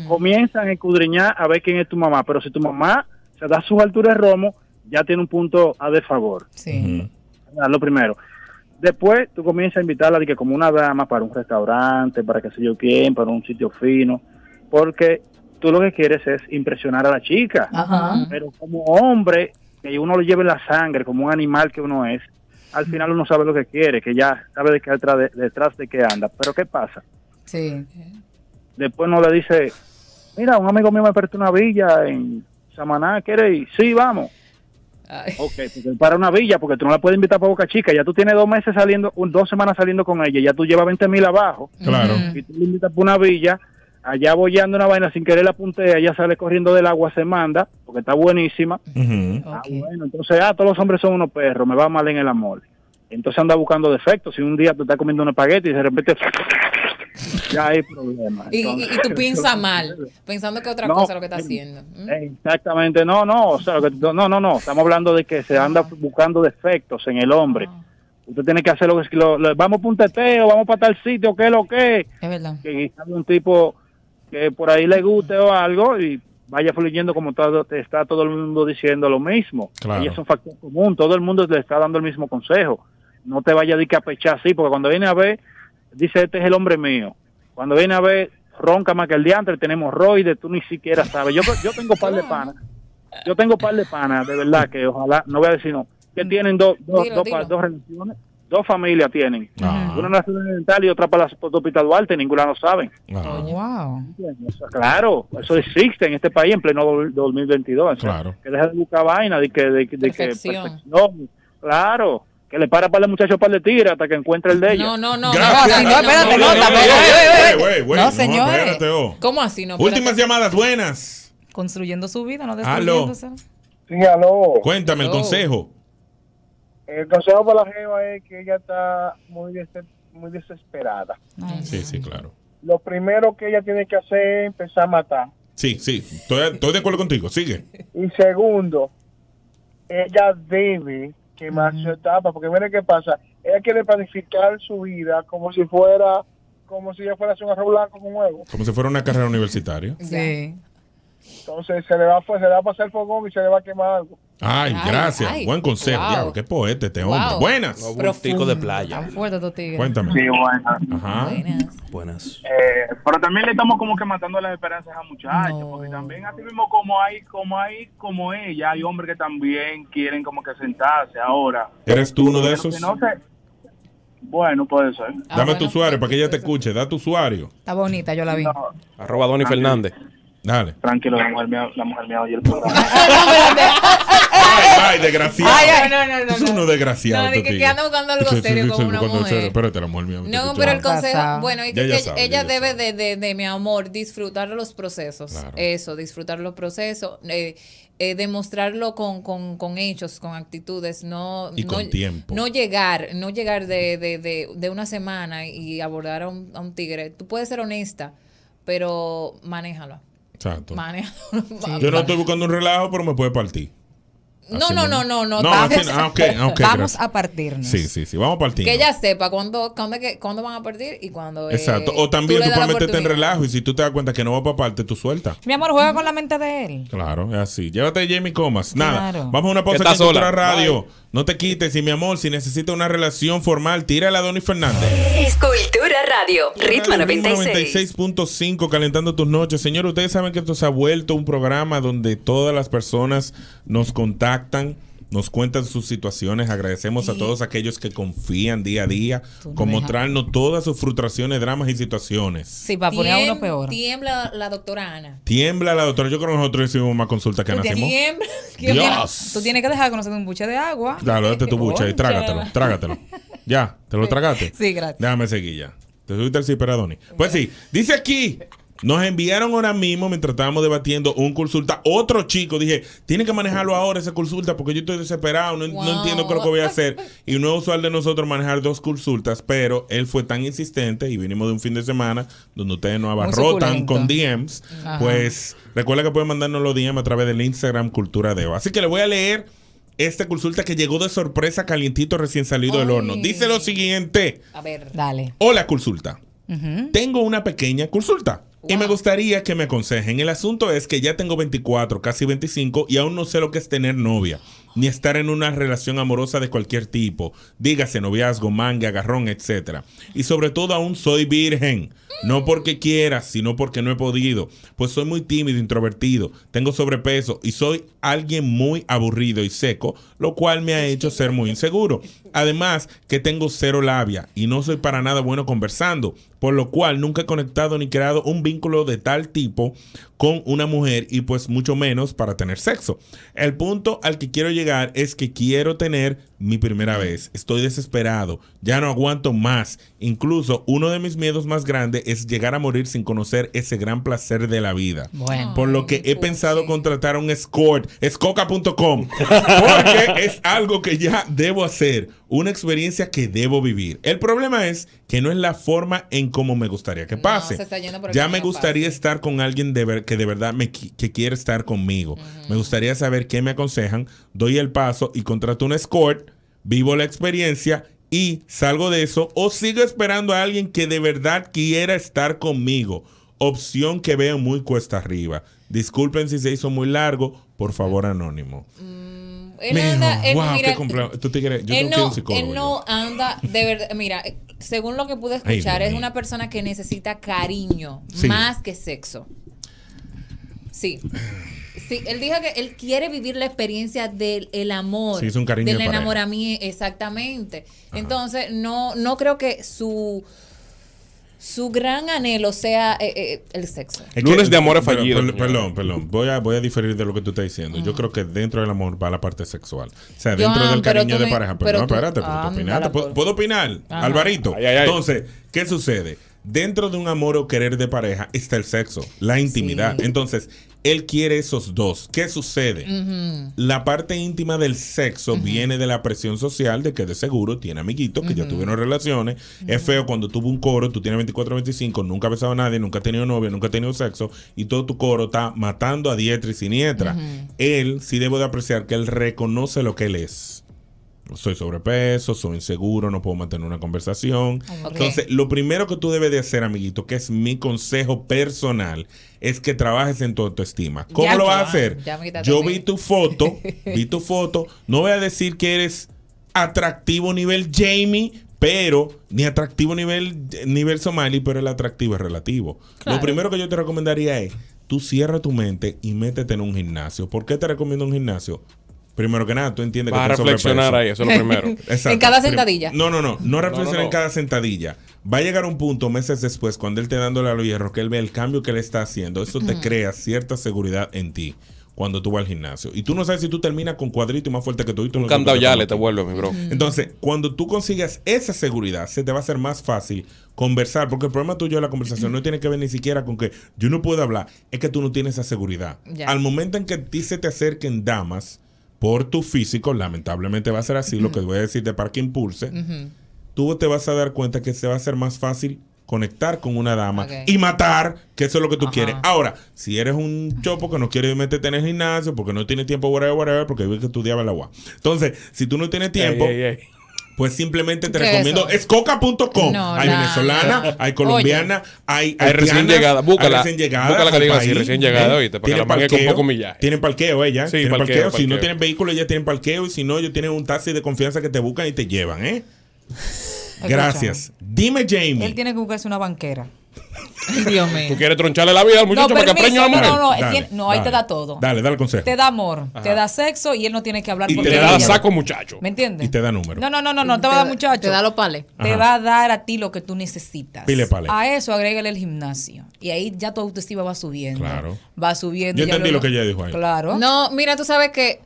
Speaker 12: Comienzan a escudriñar a ver quién es tu mamá, pero si tu mamá se da a sus alturas de romo, ya tiene un punto a desfavor. Ah, Lo primero. Después tú comienzas a invitarla de que como una dama para un restaurante, para qué sé yo quién, para un sitio fino, porque tú lo que quieres es impresionar a la chica. Pero como hombre, que uno lo lleve en la sangre, como un animal que uno es, al final uno sabe lo que quiere, que ya sabe de qué detrás de, detrás de qué anda. Pero ¿qué pasa?
Speaker 5: Sí.
Speaker 12: Después uno le dice, mira, un amigo mío me prestó una villa en Samaná, ¿quieres ir? Sí, vamos. Ok, porque para una villa, porque tú no la puedes invitar para Boca Chica. Ya tú tienes dos meses saliendo, un- dos semanas saliendo con ella. Ya tú llevas 20 mil abajo.
Speaker 2: Claro.
Speaker 12: Y tú la invitas para una villa, allá bollando una vaina sin querer la puntea, ella sale corriendo del agua, se manda, porque está buenísima. Ah, bueno, entonces, ah, todos los hombres son unos perros, me va mal en el amor. Entonces anda buscando defectos. Si un día te está comiendo un espagueti y de repente ya hay problemas.
Speaker 3: Y, y-
Speaker 12: Entonces-
Speaker 3: y tú piensas mal, pensando que otra
Speaker 12: No,
Speaker 3: cosa es lo que estás haciendo. ¿Mm?
Speaker 12: Exactamente, no, no, o sea, lo que- no, no, no, estamos hablando de que se anda buscando defectos en el hombre. Usted tiene que hacer lo que lo, lo- vamos para un teteo, vamos para tal sitio, que lo que.
Speaker 5: Es verdad.
Speaker 12: Que quizás un tipo que por ahí le guste o algo y vaya fluyendo como todo, te está todo el mundo diciendo lo mismo.
Speaker 2: Claro.
Speaker 12: Y es un factor común, todo el mundo le está dando el mismo consejo. No te vayas a que a pechar así, porque cuando viene a ver, dice, este es el hombre mío. Cuando viene a ver, ronca más que el diantre, tenemos roides, tú ni siquiera sabes. Yo, yo tengo par de panas, yo tengo par de panas, de verdad, que ojalá, no voy a decir no, que tienen dos, dos,
Speaker 18: Dilo,
Speaker 12: dos,
Speaker 18: dilo.
Speaker 12: pa- dos relaciones, dos familias tienen. Una nació en Dental y otra para la Hospital Duarte, ninguna lo saben.
Speaker 5: Ah. Wow.
Speaker 12: Claro, eso existe en este país en pleno do- 2022. o sea, Que deja de buscar vaina, de que... De, que- de que
Speaker 3: Perfección.
Speaker 12: perfección, claro, que le para para el muchacho par de tigres hasta que encuentre el de ella.
Speaker 3: No, no, no.
Speaker 12: Gracias.
Speaker 3: no, espérate,
Speaker 12: No,
Speaker 3: no,
Speaker 12: no, no,
Speaker 3: tampoco. Ey, ey, ey, ey.
Speaker 2: Güey, güey,
Speaker 12: No,
Speaker 2: no,
Speaker 12: señores.
Speaker 2: espérate, oh.
Speaker 3: eh. ¿Cómo así? No,
Speaker 2: Últimas
Speaker 3: espérate.
Speaker 2: llamadas, buenas.
Speaker 5: Construyendo su vida, no
Speaker 2: Aló.
Speaker 5: destruyéndose.
Speaker 12: Sí, aló.
Speaker 2: Cuéntame el
Speaker 12: Hello.
Speaker 2: consejo.
Speaker 12: El consejo
Speaker 20: para la jeva es que ella está muy, dese- muy desesperada.
Speaker 2: Sí, sí, claro.
Speaker 20: Lo primero que ella tiene que hacer es empezar a matar.
Speaker 2: Sí, sí. Estoy, estoy de acuerdo contigo. Sigue.
Speaker 20: Y segundo, ella debe quemar su etapa, porque mire qué pasa. Ella quiere planificar su vida como si fuera, como si ella fuera a hacer un arroz blanco con huevo.
Speaker 2: Como si fuera una carrera universitaria.
Speaker 20: Sí. Entonces se le va a, se le va a pasar el fogón y se le va a quemar algo.
Speaker 2: Ay,
Speaker 20: Ay,
Speaker 2: gracias.
Speaker 20: ay,
Speaker 2: Buen consejo.
Speaker 20: wow.
Speaker 2: Diablo, qué poeta este hombre.
Speaker 20: Wow.
Speaker 2: Buenas.
Speaker 20: Los bulticos de playa.
Speaker 3: Tan fuerte tu tigre.
Speaker 2: Cuéntame.
Speaker 20: Sí, buenas.
Speaker 2: Ajá.
Speaker 22: Buenas.
Speaker 4: Eh, pero también le estamos como que matando las esperanzas a muchachos, porque también así mismo como hay, como hay, como ella, hay hombres que también quieren como que sentarse ahora.
Speaker 2: ¿Eres tú uno de
Speaker 4: Pero
Speaker 2: esos?
Speaker 3: Ah,
Speaker 4: que no se- Bueno, puede ser.
Speaker 2: Dame tu usuario para que ella te escuche. Da tu usuario.
Speaker 3: Está bonita, yo la vi.
Speaker 2: Arroba Donny Fernández. Dale.
Speaker 4: Tranquilo, la mujer mía, la mujer mía oye el programa.
Speaker 2: Ay, desgraciado.
Speaker 3: Ay, ay, no, no, no,
Speaker 2: Es uno desgraciado.
Speaker 3: No, de
Speaker 2: este
Speaker 3: que- que
Speaker 2: tigre.
Speaker 3: anda buscando algo
Speaker 2: Sí, sí,
Speaker 3: serio
Speaker 2: sí,
Speaker 3: como
Speaker 2: sí,
Speaker 3: una
Speaker 2: buscando algo
Speaker 3: mujer.
Speaker 2: serio. Espérate, la mujer mía. me
Speaker 3: No,
Speaker 2: está
Speaker 3: pero el
Speaker 2: escuchando.
Speaker 3: consejo, bueno, y que
Speaker 2: Ya ella
Speaker 3: ella,
Speaker 2: sabe,
Speaker 3: ella
Speaker 2: ya
Speaker 3: debe de, de- de, mi amor, disfrutar los procesos, eso, disfrutar los procesos, eh, eh, demostrarlo con, con, con hechos, con actitudes, no,
Speaker 2: Y
Speaker 3: no,
Speaker 2: con tiempo.
Speaker 3: no llegar, no llegar de, de, de, de una semana y abordar a un, a un tigre. Tú puedes ser honesta, pero manéjalo,
Speaker 2: Exacto.
Speaker 3: manéjalo.
Speaker 2: Yo no estoy buscando un relajo, pero me puede partir.
Speaker 3: No, no, no, no, no,
Speaker 2: No,
Speaker 3: vamos-
Speaker 2: así no. Ah, ok, ok,
Speaker 3: vamos
Speaker 2: gracias.
Speaker 3: a partirnos.
Speaker 2: Sí, sí, sí. Vamos a partir.
Speaker 3: Que ella sepa cuándo, cuándo, es que- cuándo van a partir y cuándo... eh,
Speaker 2: Exacto. O también
Speaker 3: le
Speaker 2: tú,
Speaker 3: das la
Speaker 2: puedes meterte en
Speaker 3: oportunidad.
Speaker 2: relajo y si tú te das cuenta que no va para parte, tú sueltas.
Speaker 5: Mi amor, juega con la mente de él.
Speaker 2: Claro, es así. Llévate a Jamie Comas. Nada.
Speaker 5: Claro.
Speaker 2: Vamos a una pausa
Speaker 5: Está
Speaker 2: aquí en
Speaker 5: sola.
Speaker 2: Cultura Radio. No te quites. Y mi amor, si necesitas una relación formal, tírala a Donny Fernández.
Speaker 1: Escultura Radio, Ritmo 96.
Speaker 2: 96.5 calentando tus noches. Señor, ustedes saben que esto se ha vuelto un programa donde todas las personas nos contactan, nos cuentan sus situaciones. Agradecemos a
Speaker 9: Sí.
Speaker 2: todos aquellos que confían día a día
Speaker 3: Tú no
Speaker 2: con
Speaker 3: dejas.
Speaker 2: mostrarnos todas sus frustraciones, dramas y situaciones.
Speaker 3: Sí, para
Speaker 5: poner a uno peor.
Speaker 3: Tiembla la doctora Ana.
Speaker 2: Tiembla la doctora. Yo creo que nosotros hicimos más consultas que
Speaker 3: Tú
Speaker 2: nacimos.
Speaker 3: tiembla-
Speaker 2: Dios.
Speaker 5: Tú tienes que dejar conocer un buche de agua.
Speaker 2: Dale, date tu bucha y
Speaker 5: Concha.
Speaker 2: trágatelo, trágatelo. Ya, te lo tragaste.
Speaker 5: Sí, gracias.
Speaker 2: Déjame seguir ya. Te subiste al ciperadoni. Pues sí, dice aquí. Nos enviaron ahora mismo, mientras estábamos debatiendo un consulta, otro chico, dije, tiene que manejarlo ahora esa consulta porque yo estoy desesperado, no, no
Speaker 9: Wow.
Speaker 2: entiendo qué es lo que voy a hacer. Y no es usual de nosotros manejar dos consultas, pero él fue tan insistente y vinimos de un fin de semana donde ustedes nos abarrotan
Speaker 9: suculento.
Speaker 2: con DMs,
Speaker 9: Ajá.
Speaker 2: pues recuerda que pueden mandarnos los DM a través del Instagram Cultura Deo. Así que le voy a leer esta consulta que llegó de sorpresa calientito recién salido del horno. Dice lo siguiente.
Speaker 3: A ver.
Speaker 5: Dale.
Speaker 2: Hola consulta. Tengo una pequeña consulta. Y me gustaría que me aconsejen. El asunto es que ya tengo 24, casi 25, y aún no sé lo que es tener novia, ni estar en una relación amorosa de cualquier tipo. Dígase noviazgo, manga, agarrón, etc. Y sobre todo aún soy virgen. No porque quiera, sino porque no he podido. Pues soy muy tímido, introvertido, tengo sobrepeso y soy alguien muy aburrido y seco, lo cual me ha hecho ser muy inseguro. Además, que tengo cero labia y no soy para nada bueno conversando, por lo cual nunca he conectado ni creado un vínculo de tal tipo con una mujer y pues mucho menos para tener sexo. El punto al que quiero llegar es que quiero tener mi primera vez. Estoy desesperado, ya no aguanto más. Incluso uno de mis miedos más grandes es llegar a morir sin conocer ese gran placer de la vida.
Speaker 9: Bueno.
Speaker 2: Por lo que he pensado contratar un escort, escoca.com, porque es algo que ya debo hacer, una experiencia que debo vivir. El problema es que no es la forma en cómo me gustaría que pase.
Speaker 3: se está yendo por el
Speaker 2: ya me
Speaker 3: camino
Speaker 2: gustaría estar con alguien de ver- que de verdad me qui- que quiere estar conmigo. Me gustaría saber qué me aconsejan, doy el paso y contrato un escort, vivo la experiencia y salgo de eso o sigo esperando a alguien que de verdad quiera estar conmigo. Opción que veo muy cuesta arriba. Disculpen si se hizo muy largo, por favor anónimo.
Speaker 3: Él
Speaker 2: Mijo,
Speaker 3: anda- él,
Speaker 2: wow,
Speaker 3: mira,
Speaker 2: qué complejo. Tú te crees, yo tengo que
Speaker 3: él
Speaker 2: ir a un
Speaker 3: no,
Speaker 2: psicólogo.
Speaker 3: él no anda, de verdad, mira, eh, según lo que pude
Speaker 2: Ay,
Speaker 3: escuchar,
Speaker 2: Dios
Speaker 3: es
Speaker 2: mío.
Speaker 3: una persona que necesita cariño,
Speaker 2: Sí.
Speaker 3: más que sexo. Sí. Sí, él dijo que él quiere vivir la experiencia del el amor,
Speaker 2: Sí, es un cariño de
Speaker 3: del
Speaker 2: pareja.
Speaker 3: enamoramiento, exactamente. Entonces, no no creo que su su gran anhelo sea eh, eh, el sexo.
Speaker 2: Es
Speaker 6: Lunes
Speaker 2: que- eh,
Speaker 6: de amores
Speaker 2: pero-
Speaker 6: fallidos,
Speaker 2: pero-
Speaker 6: señora.
Speaker 2: Perdón, perdón. Voy a, voy a diferir de lo que tú estás diciendo. Yo creo que dentro del amor va la parte sexual. O sea, dentro
Speaker 9: Joan,
Speaker 2: del
Speaker 9: pero
Speaker 2: cariño
Speaker 9: tú
Speaker 2: de
Speaker 9: me-
Speaker 2: pareja. Pero,
Speaker 9: pero
Speaker 2: no,
Speaker 9: tú-
Speaker 2: espérate, porque tú
Speaker 9: ándala,
Speaker 2: opinaste. ¿Puedo,
Speaker 9: por-
Speaker 2: puedo opinar,
Speaker 9: Ajá.
Speaker 2: Alvarito?
Speaker 9: Ay, ay, ay.
Speaker 2: Entonces, ¿qué sucede? Dentro de un amor o querer de pareja está el sexo, la intimidad. Entonces, él quiere esos dos. ¿Qué sucede?
Speaker 9: Ujú.
Speaker 2: La parte íntima del sexo viene de la presión social de que de seguro tiene amiguitos que ya
Speaker 9: Ujú.
Speaker 2: tuvieron relaciones. Es feo cuando tuvo un coro, tú tienes 24, 25, nunca has besado a nadie, nunca has tenido novia, nunca has tenido sexo y todo tu coro está matando a diestra y siniestra. Él sí debo de apreciar que él reconoce lo que él es. soy sobrepeso, soy inseguro, no puedo mantener una conversación.
Speaker 22: Ok.
Speaker 2: Entonces, lo primero que tú debes de hacer, amiguito, que es mi consejo personal, es que trabajes en tu autoestima. ¿Cómo
Speaker 22: Ya,
Speaker 2: lo vas
Speaker 22: claro.
Speaker 2: a hacer?
Speaker 22: Ya me quitaste
Speaker 2: Yo
Speaker 22: a mí.
Speaker 2: vi tu foto, vi tu foto, no voy a decir que eres atractivo nivel Jamie, pero ni atractivo nivel nivel Somali, pero el atractivo es relativo.
Speaker 22: Claro.
Speaker 2: Lo primero que yo te recomendaría es tú cierra tu mente y métete en un gimnasio. ¿Por qué te recomiendo un gimnasio? Primero que nada, tú entiendes
Speaker 6: Vas
Speaker 2: que
Speaker 6: a
Speaker 2: estás
Speaker 6: reflexionar
Speaker 2: sobrepeso.
Speaker 6: ahí, eso es lo primero.
Speaker 2: Exacto.
Speaker 3: En cada
Speaker 2: Prim-
Speaker 3: sentadilla.
Speaker 2: No, no, no, no reflexiona
Speaker 6: no.
Speaker 2: en cada sentadilla. Va a llegar un punto meses después cuando él te dándole a los hierros que él ve el cambio que él está haciendo. Eso te
Speaker 22: Ujú.
Speaker 2: crea cierta seguridad en ti cuando tú vas al gimnasio. Y tú no sabes si tú terminas con cuadrito y más fuerte que tú. Un
Speaker 6: candado ya le te vuelve, mi bro.
Speaker 2: Entonces, cuando tú consigas esa seguridad, se te va a hacer más fácil conversar. Porque el problema tuyo de la conversación no tiene que ver ni siquiera con que yo no puedo hablar. Es que tú no tienes esa seguridad.
Speaker 22: Ya.
Speaker 2: Al momento en que a ti se te acerquen damas por tu físico, lamentablemente va a ser así, lo que voy a decirte para que impulse, tú te vas a dar cuenta que se va a hacer más fácil conectar con una dama
Speaker 22: Ok.
Speaker 2: y matar, que eso es lo que tú
Speaker 22: Ajá.
Speaker 2: quieres. Ahora, si eres un chopo que no quiere meterte en el gimnasio porque no tiene tiempo, whatever, whatever, porque vi que estudiaba en la UA. Entonces, si tú no tienes tiempo,
Speaker 6: Ey, ey,
Speaker 2: pues simplemente te
Speaker 6: ¿Qué es
Speaker 2: recomiendo
Speaker 6: eso?
Speaker 2: escoca.com.
Speaker 6: No,
Speaker 2: hay
Speaker 6: no,
Speaker 2: venezolana,
Speaker 6: no.
Speaker 2: hay colombiana,
Speaker 6: Oye.
Speaker 2: hay,
Speaker 6: Hay recién
Speaker 2: haitianas,
Speaker 6: llegada. Búscala.
Speaker 2: hay recién llegada,
Speaker 6: Búscala que
Speaker 2: al
Speaker 6: diga así,
Speaker 2: país,
Speaker 6: recién llegada,
Speaker 2: ¿eh?
Speaker 6: oíste, para
Speaker 2: Tienen
Speaker 6: que la mangue con
Speaker 2: parqueo,
Speaker 6: poco millaje.
Speaker 2: Tienen parqueo ella,
Speaker 6: Sí,
Speaker 2: tienen
Speaker 6: parqueo,
Speaker 2: parqueo. Si no
Speaker 6: parqueo.
Speaker 2: tienen vehículo, ya tienen parqueo. Y si no, ellos tienen un taxi de confianza que te buscan y te llevan, ¿eh? Gracias. Dime, Jamie.
Speaker 5: Él tiene que buscarse una banquera.
Speaker 3: Dios mío.
Speaker 6: ¿Tú quieres troncharle la vida al muchacho para que preñe a la
Speaker 5: no,
Speaker 6: mujer?
Speaker 5: no, no, él
Speaker 2: Dale,
Speaker 5: tiene- no, ahí te
Speaker 2: dale.
Speaker 5: da todo.
Speaker 2: Dale, dale el consejo.
Speaker 5: Te da amor,
Speaker 2: Ajá.
Speaker 5: te da sexo y él no tiene que hablar
Speaker 2: Y
Speaker 5: porque
Speaker 2: te
Speaker 5: él
Speaker 2: da
Speaker 5: ya-
Speaker 2: saco, muchacho.
Speaker 5: ¿Me entiendes?
Speaker 2: Y te da número.
Speaker 5: No, no, no, no, no te va a dar muchacho. Te da los pales. Te
Speaker 2: Ajá.
Speaker 5: va a dar a ti lo que tú necesitas.
Speaker 2: Pile pales.
Speaker 5: A eso agrégale el gimnasio. Y ahí ya tu autoestima va subiendo.
Speaker 2: Claro.
Speaker 5: Va subiendo.
Speaker 2: Yo
Speaker 5: ya
Speaker 2: entendí
Speaker 5: luego-
Speaker 2: lo que ella dijo ahí.
Speaker 5: Claro.
Speaker 3: No, mira, tú sabes que.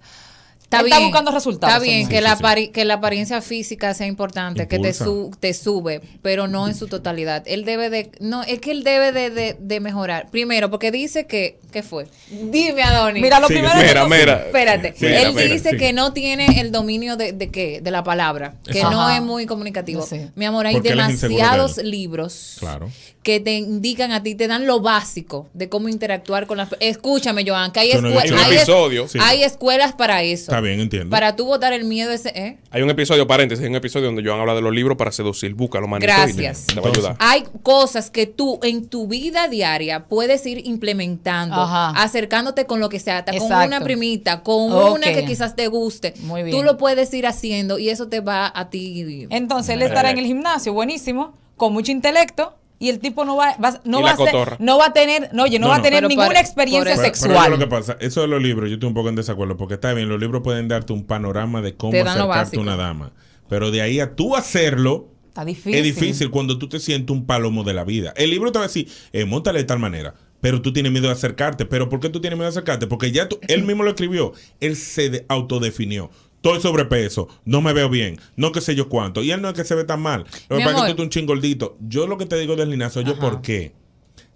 Speaker 3: Está,
Speaker 5: Él
Speaker 3: bien,
Speaker 5: está buscando resultados,
Speaker 3: Está bien
Speaker 5: señor.
Speaker 3: que,
Speaker 5: Sí,
Speaker 3: la
Speaker 5: sí, sí.
Speaker 3: pari- que la apariencia física sea importante, que te,
Speaker 5: Impulsa.
Speaker 3: su- te sube, pero no en su totalidad. Él debe de. No, es que él debe de, de- de mejorar. Primero, porque dice que. ¿Qué fue? Dime, Adonis.
Speaker 5: Mira, lo Sigue, primero que-
Speaker 6: mira, mira.
Speaker 3: Espérate.
Speaker 6: Mira,
Speaker 3: él
Speaker 6: mira,
Speaker 3: dice
Speaker 6: sigue.
Speaker 3: que no tiene el dominio de, de qué? De la palabra. Que
Speaker 2: Exacto.
Speaker 3: no
Speaker 2: Ajá.
Speaker 3: es muy comunicativo. Mi amor, hay
Speaker 2: Porque él es inseguro de él.
Speaker 3: demasiados libros
Speaker 2: Claro.
Speaker 3: que te indican a ti, te dan lo básico de cómo interactuar con las Escúchame, Joan, que hay,
Speaker 6: Yo no he
Speaker 3: escue-
Speaker 6: dicho
Speaker 3: hay,
Speaker 6: nada.
Speaker 3: es-
Speaker 6: Episodio. Sí.
Speaker 3: hay escuelas para eso.
Speaker 6: Está bien, entiendo.
Speaker 3: Para tú botar el miedo ese, ¿eh?
Speaker 6: Hay un episodio, paréntesis, hay un episodio donde Joan habla de los libros para seducir. Búscalo, manito. y te-
Speaker 3: Gracias. ah,
Speaker 6: Te va a ayudar.
Speaker 3: Hay cosas que tú en tu vida diaria puedes ir implementando,
Speaker 5: Ajá.
Speaker 3: acercándote con lo que sea, hasta con
Speaker 5: Exacto.
Speaker 3: una primita, con
Speaker 5: Ok.
Speaker 3: una que quizás te guste. Muy
Speaker 5: bien.
Speaker 3: Tú lo puedes ir haciendo y eso te va a ti.
Speaker 5: Entonces él estará en el gimnasio, buenísimo, con mucho intelecto. Y el tipo no va, va- no
Speaker 2: Y
Speaker 5: va
Speaker 2: la
Speaker 5: a ser-
Speaker 2: cotorra.
Speaker 5: no va a tener, no, oye, no,
Speaker 2: No,
Speaker 5: va a
Speaker 2: no.
Speaker 5: tener
Speaker 2: Pero
Speaker 5: ninguna
Speaker 3: para-
Speaker 5: experiencia
Speaker 2: Pero- pero
Speaker 5: sexual.
Speaker 2: eso es lo que pasa. Eso de los libros, yo estoy un poco en desacuerdo. Porque está bien, los libros pueden darte un panorama de cómo
Speaker 5: Te dan lo
Speaker 2: acercarte a
Speaker 5: básico.
Speaker 2: una dama. Pero de ahí a tú hacerlo,
Speaker 5: Está difícil.
Speaker 2: es difícil cuando tú te sientes un palomo de la vida. El libro te va a decir, eh, móntale de tal manera. Pero tú tienes miedo de acercarte. ¿Pero por qué tú tienes miedo de acercarte? Porque ya tú, él mismo lo escribió. Él se de- autodefinió. Estoy sobrepeso, no me veo bien, no qué sé yo cuánto. Y él no es que se ve tan mal. Lo
Speaker 22: Mi
Speaker 2: que pasa es
Speaker 22: amor.
Speaker 2: que tú eres un chingordito. Yo lo que te digo del linazo, yo por qué.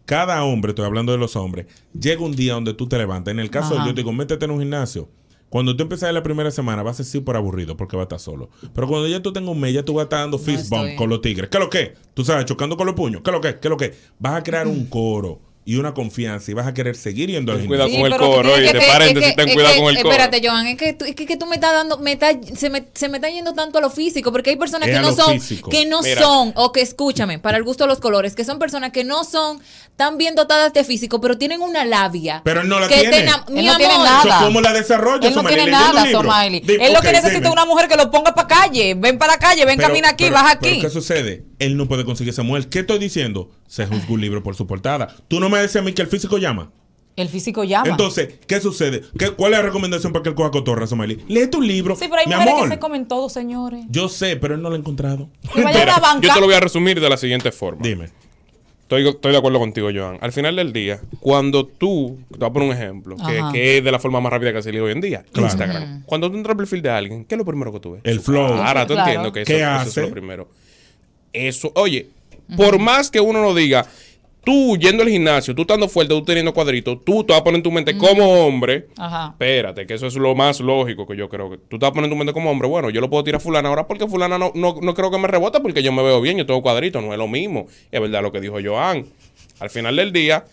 Speaker 2: Cada hombre, estoy hablando de los hombres, llega un día donde tú te levantas. En el caso
Speaker 22: Ajá.
Speaker 2: de yo, te digo, métete en un gimnasio. Cuando tú empiezas la primera semana, vas a ser por aburrido porque vas a estar solo. Pero cuando ya tú tengas un mes, ya tú vas a estar dando fist
Speaker 22: estoy.
Speaker 2: bump con los tigres. ¿Qué es lo que? Tú sabes, chocando con los puños. ¿Qué es lo que? ¿Qué es lo que? Vas a crear un coro y una confianza y vas a querer seguir yendo al
Speaker 6: cuidado
Speaker 2: gimnasio.
Speaker 6: con el Sí, pero tú coro, tienes oye, que- te paren de-
Speaker 3: Es que-
Speaker 6: ten
Speaker 3: es
Speaker 6: cuidado
Speaker 3: que-
Speaker 6: con el coro.
Speaker 3: Espérate, Joan, es que tú, es que, que tú me estás dando, me está- se, me, se me está yendo tanto a lo físico, porque hay personas
Speaker 6: Es
Speaker 3: que
Speaker 6: a
Speaker 3: no
Speaker 6: lo
Speaker 3: son,
Speaker 6: físico.
Speaker 3: que no
Speaker 6: Mira.
Speaker 3: son, o que escúchame, para el gusto de los colores, que son personas que no son tan bien dotadas de físico, pero tienen una labia.
Speaker 2: Pero él no la
Speaker 3: que
Speaker 2: tiene.
Speaker 3: te na-
Speaker 2: Él
Speaker 3: mi
Speaker 2: no tiene
Speaker 3: amor.
Speaker 2: nada. ¿Cómo la desarrolla,
Speaker 5: Él no
Speaker 2: Somalia?
Speaker 5: tiene
Speaker 2: Leyendo
Speaker 5: nada,
Speaker 2: un libro.
Speaker 5: Somaili.
Speaker 2: Di-
Speaker 5: Él lo que
Speaker 2: ok,
Speaker 5: necesita
Speaker 2: dime.
Speaker 5: es una mujer que lo ponga para calle. Ven para la calle, ven,
Speaker 2: Pero-
Speaker 5: camina aquí,
Speaker 2: pero-
Speaker 5: baja
Speaker 2: pero
Speaker 5: aquí.
Speaker 2: ¿Qué sucede? Él no puede conseguir esa mujer. ¿Qué estoy diciendo? Se juzga un libro por su portada. Tú no me decías a mí que el físico llama.
Speaker 5: El físico llama.
Speaker 2: Entonces, ¿qué sucede? ¿Qué, ¿Cuál es la recomendación para que él coja cotorra, Somalia? Lee tu libro.
Speaker 5: sí, pero hay
Speaker 2: mi
Speaker 5: mujeres
Speaker 2: amor.
Speaker 5: que se comen todo, señores.
Speaker 2: Yo sé, pero él no lo ha encontrado.
Speaker 5: Que vayan a la banca.
Speaker 6: Yo te lo voy a resumir de la siguiente forma.
Speaker 2: Dime.
Speaker 6: Estoy, estoy de acuerdo contigo, Joan. Al final del día, cuando tú, te voy a poner un ejemplo, que,
Speaker 2: Ajá.
Speaker 6: que es de la forma más rápida que ha salido hoy en día,
Speaker 2: Claro.
Speaker 6: Instagram. Cuando tú entras al perfil de alguien, ¿qué es lo primero que tú ves?
Speaker 2: El flow.
Speaker 6: Ah, Ahora tú
Speaker 2: Claro.
Speaker 6: entiendo que eso,
Speaker 2: ¿Qué
Speaker 6: eso
Speaker 2: hace?
Speaker 6: es lo primero. Eso, oye, por más que uno no diga, tú yendo al gimnasio, tú estando fuerte, tú teniendo cuadritos, tú te vas a poner en tu mente como hombre,
Speaker 5: Ajá.
Speaker 6: Espérate, que eso es lo más lógico que yo creo que. Tú estás poniendo tu mente como hombre, bueno, yo lo puedo tirar a fulana ahora porque fulana no, no, no creo que me rebota porque yo me veo bien, yo tengo cuadrito, no es lo mismo. Es verdad lo que dijo Joan. Al final del día,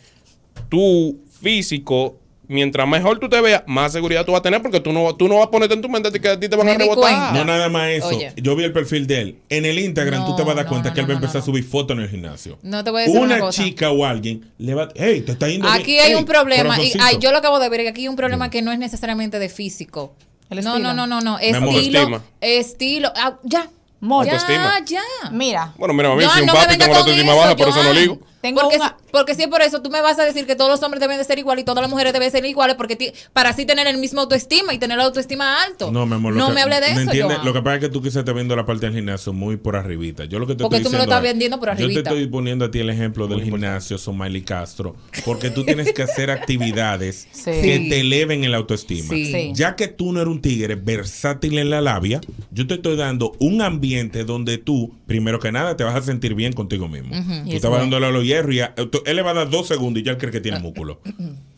Speaker 6: tu físico mientras mejor tú te veas, más seguridad tú vas a tener porque tú no, tú no vas a ponerte en tu mente que a ti te van a rebotar.
Speaker 2: No nada más eso.
Speaker 3: Oye.
Speaker 2: Yo vi el perfil de él. En el Instagram tú te vas a dar cuenta que él va a empezar a subir fotos en el gimnasio.
Speaker 3: No te voy a decir una, cosa.
Speaker 2: chica o alguien le va hey, te está yendo
Speaker 3: Aquí
Speaker 2: bien.
Speaker 3: hay
Speaker 2: Hey,
Speaker 3: un problema, y
Speaker 2: corazoncito".
Speaker 3: ay, yo lo acabo de ver, que aquí hay un problema que no es necesariamente de físico. No, no, no, no, no,
Speaker 6: Mi amor,
Speaker 3: estilo,
Speaker 6: estima.
Speaker 3: estilo, ah, ya,
Speaker 6: Autoestima.
Speaker 3: ya, ya. Mira.
Speaker 6: Bueno, mira, a mí
Speaker 3: Joan,
Speaker 6: soy un
Speaker 3: no me
Speaker 6: papi,
Speaker 3: venga
Speaker 6: tengo la
Speaker 3: con
Speaker 6: autoestima baja, por eso no
Speaker 3: Joan.
Speaker 6: ligo.
Speaker 3: porque, si, porque si es por eso, tú me vas a decir que todos los hombres deben de ser iguales y todas las mujeres deben ser iguales porque ti- para así tener el mismo autoestima y tener la autoestima alto.
Speaker 2: No, mi amor, lo
Speaker 3: No
Speaker 2: que-
Speaker 3: me hable de eso,
Speaker 2: entiendes?
Speaker 3: Joan.
Speaker 2: Lo que pasa es que tú quizás te viendo la parte del gimnasio muy por arribita. Yo lo que te
Speaker 3: Porque
Speaker 2: estoy
Speaker 3: tú me lo
Speaker 2: diciendo
Speaker 3: estás
Speaker 2: es,
Speaker 3: vendiendo por
Speaker 2: Yo
Speaker 3: arribita.
Speaker 2: te estoy poniendo a ti el ejemplo del gimnasio, Somaili Castro, porque tú tienes que hacer actividades
Speaker 3: Sí.
Speaker 2: que
Speaker 3: Sí.
Speaker 2: te eleven el autoestima.
Speaker 3: Sí. Sí.
Speaker 2: Ya que tú no eres un tigre versátil en la labia, yo te estoy dando un ambiente donde tú, primero que nada, te vas a sentir bien contigo mismo.
Speaker 3: Ujú. Y
Speaker 2: Tú
Speaker 3: es
Speaker 2: estabas
Speaker 3: bueno.
Speaker 2: dándole a los hierros y ya- tú- él le va a dar dos segundos y ya él cree que
Speaker 5: Ah.
Speaker 2: tiene músculo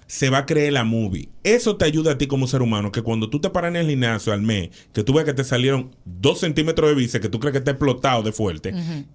Speaker 2: se va a creer la movie. Eso te ayuda a ti como ser humano, que cuando tú te paras en el gimnasio al mes, que tú ves que te salieron dos centímetros de bíceps, que tú crees que está explotado de fuerte,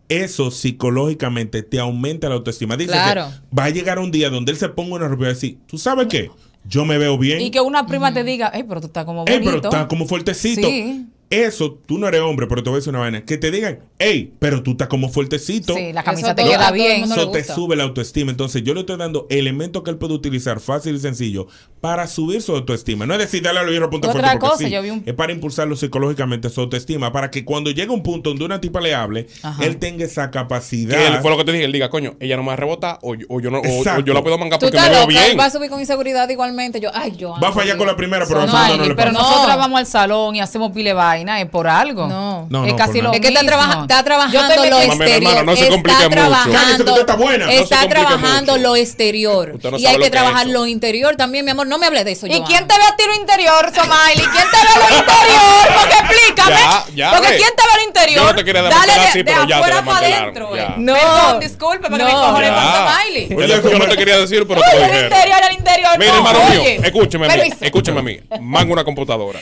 Speaker 2: eso psicológicamente te aumenta la autoestima. Dice
Speaker 5: Claro.
Speaker 2: que va a llegar un día donde él se ponga una ropa y va a decir, ¿tú sabes qué? Yo me veo bien.
Speaker 5: Y que una prima te diga, hey, pero tú estás como bonito.
Speaker 2: Ey, pero está como fuertecito.
Speaker 5: Sí.
Speaker 2: Eso, tú no eres hombre, pero te voy a decir una vaina. Que te digan, hey, pero tú estás como fuertecito.
Speaker 5: Sí, la camisa Eso te todo- queda a todo el bien. mundo le
Speaker 2: Eso te
Speaker 5: gusta.
Speaker 2: sube la autoestima. Entonces, yo le estoy dando elementos que él puede utilizar fácil y sencillo para subir su autoestima. No es decir, dale a los hierros punta
Speaker 5: Otra
Speaker 2: fuerte. porque
Speaker 5: cosa,
Speaker 2: sí.
Speaker 5: yo vi un-
Speaker 2: Es para impulsarlo psicológicamente su autoestima. Para que cuando llegue un punto donde una tipa le hable,
Speaker 6: Ajá.
Speaker 2: él tenga esa capacidad.
Speaker 6: Que él fue lo que te dije, él diga, coño, ella no me va a rebotar o yo, o yo no, o- o
Speaker 2: Exacto.
Speaker 6: yo la puedo mangar
Speaker 3: Tú
Speaker 6: porque
Speaker 3: estás
Speaker 6: me veo
Speaker 3: loca,
Speaker 6: bien.
Speaker 3: él va a subir con inseguridad igualmente. Yo, ay, yo.
Speaker 2: Va a fallar con la primera, pero a la
Speaker 5: No,
Speaker 2: segunda no le
Speaker 5: pero
Speaker 2: pasa.
Speaker 5: nosotras vamos al salón y hacemos pile vaina, es por algo. No,
Speaker 2: No,
Speaker 5: es
Speaker 2: no,
Speaker 5: casi
Speaker 2: por
Speaker 5: lo
Speaker 2: nada.
Speaker 3: Es que está,
Speaker 5: mismo.
Speaker 3: trabaja- está
Speaker 5: Yo
Speaker 3: trabajando
Speaker 5: estoy
Speaker 3: lo
Speaker 5: metiendo-
Speaker 6: Mami, mi
Speaker 3: exterior.
Speaker 6: hermano, no se complique
Speaker 3: está
Speaker 6: mucho.
Speaker 3: trabajando,
Speaker 6: Cállese, que usted está buena. No se
Speaker 3: está
Speaker 6: complique
Speaker 3: trabajando lo exterior.
Speaker 6: Usted no
Speaker 3: y
Speaker 6: sabe
Speaker 3: hay
Speaker 6: lo
Speaker 3: que
Speaker 6: que es
Speaker 3: trabajar
Speaker 6: eso.
Speaker 3: lo interior también, mi amor. No me hables de eso,
Speaker 5: ¿Y
Speaker 3: Joana.
Speaker 5: quién te ve a ti lo interior, Somaili? ¿Quién te ve lo interior? Porque explícame.
Speaker 6: Ya, ya,
Speaker 5: Porque
Speaker 6: ve.
Speaker 5: ¿quién te ve lo interior?
Speaker 6: Yo no te quería
Speaker 5: Dale
Speaker 6: desmantelar
Speaker 5: de,
Speaker 6: así,
Speaker 5: de
Speaker 6: pero ya te
Speaker 5: afuera para
Speaker 6: desmantelaron.
Speaker 5: adentro.
Speaker 6: Ya.
Speaker 5: eh. Perdón, disculpe, porque me
Speaker 6: No.
Speaker 5: cojones
Speaker 6: Ya.
Speaker 5: con Somaili.
Speaker 6: Oye, yo no te quería decir, pero te
Speaker 5: Uy,
Speaker 6: lo
Speaker 5: el
Speaker 6: dijeron.
Speaker 5: interior, el interior.
Speaker 6: Mira,
Speaker 5: no,
Speaker 6: hermano mío,
Speaker 5: oye.
Speaker 6: escúcheme a
Speaker 5: Pero
Speaker 6: mí,
Speaker 5: y-
Speaker 6: escúcheme a mí. Mango una computadora,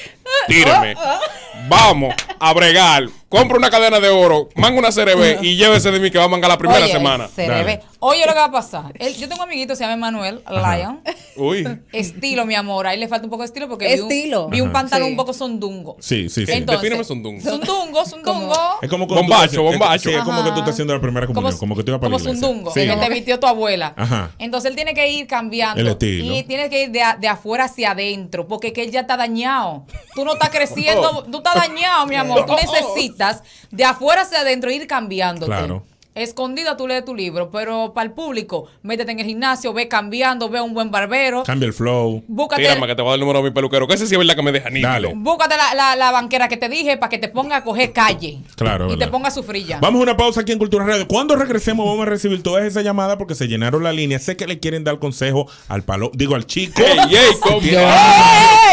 Speaker 6: tíreme.
Speaker 5: Ah,
Speaker 6: Vamos a bregar. Compra una cadena de oro, manga una CRB y llévese de mí que va a mangar la primera
Speaker 5: Ah. Oye,
Speaker 6: semana.
Speaker 5: se le ve. Oye, lo que va a pasar. Él- yo tengo un amiguito, se llama Manuel
Speaker 6: Ajá.
Speaker 5: Lion.
Speaker 6: Uy.
Speaker 5: Estilo, mi amor. Ahí le falta un poco de estilo porque vi
Speaker 3: Estilo.
Speaker 5: un, vi un
Speaker 2: Ajá.
Speaker 5: pantalón
Speaker 2: Sí.
Speaker 5: un poco sondungo.
Speaker 2: Sí, sí, sí.
Speaker 5: Entonces,
Speaker 2: Defíneme sondungo.
Speaker 5: Sondungo, sondungo.
Speaker 2: Es como cuando tú-
Speaker 6: Bombacho,
Speaker 2: es-
Speaker 6: bombacho.
Speaker 2: sí, es como que tú
Speaker 5: Ajá.
Speaker 2: estás haciendo la primera comunión. Como, que tú ibas para la
Speaker 5: Como
Speaker 2: iglesia.
Speaker 5: sondungo.
Speaker 2: Sí.
Speaker 5: Que te vistió tu abuela.
Speaker 2: Ajá.
Speaker 5: Entonces él tiene que ir cambiando.
Speaker 2: El estilo.
Speaker 5: Y tiene que ir de, a- de afuera hacia adentro, porque es que él ya está dañado. Tú no estás creciendo,
Speaker 2: Oh.
Speaker 5: tú estás dañado, mi amor. Tú
Speaker 2: Oh.
Speaker 5: necesitas de afuera hacia adentro ir cambiándote.
Speaker 2: Claro.
Speaker 5: Escondida tú lees tu libro, pero para el público, métete en el gimnasio, ve cambiando, ve a un buen barbero.
Speaker 2: Cambia el flow.
Speaker 5: Búscate-
Speaker 6: Tírame que te voy a dar el número de mi peluquero. Que ese sí es verdad que me deja nítido.
Speaker 5: Búscate la, la- la banquera que te dije para que te ponga a coger calle
Speaker 2: Claro,
Speaker 5: y
Speaker 2: ¿verdad?
Speaker 5: te ponga a sufrir ya.
Speaker 2: Vamos a una pausa aquí en Cultura Radio. Cuando regresemos vamos a recibir todas esas llamadas porque se llenaron la línea. Sé que le quieren dar consejo al palo, digo al chico.
Speaker 6: Ey, ey,
Speaker 2: que, tiene,
Speaker 6: ey.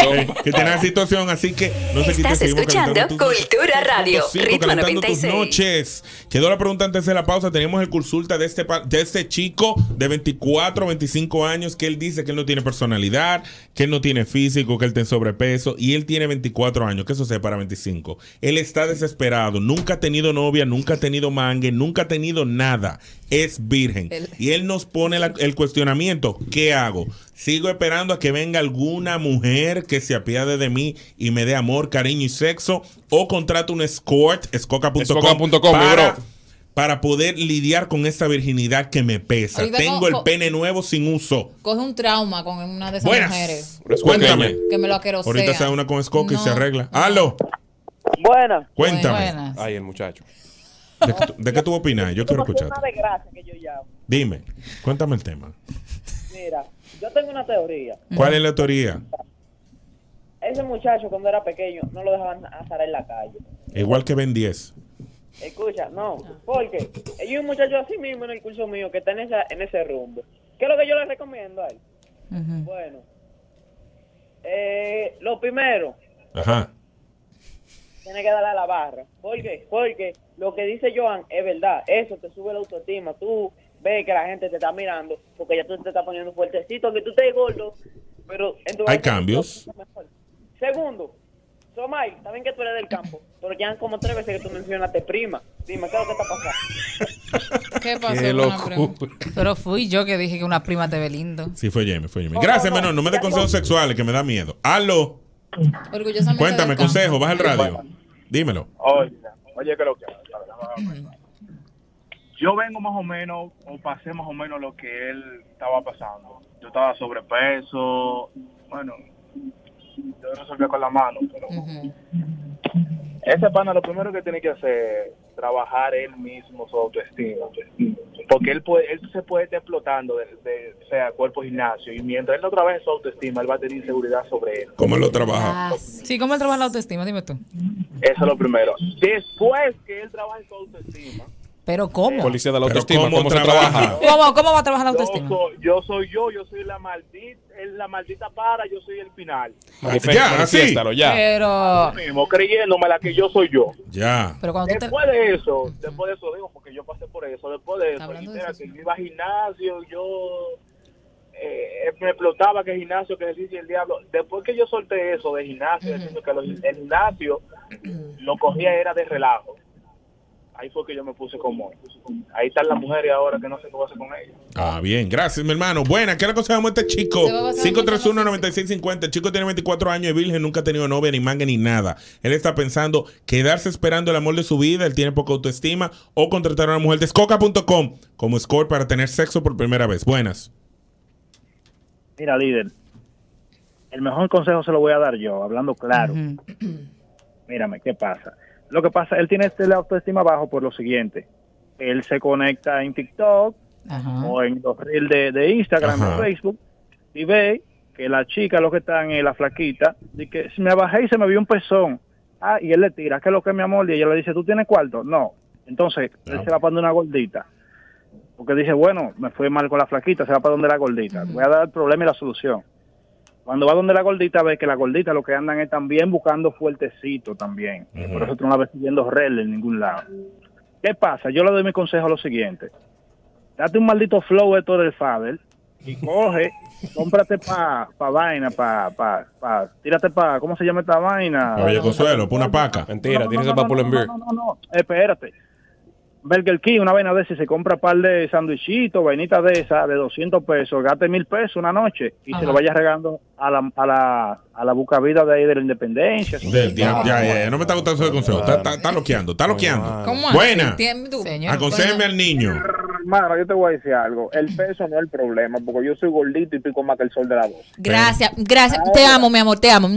Speaker 2: eh, que tiene esa situación, así que no se quiten,
Speaker 1: Estás
Speaker 2: seguimos
Speaker 1: escuchando
Speaker 2: calentando tus-
Speaker 1: Cultura Radio,
Speaker 2: tus-
Speaker 1: Ritmo
Speaker 2: calentando tus
Speaker 1: 96.
Speaker 2: noches. Quedó la pregunta antes de la pausa. Tenemos el consulta de este pa- de este chico de 24, 25 años que él dice que él no tiene personalidad, que él no tiene físico, que él tiene sobrepeso y él tiene 24 años, que eso sea para 25. Él está desesperado, nunca ha tenido novia, nunca ha tenido mangue, nunca ha tenido nada. Es virgen.
Speaker 22: Él-
Speaker 2: Y él nos pone la- el cuestionamiento, ¿qué hago? Sigo esperando a que venga alguna mujer que se apiade de mí y me dé amor, cariño y sexo o contrato un escort, escoca.com
Speaker 6: Escoca.com, mi
Speaker 2: para,
Speaker 6: bro.
Speaker 2: para poder lidiar con esta virginidad que me pesa.
Speaker 3: Ahorita
Speaker 2: Tengo
Speaker 3: co-
Speaker 2: el
Speaker 3: co-
Speaker 2: pene nuevo sin uso.
Speaker 3: Coge un trauma con una de esas
Speaker 2: Buenas.
Speaker 3: mujeres.
Speaker 2: Cuéntame.
Speaker 3: Que me lo aquerosea.
Speaker 2: Ahorita se da una con escoca y se arregla. ¡Halo!
Speaker 17: Buenas.
Speaker 2: Cuéntame.
Speaker 3: Buenas.
Speaker 6: Ay, el muchacho.
Speaker 2: ¿De qué, tú- de qué tú opinas? Yo quiero escucharte.
Speaker 17: Una desgracia que yo llamo.
Speaker 2: Dime, cuéntame el tema.
Speaker 17: Mira, yo tengo una teoría.
Speaker 2: ¿Cuál es la teoría?
Speaker 17: Ese muchacho cuando era pequeño no lo dejaban azar en la calle.
Speaker 2: Igual que Ben 10.
Speaker 17: Escucha, no, porque hay un muchacho así mismo en el curso mío que está en, esa, en ese rumbo. ¿Qué es lo que yo le recomiendo a él? Bueno, eh, lo primero,
Speaker 2: Ajá.
Speaker 17: tiene que darle a la barra. ¿Por qué? Porque lo que dice Joan es verdad. Eso te sube la autoestima. Tú ves que la gente te está mirando porque ya tú te estás poniendo fuertecito, que tú estés gordo, pero en tu
Speaker 2: Hay
Speaker 17: cabeza
Speaker 2: cambios.
Speaker 17: Segundo,
Speaker 22: Somay, está bien que tú eres del campo, pero ya han como tres veces que tú mencionaste prima. Dime, ¿qué es lo que está pasando?
Speaker 3: ¿Qué
Speaker 22: pasó
Speaker 3: con la
Speaker 2: locura.
Speaker 3: prima? Pero fui yo que dije que una prima te ve lindo.
Speaker 2: Sí, fue Jamie, fue Jamie.
Speaker 3: Oh,
Speaker 2: Gracias,
Speaker 3: no, no,
Speaker 2: menor. No me des
Speaker 3: ya
Speaker 2: consejos
Speaker 3: no.
Speaker 2: sexuales, que me da miedo. ¡Halo!
Speaker 3: Orgullosamente.
Speaker 2: Cuéntame,
Speaker 3: del campo.
Speaker 2: consejo. Baja el radio. Dímelo.
Speaker 4: Oye, oye, que lo que yo vengo más o menos, o pasé más o menos lo que él estaba pasando. Yo estaba sobrepeso, bueno, yo resolví con la mano, pero ese pana lo primero que tiene que hacer es trabajar él mismo su autoestima. Porque él, puede, él se puede estar explotando de, de- o sea, cuerpo gimnasio y mientras él no trabaje su autoestima, él va a tener inseguridad sobre él.
Speaker 2: ¿Cómo lo trabaja?
Speaker 3: Ah, Sí, ¿cómo él trabaja la autoestima? Dime tú.
Speaker 4: Eso es lo primero. Después que él trabaje su autoestima,
Speaker 3: Pero ¿cómo?
Speaker 6: Policía de la autoestima,
Speaker 2: ¿cómo
Speaker 6: ¿cómo, se trabaja?
Speaker 3: ¿Cómo, cómo va a trabajar la autoestima?
Speaker 4: yo soy yo, yo soy la maldita, la maldita para, yo soy el final.
Speaker 6: Manifié-
Speaker 2: Ya, así.
Speaker 6: manifiéstalo, ya.
Speaker 3: Pero...
Speaker 4: Mismo, creyéndome la que yo soy yo.
Speaker 2: Ya.
Speaker 3: Pero cuando tú te...
Speaker 4: Después de eso, después de eso, digo, porque yo pasé por eso, después de eso, literal, que yo iba a gimnasio, yo eh, me explotaba que gimnasio, que ejercicio el diablo. Después que yo solté eso de gimnasio, diciendo que los- el gimnasio lo cogía era de relajo. Ahí fue que yo me puse como, ahí están las mujeres ahora que no sé qué voy a hacer con ellas.
Speaker 2: Ah, bien, gracias, mi hermano. Buena, ¿qué le aconsejamos a este chico?
Speaker 4: Se va a basar
Speaker 2: 531-9650. El chico tiene 24 años, es virgen, nunca ha tenido novia, ni manga, ni nada. Él está pensando quedarse esperando el amor de su vida, él tiene poca autoestima, o contratar a una mujer de escoca.com como score para tener sexo por primera vez. Buenas.
Speaker 12: Mira, líder, el mejor consejo se lo voy a dar yo, hablando claro. Mírame, ¿qué pasa? Lo que pasa, él tiene este la autoestima bajo por lo siguiente. Él se conecta en TikTok
Speaker 5: Ah.
Speaker 12: o en los reels de, de Instagram
Speaker 24: Ajá.
Speaker 12: o Facebook y ve que la chica, lo que están, en la flaquita, dice que "Si me bajé y se me vio un pezón. Ah, y él le tira, ¿qué es lo que mi amor? Y ella le dice, ¿tú tienes cuarto? No. Entonces, él se va para donde una gordita. Porque dice, bueno, me fue mal con la flaquita, se va para donde la gordita. Voy a dar el problema y la solución. Cuando va donde la gordita, ve que la gordita lo que andan es también buscando fuertecito también. Y Por eso tú no la ves siguiendo redes en ningún lado. ¿Qué pasa? Yo le doy mi consejo lo siguiente. Date un maldito flow de todo el Fader y coge, cómprate pa, pa vaina, pa, pa, pa, tírate pa, ¿cómo se llama esta vaina?
Speaker 2: Oye, Consuelo, pon una paca.
Speaker 6: Mentira,
Speaker 12: No, no, no, no, no, no, no, espérate. Burger King, una vaina de esa, y se compra un par de sandwichitos, vainitas de esa, de 200 pesos, gaste mil pesos una noche y
Speaker 2: Ajá.
Speaker 12: se lo vaya regando a la, a la, a la bucavida de ahí de la independencia.
Speaker 2: Del diablo. ya, ya, ya, no me está gustando ese consejo. Está, está, está loqueando, está loqueando.
Speaker 3: ¿Cómo
Speaker 2: Buena.
Speaker 3: Señor.
Speaker 2: Aconsejeme al niño.
Speaker 4: Hermano, yo te voy a decir algo. El peso no es el problema, porque yo soy gordito y pico más que el sol de la voz.
Speaker 3: Gracias, gracias. Te amo, mi amor, te amo.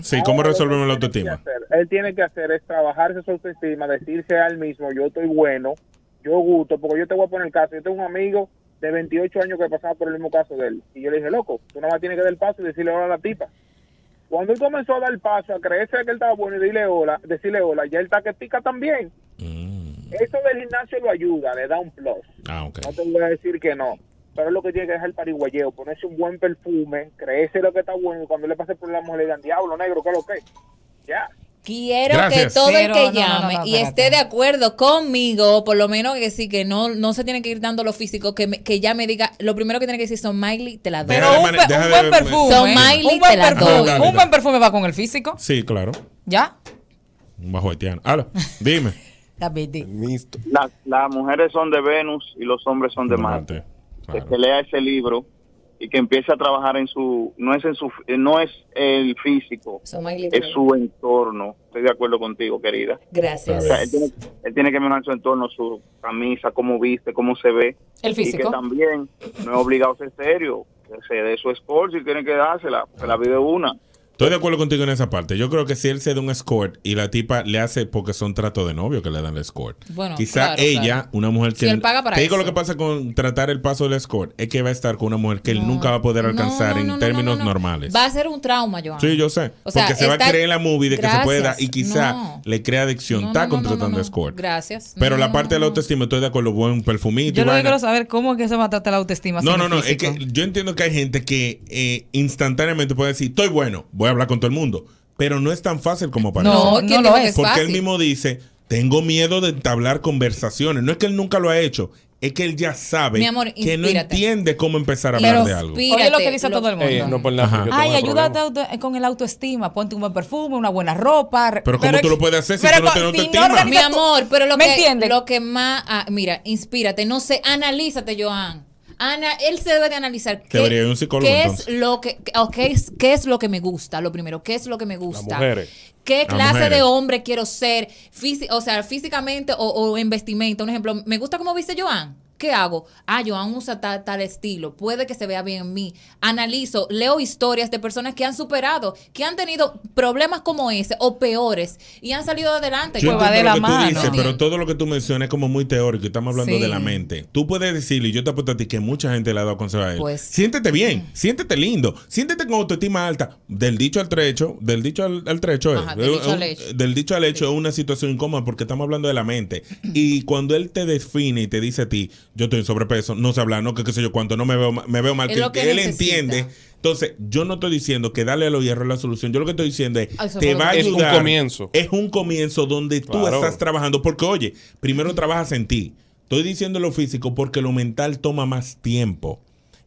Speaker 2: Sí, ¿cómo resolvemos la autoestima?
Speaker 4: Él tiene que hacer es trabajarse su autoestima, decirse a él mismo, yo estoy bueno, yo gusto, porque yo te voy a poner el caso. Yo tengo un amigo de 28 años que pasaba por el mismo caso de él. Y yo le dije, loco, tú nada más tienes que dar el paso y decirle hola a la tipa. Cuando él comenzó a dar el paso, a creerse que él estaba bueno y dile hola, decirle hola, ya él está que pica también. Eso del gimnasio lo ayuda, le da un plus.
Speaker 2: Ah, ok.
Speaker 4: No te voy a decir que no. Pero es lo que tiene que dejar el pariguayeo, ponerse un buen perfume, creerse lo que está bueno y cuando le pase por la mujer le digan, diablo negro, ¿qué es lo que? es?". Ya.
Speaker 3: Quiero que
Speaker 4: Gracias.
Speaker 3: todo el
Speaker 4: Pero
Speaker 3: que
Speaker 4: no, no,
Speaker 3: llame
Speaker 4: no, no,
Speaker 3: y
Speaker 4: espérate.
Speaker 3: esté de acuerdo conmigo, por lo menos que sí, que no, no se tiene que ir dando lo físico, que, me- que ya me diga, lo primero que tiene que decir son Miley, te la doy.
Speaker 2: Pero Deja de un pe- mane- un deja de- buen perfume,
Speaker 3: Son
Speaker 2: ¿eh?
Speaker 3: Miley,
Speaker 2: Un buen
Speaker 3: te la
Speaker 2: perfume.
Speaker 3: doy.
Speaker 2: Dale, dale.
Speaker 3: Un buen perfume va con el físico.
Speaker 2: Sí, claro.
Speaker 3: ¿Ya?
Speaker 2: Un bajo haitiano. Aló, dime. Listo.
Speaker 24: Las, las mujeres son de Venus y los hombres son de Marte. Que se lea ese libro y que empiece a trabajar en su no es en su eh, no es el físico es su entorno estoy de acuerdo contigo querida
Speaker 3: Gracias.
Speaker 24: O sea, él, tiene, él tiene que mejorar su entorno su camisa cómo viste cómo se ve
Speaker 3: El
Speaker 24: y
Speaker 3: físico.
Speaker 24: que también no es obligado a ser serio que se dé su esfuerzo y tiene que dársela se la vive una
Speaker 2: Estoy de acuerdo contigo en esa parte. Yo creo que si él se da un escort y la tipa le hace porque son trato de novio que le dan el escort.
Speaker 3: Bueno,
Speaker 2: Quizá
Speaker 3: claro,
Speaker 2: ella,
Speaker 3: claro.
Speaker 2: una mujer
Speaker 3: Si
Speaker 2: que.
Speaker 3: él paga para
Speaker 2: te digo
Speaker 3: eso.
Speaker 2: lo que pasa con tratar el paso del escort. Es que va a estar con una mujer que él nunca va a poder alcanzar en términos normales.
Speaker 3: Va a ser un trauma, Joan.
Speaker 2: Sí, yo sé.
Speaker 3: O sea,
Speaker 2: porque se va a
Speaker 3: está-
Speaker 2: creer la movie de que se puede dar y
Speaker 3: Gracias.
Speaker 2: quizá
Speaker 3: No.
Speaker 2: le crea adicción.
Speaker 3: No,
Speaker 2: Está
Speaker 3: no, no,
Speaker 2: contratando
Speaker 3: no, no.
Speaker 2: escort.
Speaker 3: Gracias. Mm.
Speaker 2: Pero
Speaker 3: No,
Speaker 2: la
Speaker 3: no,
Speaker 2: parte de la autoestima, estoy de acuerdo. Buen perfumito. y
Speaker 5: Yo lo que
Speaker 2: vaina.
Speaker 5: quiero saber cómo es que se va a tratar la autoestima.
Speaker 2: No,
Speaker 5: sin
Speaker 2: no,
Speaker 5: el
Speaker 2: no. Es
Speaker 5: físico?
Speaker 2: que yo entiendo que hay gente que eh, instantáneamente puede decir, estoy bueno, voy a hablar con todo el mundo. Pero no es tan fácil como parece.
Speaker 5: No, no lo es.
Speaker 2: Porque
Speaker 5: fácil.
Speaker 2: él mismo dice, tengo miedo de entablar conversaciones. No es que él nunca lo ha hecho. es que él ya sabe
Speaker 3: Mi amor,
Speaker 2: que no
Speaker 3: inspírate.
Speaker 2: entiende cómo empezar a
Speaker 3: Pero
Speaker 2: hablar de algo.
Speaker 3: Oye lo que Eh, dice todo el mundo.
Speaker 6: Ey, Eh, no por nada,
Speaker 2: Ajá.
Speaker 6: yo tengo
Speaker 3: Ay,
Speaker 6: un
Speaker 3: ayúdate auto- eh, con el autoestima. Ponte un buen perfume, una buena ropa. re-
Speaker 2: Pero ¿cómo tú lo puedes hacer si
Speaker 3: pero
Speaker 2: tú no
Speaker 3: co-
Speaker 2: tienes
Speaker 3: si
Speaker 2: autoestima?
Speaker 3: organizas Mi amor, pero lo
Speaker 5: ¿Me
Speaker 3: que,
Speaker 5: entiendes?
Speaker 3: lo que más. ah, mira, inspírate. No sé, analízate, Joan. Ana, él se debe de analizar qué,
Speaker 2: Debería ir a un psicólogo,
Speaker 3: qué es
Speaker 2: entonces.
Speaker 3: lo que o qué es, qué es lo que me gusta, lo primero, qué es lo que me gusta. ¿Qué
Speaker 2: Las
Speaker 3: clase
Speaker 2: mujeres.
Speaker 3: de hombre quiero ser? Físi- o sea, físicamente o, o en vestimenta. Un ejemplo, me gusta cómo viste Joan. ¿Qué hago? Ah, Joan usa ta- tal, estilo. Puede que se vea bien en mí. Analizo, leo historias de personas que han superado, que han tenido problemas como ese o peores y han salido adelante.
Speaker 2: Yo
Speaker 3: Pues va
Speaker 2: entiendo lo que tú dices, pero todo lo que tú mencionas es como muy teórico. Estamos hablando
Speaker 3: Sí.
Speaker 2: de la mente. Tú puedes decirle, y yo te apuesto a ti que mucha gente le ha dado consejo a él.
Speaker 3: Pues-
Speaker 2: siéntete bien, siéntete lindo, siéntete con autoestima alta. Del dicho al trecho, del dicho al, al trecho,
Speaker 3: Ajá,
Speaker 2: es-
Speaker 3: del dicho
Speaker 2: es-
Speaker 3: al hecho.
Speaker 2: del dicho al hecho es una situación incómoda porque estamos hablando de la mente. Y cuando él te define y te dice a ti, yo estoy en sobrepeso, no se habla, no que qué sé yo cuánto, no me veo, ma- me veo mal,
Speaker 3: Es
Speaker 2: que,
Speaker 3: lo que
Speaker 2: que él
Speaker 3: necesita.
Speaker 2: entiende. Entonces, yo no estoy diciendo que dale a los hierros la solución. Yo lo que estoy diciendo es,
Speaker 3: Ah, eso fue
Speaker 2: te
Speaker 3: lo que
Speaker 2: va a
Speaker 3: dije. Es un
Speaker 2: ayudar.
Speaker 6: comienzo.
Speaker 2: Es un comienzo donde tú
Speaker 6: Claro.
Speaker 2: estás trabajando. Porque, oye, primero trabajas en ti. Estoy diciendo lo físico porque lo mental toma más tiempo.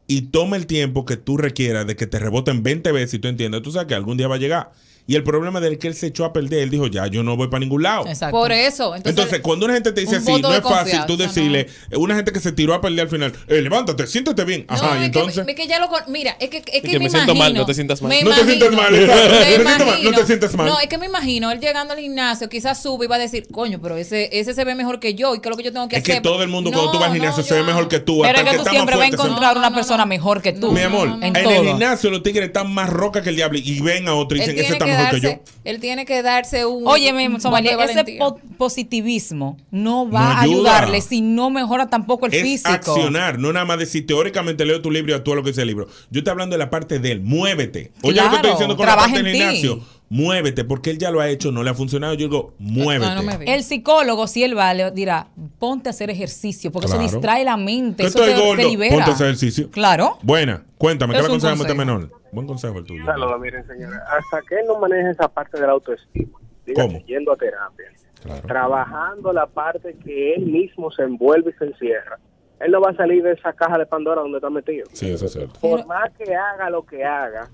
Speaker 2: Y toma el tiempo que tú requieras de que te reboten 20 veces y tú entiendes. Tú sabes que algún día va a llegar. Y el problema del que él se echó a perder, él dijo, ya, yo no voy para ningún lado.
Speaker 3: Por eso.
Speaker 2: Entonces, cuando una gente te dice
Speaker 3: un
Speaker 2: así,
Speaker 3: voto
Speaker 2: no
Speaker 3: de
Speaker 2: es fácil tú
Speaker 3: confianza,
Speaker 2: decirle, eh, una gente que se tiró a perder al final, eh, levántate, siéntete bien. Ajá, y
Speaker 3: No, es que-
Speaker 2: entonces...
Speaker 3: es que ya lo con- mira, es que, es que,
Speaker 2: que
Speaker 3: me,
Speaker 2: me siento mal,
Speaker 3: imagino-
Speaker 2: no te sientas mal.
Speaker 3: me
Speaker 2: No te
Speaker 3: imagino-
Speaker 2: sientas mal,
Speaker 3: me
Speaker 2: exacto. No te sientas mal,
Speaker 3: imagino-
Speaker 2: no te sientas mal.
Speaker 3: No, es que me imagino él llegando al gimnasio, quizás sube y va a decir, coño, pero ese, ese se ve mejor que yo y qué es lo que yo tengo que
Speaker 2: Es
Speaker 3: hacer.
Speaker 2: que todo el mundo cuando tú vas al gimnasio se ve mejor que tú.
Speaker 5: Pero
Speaker 2: hasta
Speaker 5: es
Speaker 2: el
Speaker 5: que tú
Speaker 2: está más
Speaker 5: siempre vas a
Speaker 2: fuerte se-
Speaker 5: encontrar una persona mejor que tú.
Speaker 2: Mi amor,
Speaker 5: en
Speaker 2: en
Speaker 5: todo.
Speaker 2: el gimnasio los tigres están más roca que el diablo y ven a otro y
Speaker 3: él
Speaker 2: dicen, ese
Speaker 3: tiene,
Speaker 2: está
Speaker 3: que
Speaker 2: mejor que yo.
Speaker 3: darse, él tiene que darse un.
Speaker 5: Oye,
Speaker 3: un
Speaker 5: mi
Speaker 3: golpe
Speaker 5: Somalia,
Speaker 3: de
Speaker 5: ese
Speaker 3: valentía.
Speaker 5: po- positivismo no va
Speaker 2: No
Speaker 5: a
Speaker 2: ayuda.
Speaker 5: ayudarle si no mejora tampoco el
Speaker 2: Es
Speaker 5: físico.
Speaker 2: accionar, no nada más decir teóricamente leo tu libro y actúa lo que dice el libro. Yo estoy hablando de la parte del muévete. Oye, lo que
Speaker 5: Claro,
Speaker 2: estoy diciendo con la
Speaker 5: trabaja
Speaker 2: parte del
Speaker 5: en ti.
Speaker 2: gimnasio, muévete, porque él ya lo ha hecho, no le ha funcionado. Yo digo,
Speaker 5: Ah,
Speaker 2: muévete.
Speaker 5: El psicólogo, si él va, le dirá, ponte a hacer ejercicio, porque
Speaker 2: Claro.
Speaker 5: eso distrae la mente,
Speaker 2: Yo
Speaker 5: eso
Speaker 2: estoy
Speaker 5: te, te
Speaker 2: gordo,
Speaker 5: libera.
Speaker 2: ponte a hacer ejercicio.
Speaker 5: Claro.
Speaker 2: Buena, cuéntame, ¿qué
Speaker 5: Es
Speaker 2: le
Speaker 5: un
Speaker 2: aconsejamos a este
Speaker 5: consejo.
Speaker 2: menor? Buen consejo el tuyo.
Speaker 8: Saludos, miren, señora. Hasta que él no maneje esa parte de la autoestima, dígase,
Speaker 2: ¿Cómo?
Speaker 8: yendo a terapia,
Speaker 2: Claro.
Speaker 8: trabajando la parte que él mismo se envuelve y se encierra, él no va a salir de esa caja de Pandora donde está metido.
Speaker 2: Sí, eso es cierto.
Speaker 8: Por más que haga lo que haga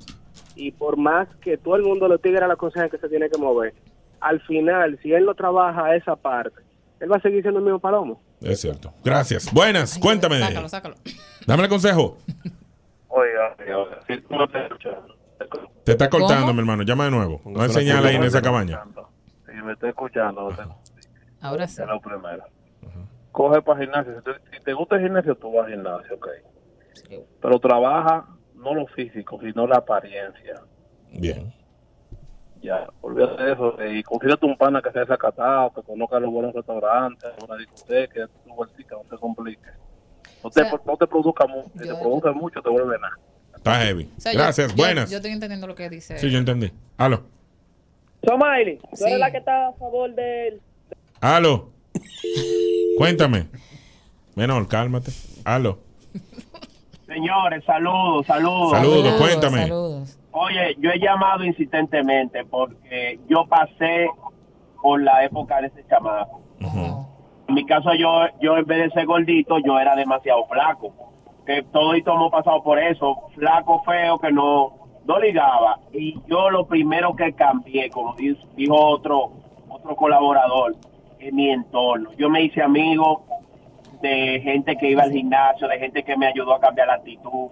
Speaker 8: y por más que todo el mundo lo tigre a la cosa que se tiene que mover, al final, si él no trabaja esa parte, él va a seguir siendo el mismo palomo.
Speaker 2: Es cierto. Gracias. Buenas, cuéntame. Dame el consejo.
Speaker 4: Oiga, oiga, si tú no te escuchas,
Speaker 2: Te está
Speaker 4: ¿Cómo?
Speaker 2: cortando, mi hermano. Llama de nuevo. No hay señal ahí en esa cabaña.
Speaker 4: si me estoy escuchando, te-
Speaker 3: Ahora
Speaker 4: es lo primero. Coge para gimnasio. Si te, si te gusta el gimnasio, tú vas al gimnasio, ok. Pero trabaja no lo físico, sino la apariencia.
Speaker 2: Bien.
Speaker 4: Ya, olvídate de eso. eh, Y consíguete un pana que sea desacatado, que conozca los buenos restaurantes, una discoteca, que dé tu vueltica, no te compliques. No te, no te produzca mucho. Si te produce mucho, te vuelve nada.
Speaker 2: Está heavy.
Speaker 3: O sea, yo-
Speaker 2: Gracias,
Speaker 3: yo-
Speaker 2: buenas.
Speaker 3: Yo estoy entendiendo lo que dice.
Speaker 2: Sí, yo entendí. Aló.
Speaker 22: Somaili, tú
Speaker 3: Sí.
Speaker 22: eres la que está a favor del
Speaker 2: Aló. Cuéntame. Menor, cálmate. Aló.
Speaker 10: Señores, saludos, saludos.
Speaker 2: Saludos, Saludos, cuéntame.
Speaker 10: Oye, yo he llamado insistentemente porque yo pasé por la época de ese chamaco. En mi caso, yo, yo en vez de ser gordito, yo era demasiado flaco. Que todo y todo hemos pasado por eso. Flaco, feo, que no, no ligaba. Y yo lo primero que cambié, como di- dijo otro, otro colaborador, en mi entorno. Yo me hice amigo de gente que iba al gimnasio, de gente que me ayudó a cambiar la actitud.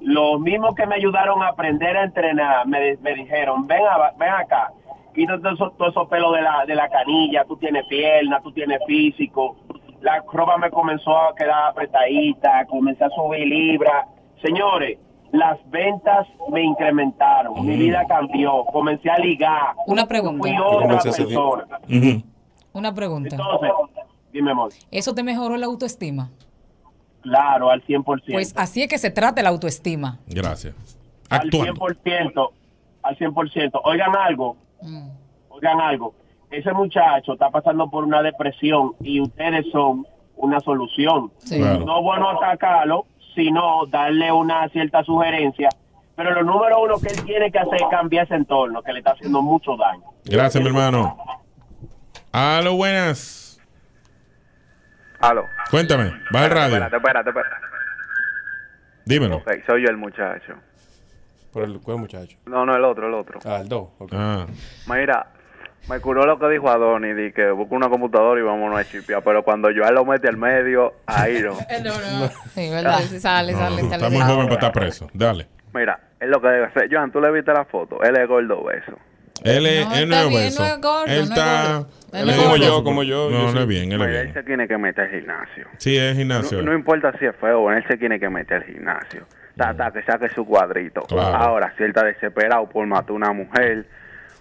Speaker 10: Los mismos que me ayudaron a aprender a entrenar me, me dijeron, ven, a- ven acá, quítate todos esos todo esos pelos de la, de la canilla, tú tienes pierna, tú tienes físico. La ropa me comenzó a quedar apretadita, comencé a subir libras. Señores, las ventas me incrementaron, mi vida cambió, comencé a ligar.
Speaker 5: Una pregunta.
Speaker 10: Fui otra persona.
Speaker 5: Una pregunta.
Speaker 10: Entonces, dime, amor.
Speaker 5: ¿Eso te mejoró la autoestima?
Speaker 10: Claro, al 100%.
Speaker 5: Pues así es que se trata la autoestima.
Speaker 2: Gracias.
Speaker 10: Al 100%, al 100%. Oigan algo,
Speaker 5: Mm.
Speaker 10: oigan algo. Ese muchacho está pasando por una depresión y ustedes son una solución.
Speaker 13: Sí. Claro.
Speaker 10: No bueno atacarlo, sino darle una cierta sugerencia. Pero lo número uno que él tiene que hacer es cambiar ese entorno, que le está haciendo mucho daño.
Speaker 2: Gracias, mi hermano. Aló, buenas.
Speaker 16: Aló.
Speaker 2: Cuéntame, va al radio.
Speaker 16: Espérate, espérate, espérate.
Speaker 2: Dímelo.
Speaker 16: Ok, soy yo el muchacho.
Speaker 6: Por el cuál muchacho.
Speaker 16: No, no, el otro, el otro.
Speaker 6: Ah, el 2. ok.
Speaker 16: Mira, me curó lo que dijo Adonis, di que busca una computadora y vámonos a chipear, pero cuando Joan lo mete al medio, ahí no.
Speaker 3: Sí, ¿verdad? Sí, sale,
Speaker 2: No,
Speaker 3: sale,
Speaker 2: no,
Speaker 3: sale.
Speaker 2: está muy
Speaker 3: sale.
Speaker 2: joven para estar preso. Dale.
Speaker 16: Mira, es lo que debe hacer. Joan, tú le viste la foto. Él es gordo beso.
Speaker 2: Él es,
Speaker 16: No,
Speaker 2: él no
Speaker 16: está
Speaker 2: es
Speaker 16: bien,
Speaker 2: obeso.
Speaker 16: no es gordo,
Speaker 2: él
Speaker 16: no es
Speaker 2: está.
Speaker 16: gordo. Él es
Speaker 2: obeso.
Speaker 16: gordo. Como yo, como
Speaker 2: No,
Speaker 16: yo, yo
Speaker 2: no
Speaker 16: soy-
Speaker 2: es bien, él es
Speaker 16: Mira,
Speaker 2: bien.
Speaker 16: él se tiene que meter al gimnasio.
Speaker 2: Sí, es
Speaker 16: No,
Speaker 2: gimnasio.
Speaker 16: no importa si es feo, él se tiene que meter al gimnasio. Ta, ta, que saque su cuadrito.
Speaker 2: Claro.
Speaker 16: Ahora, si él está desesperado por matar a una mujer,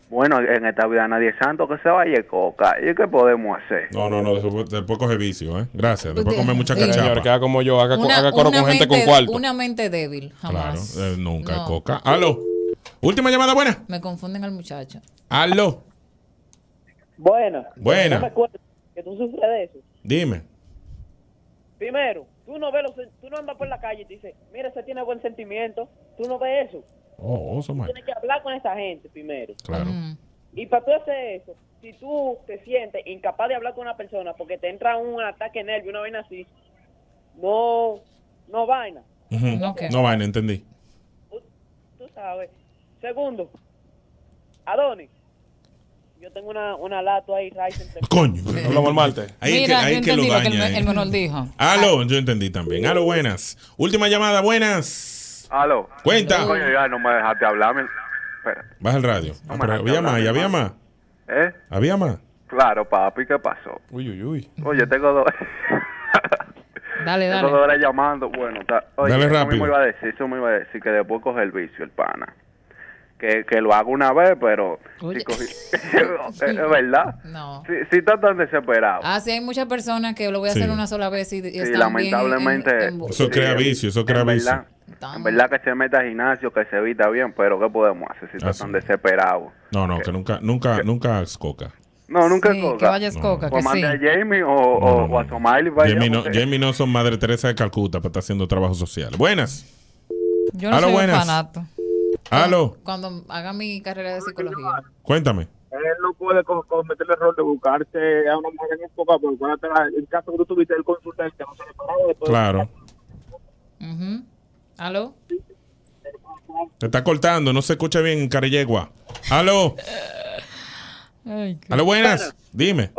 Speaker 16: bueno, en esta vida nadie es santo que se vaya de coca. ¿Y qué podemos hacer?
Speaker 2: No, no, no, después, después coge vicio, ¿eh? Gracias. Después
Speaker 16: Usted-
Speaker 2: come mucha
Speaker 16: Señor,
Speaker 2: cachapa.
Speaker 6: que haga como yo, haga,
Speaker 3: Una- una mente- Una mente débil,
Speaker 2: Claro,
Speaker 3: jamás.
Speaker 2: eh, nunca
Speaker 3: No.
Speaker 2: coca. Aló. Última llamada buena.
Speaker 3: Me confunden al muchacho.
Speaker 2: Aló.
Speaker 22: Bueno.
Speaker 2: Buena.
Speaker 22: No me acuerdo que tú sufres de eso.
Speaker 2: Dime.
Speaker 22: Primero, tú no ves los, tú no andas por la calle y te dices, mira, ese tiene buen sentimiento. Tú no ves eso.
Speaker 2: Oh, oso,
Speaker 22: Tú
Speaker 2: man.
Speaker 22: tienes que hablar con esa gente primero.
Speaker 2: Claro.
Speaker 3: Mm.
Speaker 22: Y para tú hacer eso, si tú te sientes incapaz de hablar con una persona porque te entra un ataque nervio, una vaina así, no, no vaina.
Speaker 2: Ujú.
Speaker 22: Ok.
Speaker 2: No vaina, entendí.
Speaker 22: Tú sabes. Segundo, Adonis. Yo tengo una, una lato ahí, Ryzen.
Speaker 2: Coño.
Speaker 6: Hablamos al martes.
Speaker 2: Ahí es que,
Speaker 3: Mira,
Speaker 2: ahí
Speaker 3: yo
Speaker 2: es que lo
Speaker 3: entendí lo que el,
Speaker 2: daña.
Speaker 3: me-
Speaker 2: eh.
Speaker 3: el menor dijo.
Speaker 2: Aló, yo entendí también. Aló, buenas. Última llamada, buenas.
Speaker 16: Aló.
Speaker 2: Cuenta.
Speaker 16: Coño, ya no me dejaste hablar. mi- Espera,
Speaker 2: Baja el radio. Ah, pero había más, y había más.
Speaker 16: ¿eh?
Speaker 2: Había más.
Speaker 16: Claro, papi, ¿qué pasó?
Speaker 6: Uy, uy, uy.
Speaker 16: Oye, tengo dos.
Speaker 3: Dale,
Speaker 16: tengo dos horas llamando. Bueno, ta- oye,
Speaker 2: Dale
Speaker 16: eso
Speaker 2: rápido.
Speaker 16: mismo iba a decir, eso me iba a decir que después coge el vicio el pana. Que, que lo haga una vez, pero. Si cogí- es verdad.
Speaker 3: No.
Speaker 16: Si, si está tan desesperado.
Speaker 3: Ah, sí, hay muchas personas que lo voy a
Speaker 16: Sí.
Speaker 3: hacer una sola vez y, y
Speaker 16: Sí,
Speaker 3: están eh,
Speaker 16: lamentablemente.
Speaker 3: bien en- en-
Speaker 2: Eso crea vicio, eso crea
Speaker 16: en verdad-
Speaker 3: Estamos.
Speaker 16: en verdad que se meta al gimnasio, que se evita bien, pero ¿qué podemos hacer si está
Speaker 2: Así
Speaker 16: tan desesperado?
Speaker 2: No, no, que nunca, nunca, nunca es coca.
Speaker 16: No, nunca
Speaker 3: Sí,
Speaker 16: es
Speaker 3: que
Speaker 16: coca.
Speaker 3: vayas coca, que
Speaker 16: O mande
Speaker 3: sí.
Speaker 16: a Jamie o, o, o a Somalia. vaya,
Speaker 2: Jamie, no,
Speaker 16: porque-
Speaker 2: Jamie no son Madre Teresa de Calcuta para estar haciendo trabajo social. Buenas.
Speaker 3: Yo no
Speaker 2: Aló,
Speaker 3: soy
Speaker 2: buenas.
Speaker 3: un fanato.
Speaker 2: Aló,
Speaker 3: Cuando haga mi carrera de psicología.
Speaker 2: cuéntame.
Speaker 25: Él no puede co- cometer el error de buscarse a una mujer en coca, porque acuérdate, la- el caso que tú tuviste del
Speaker 8: este,
Speaker 25: consultante, no se le paraba después.
Speaker 2: Claro.
Speaker 3: Ujú. Aló.
Speaker 2: Te está cortando, no se escucha bien, Carillegua. Aló,
Speaker 3: Ay, qué-
Speaker 2: aló, buenas. Dime.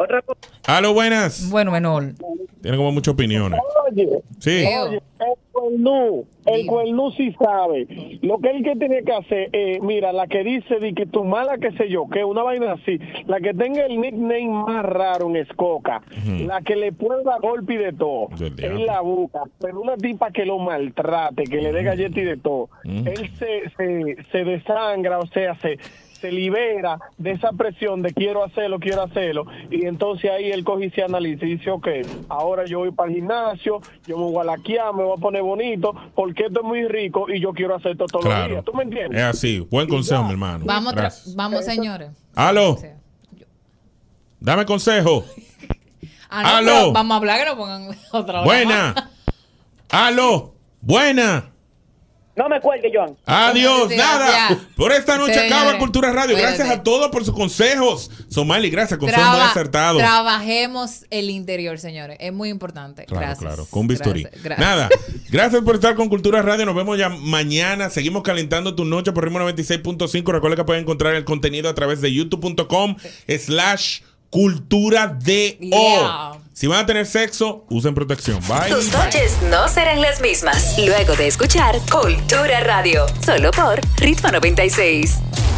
Speaker 2: Aló, buenas.
Speaker 3: Bueno, menor.
Speaker 2: Tiene como muchas opiniones.
Speaker 4: Oye,
Speaker 2: Sí.
Speaker 4: oye, el cuernú, el cuernú sí sabe. Lo que él que tiene que hacer, eh, mira, la que dice de que tu mala qué sé yo, que una vaina así, la que tenga el nickname más raro en Escoca,
Speaker 2: Ujú.
Speaker 4: la que le pueda dar golpe y de todo,
Speaker 2: Del diablo.
Speaker 4: en la boca, pero una tipa que lo maltrate, que le dé galleta y de todo,
Speaker 2: Mm.
Speaker 4: él se, se, se desangra, o sea, se se libera de esa presión de quiero hacerlo, quiero hacerlo, y entonces ahí él coge y se analiza y dice, ok, ahora yo voy para el gimnasio, yo me voy a laquear, me voy a poner bonito, porque esto es muy rico y yo quiero hacer esto todos los
Speaker 2: Claro.
Speaker 4: días, ¿tú me entiendes?
Speaker 2: Es así. Buen consejo, mi hermano.
Speaker 3: Vamos, tra-
Speaker 2: Gracias.
Speaker 3: vamos señores.
Speaker 2: Aló. Dame consejo.
Speaker 3: Ah, no,
Speaker 2: Aló.
Speaker 3: pero Vamos a hablar que nos pongan otra hora más.
Speaker 2: Buena. Aló. Buena.
Speaker 22: No me cuelgue, Joan.
Speaker 2: Adiós,
Speaker 22: Sí,
Speaker 2: nada.
Speaker 22: ya.
Speaker 2: Por esta noche
Speaker 3: Señores,
Speaker 2: acaba Cultura Radio. Gracias
Speaker 3: espérate.
Speaker 2: a todos por sus consejos. Somali, gracias. Consejos muy
Speaker 3: Traba-
Speaker 2: acertados.
Speaker 3: Trabajemos el interior, señores. Es muy importante.
Speaker 2: Claro,
Speaker 3: Gracias.
Speaker 2: claro, con bisturí.
Speaker 3: Gracias, gracias.
Speaker 2: Nada, gracias por estar con Cultura Radio. Nos vemos ya mañana. Seguimos calentando tu noche por Ritmo 96.5. Recuerda que pueden encontrar el contenido a través de youtube.com slash cultura de
Speaker 1: Yeah.
Speaker 2: Si van a tener sexo, usen protección. Bye.
Speaker 1: Tus noches no serán las mismas luego de escuchar Cultura Radio, solo por Ritmo 96.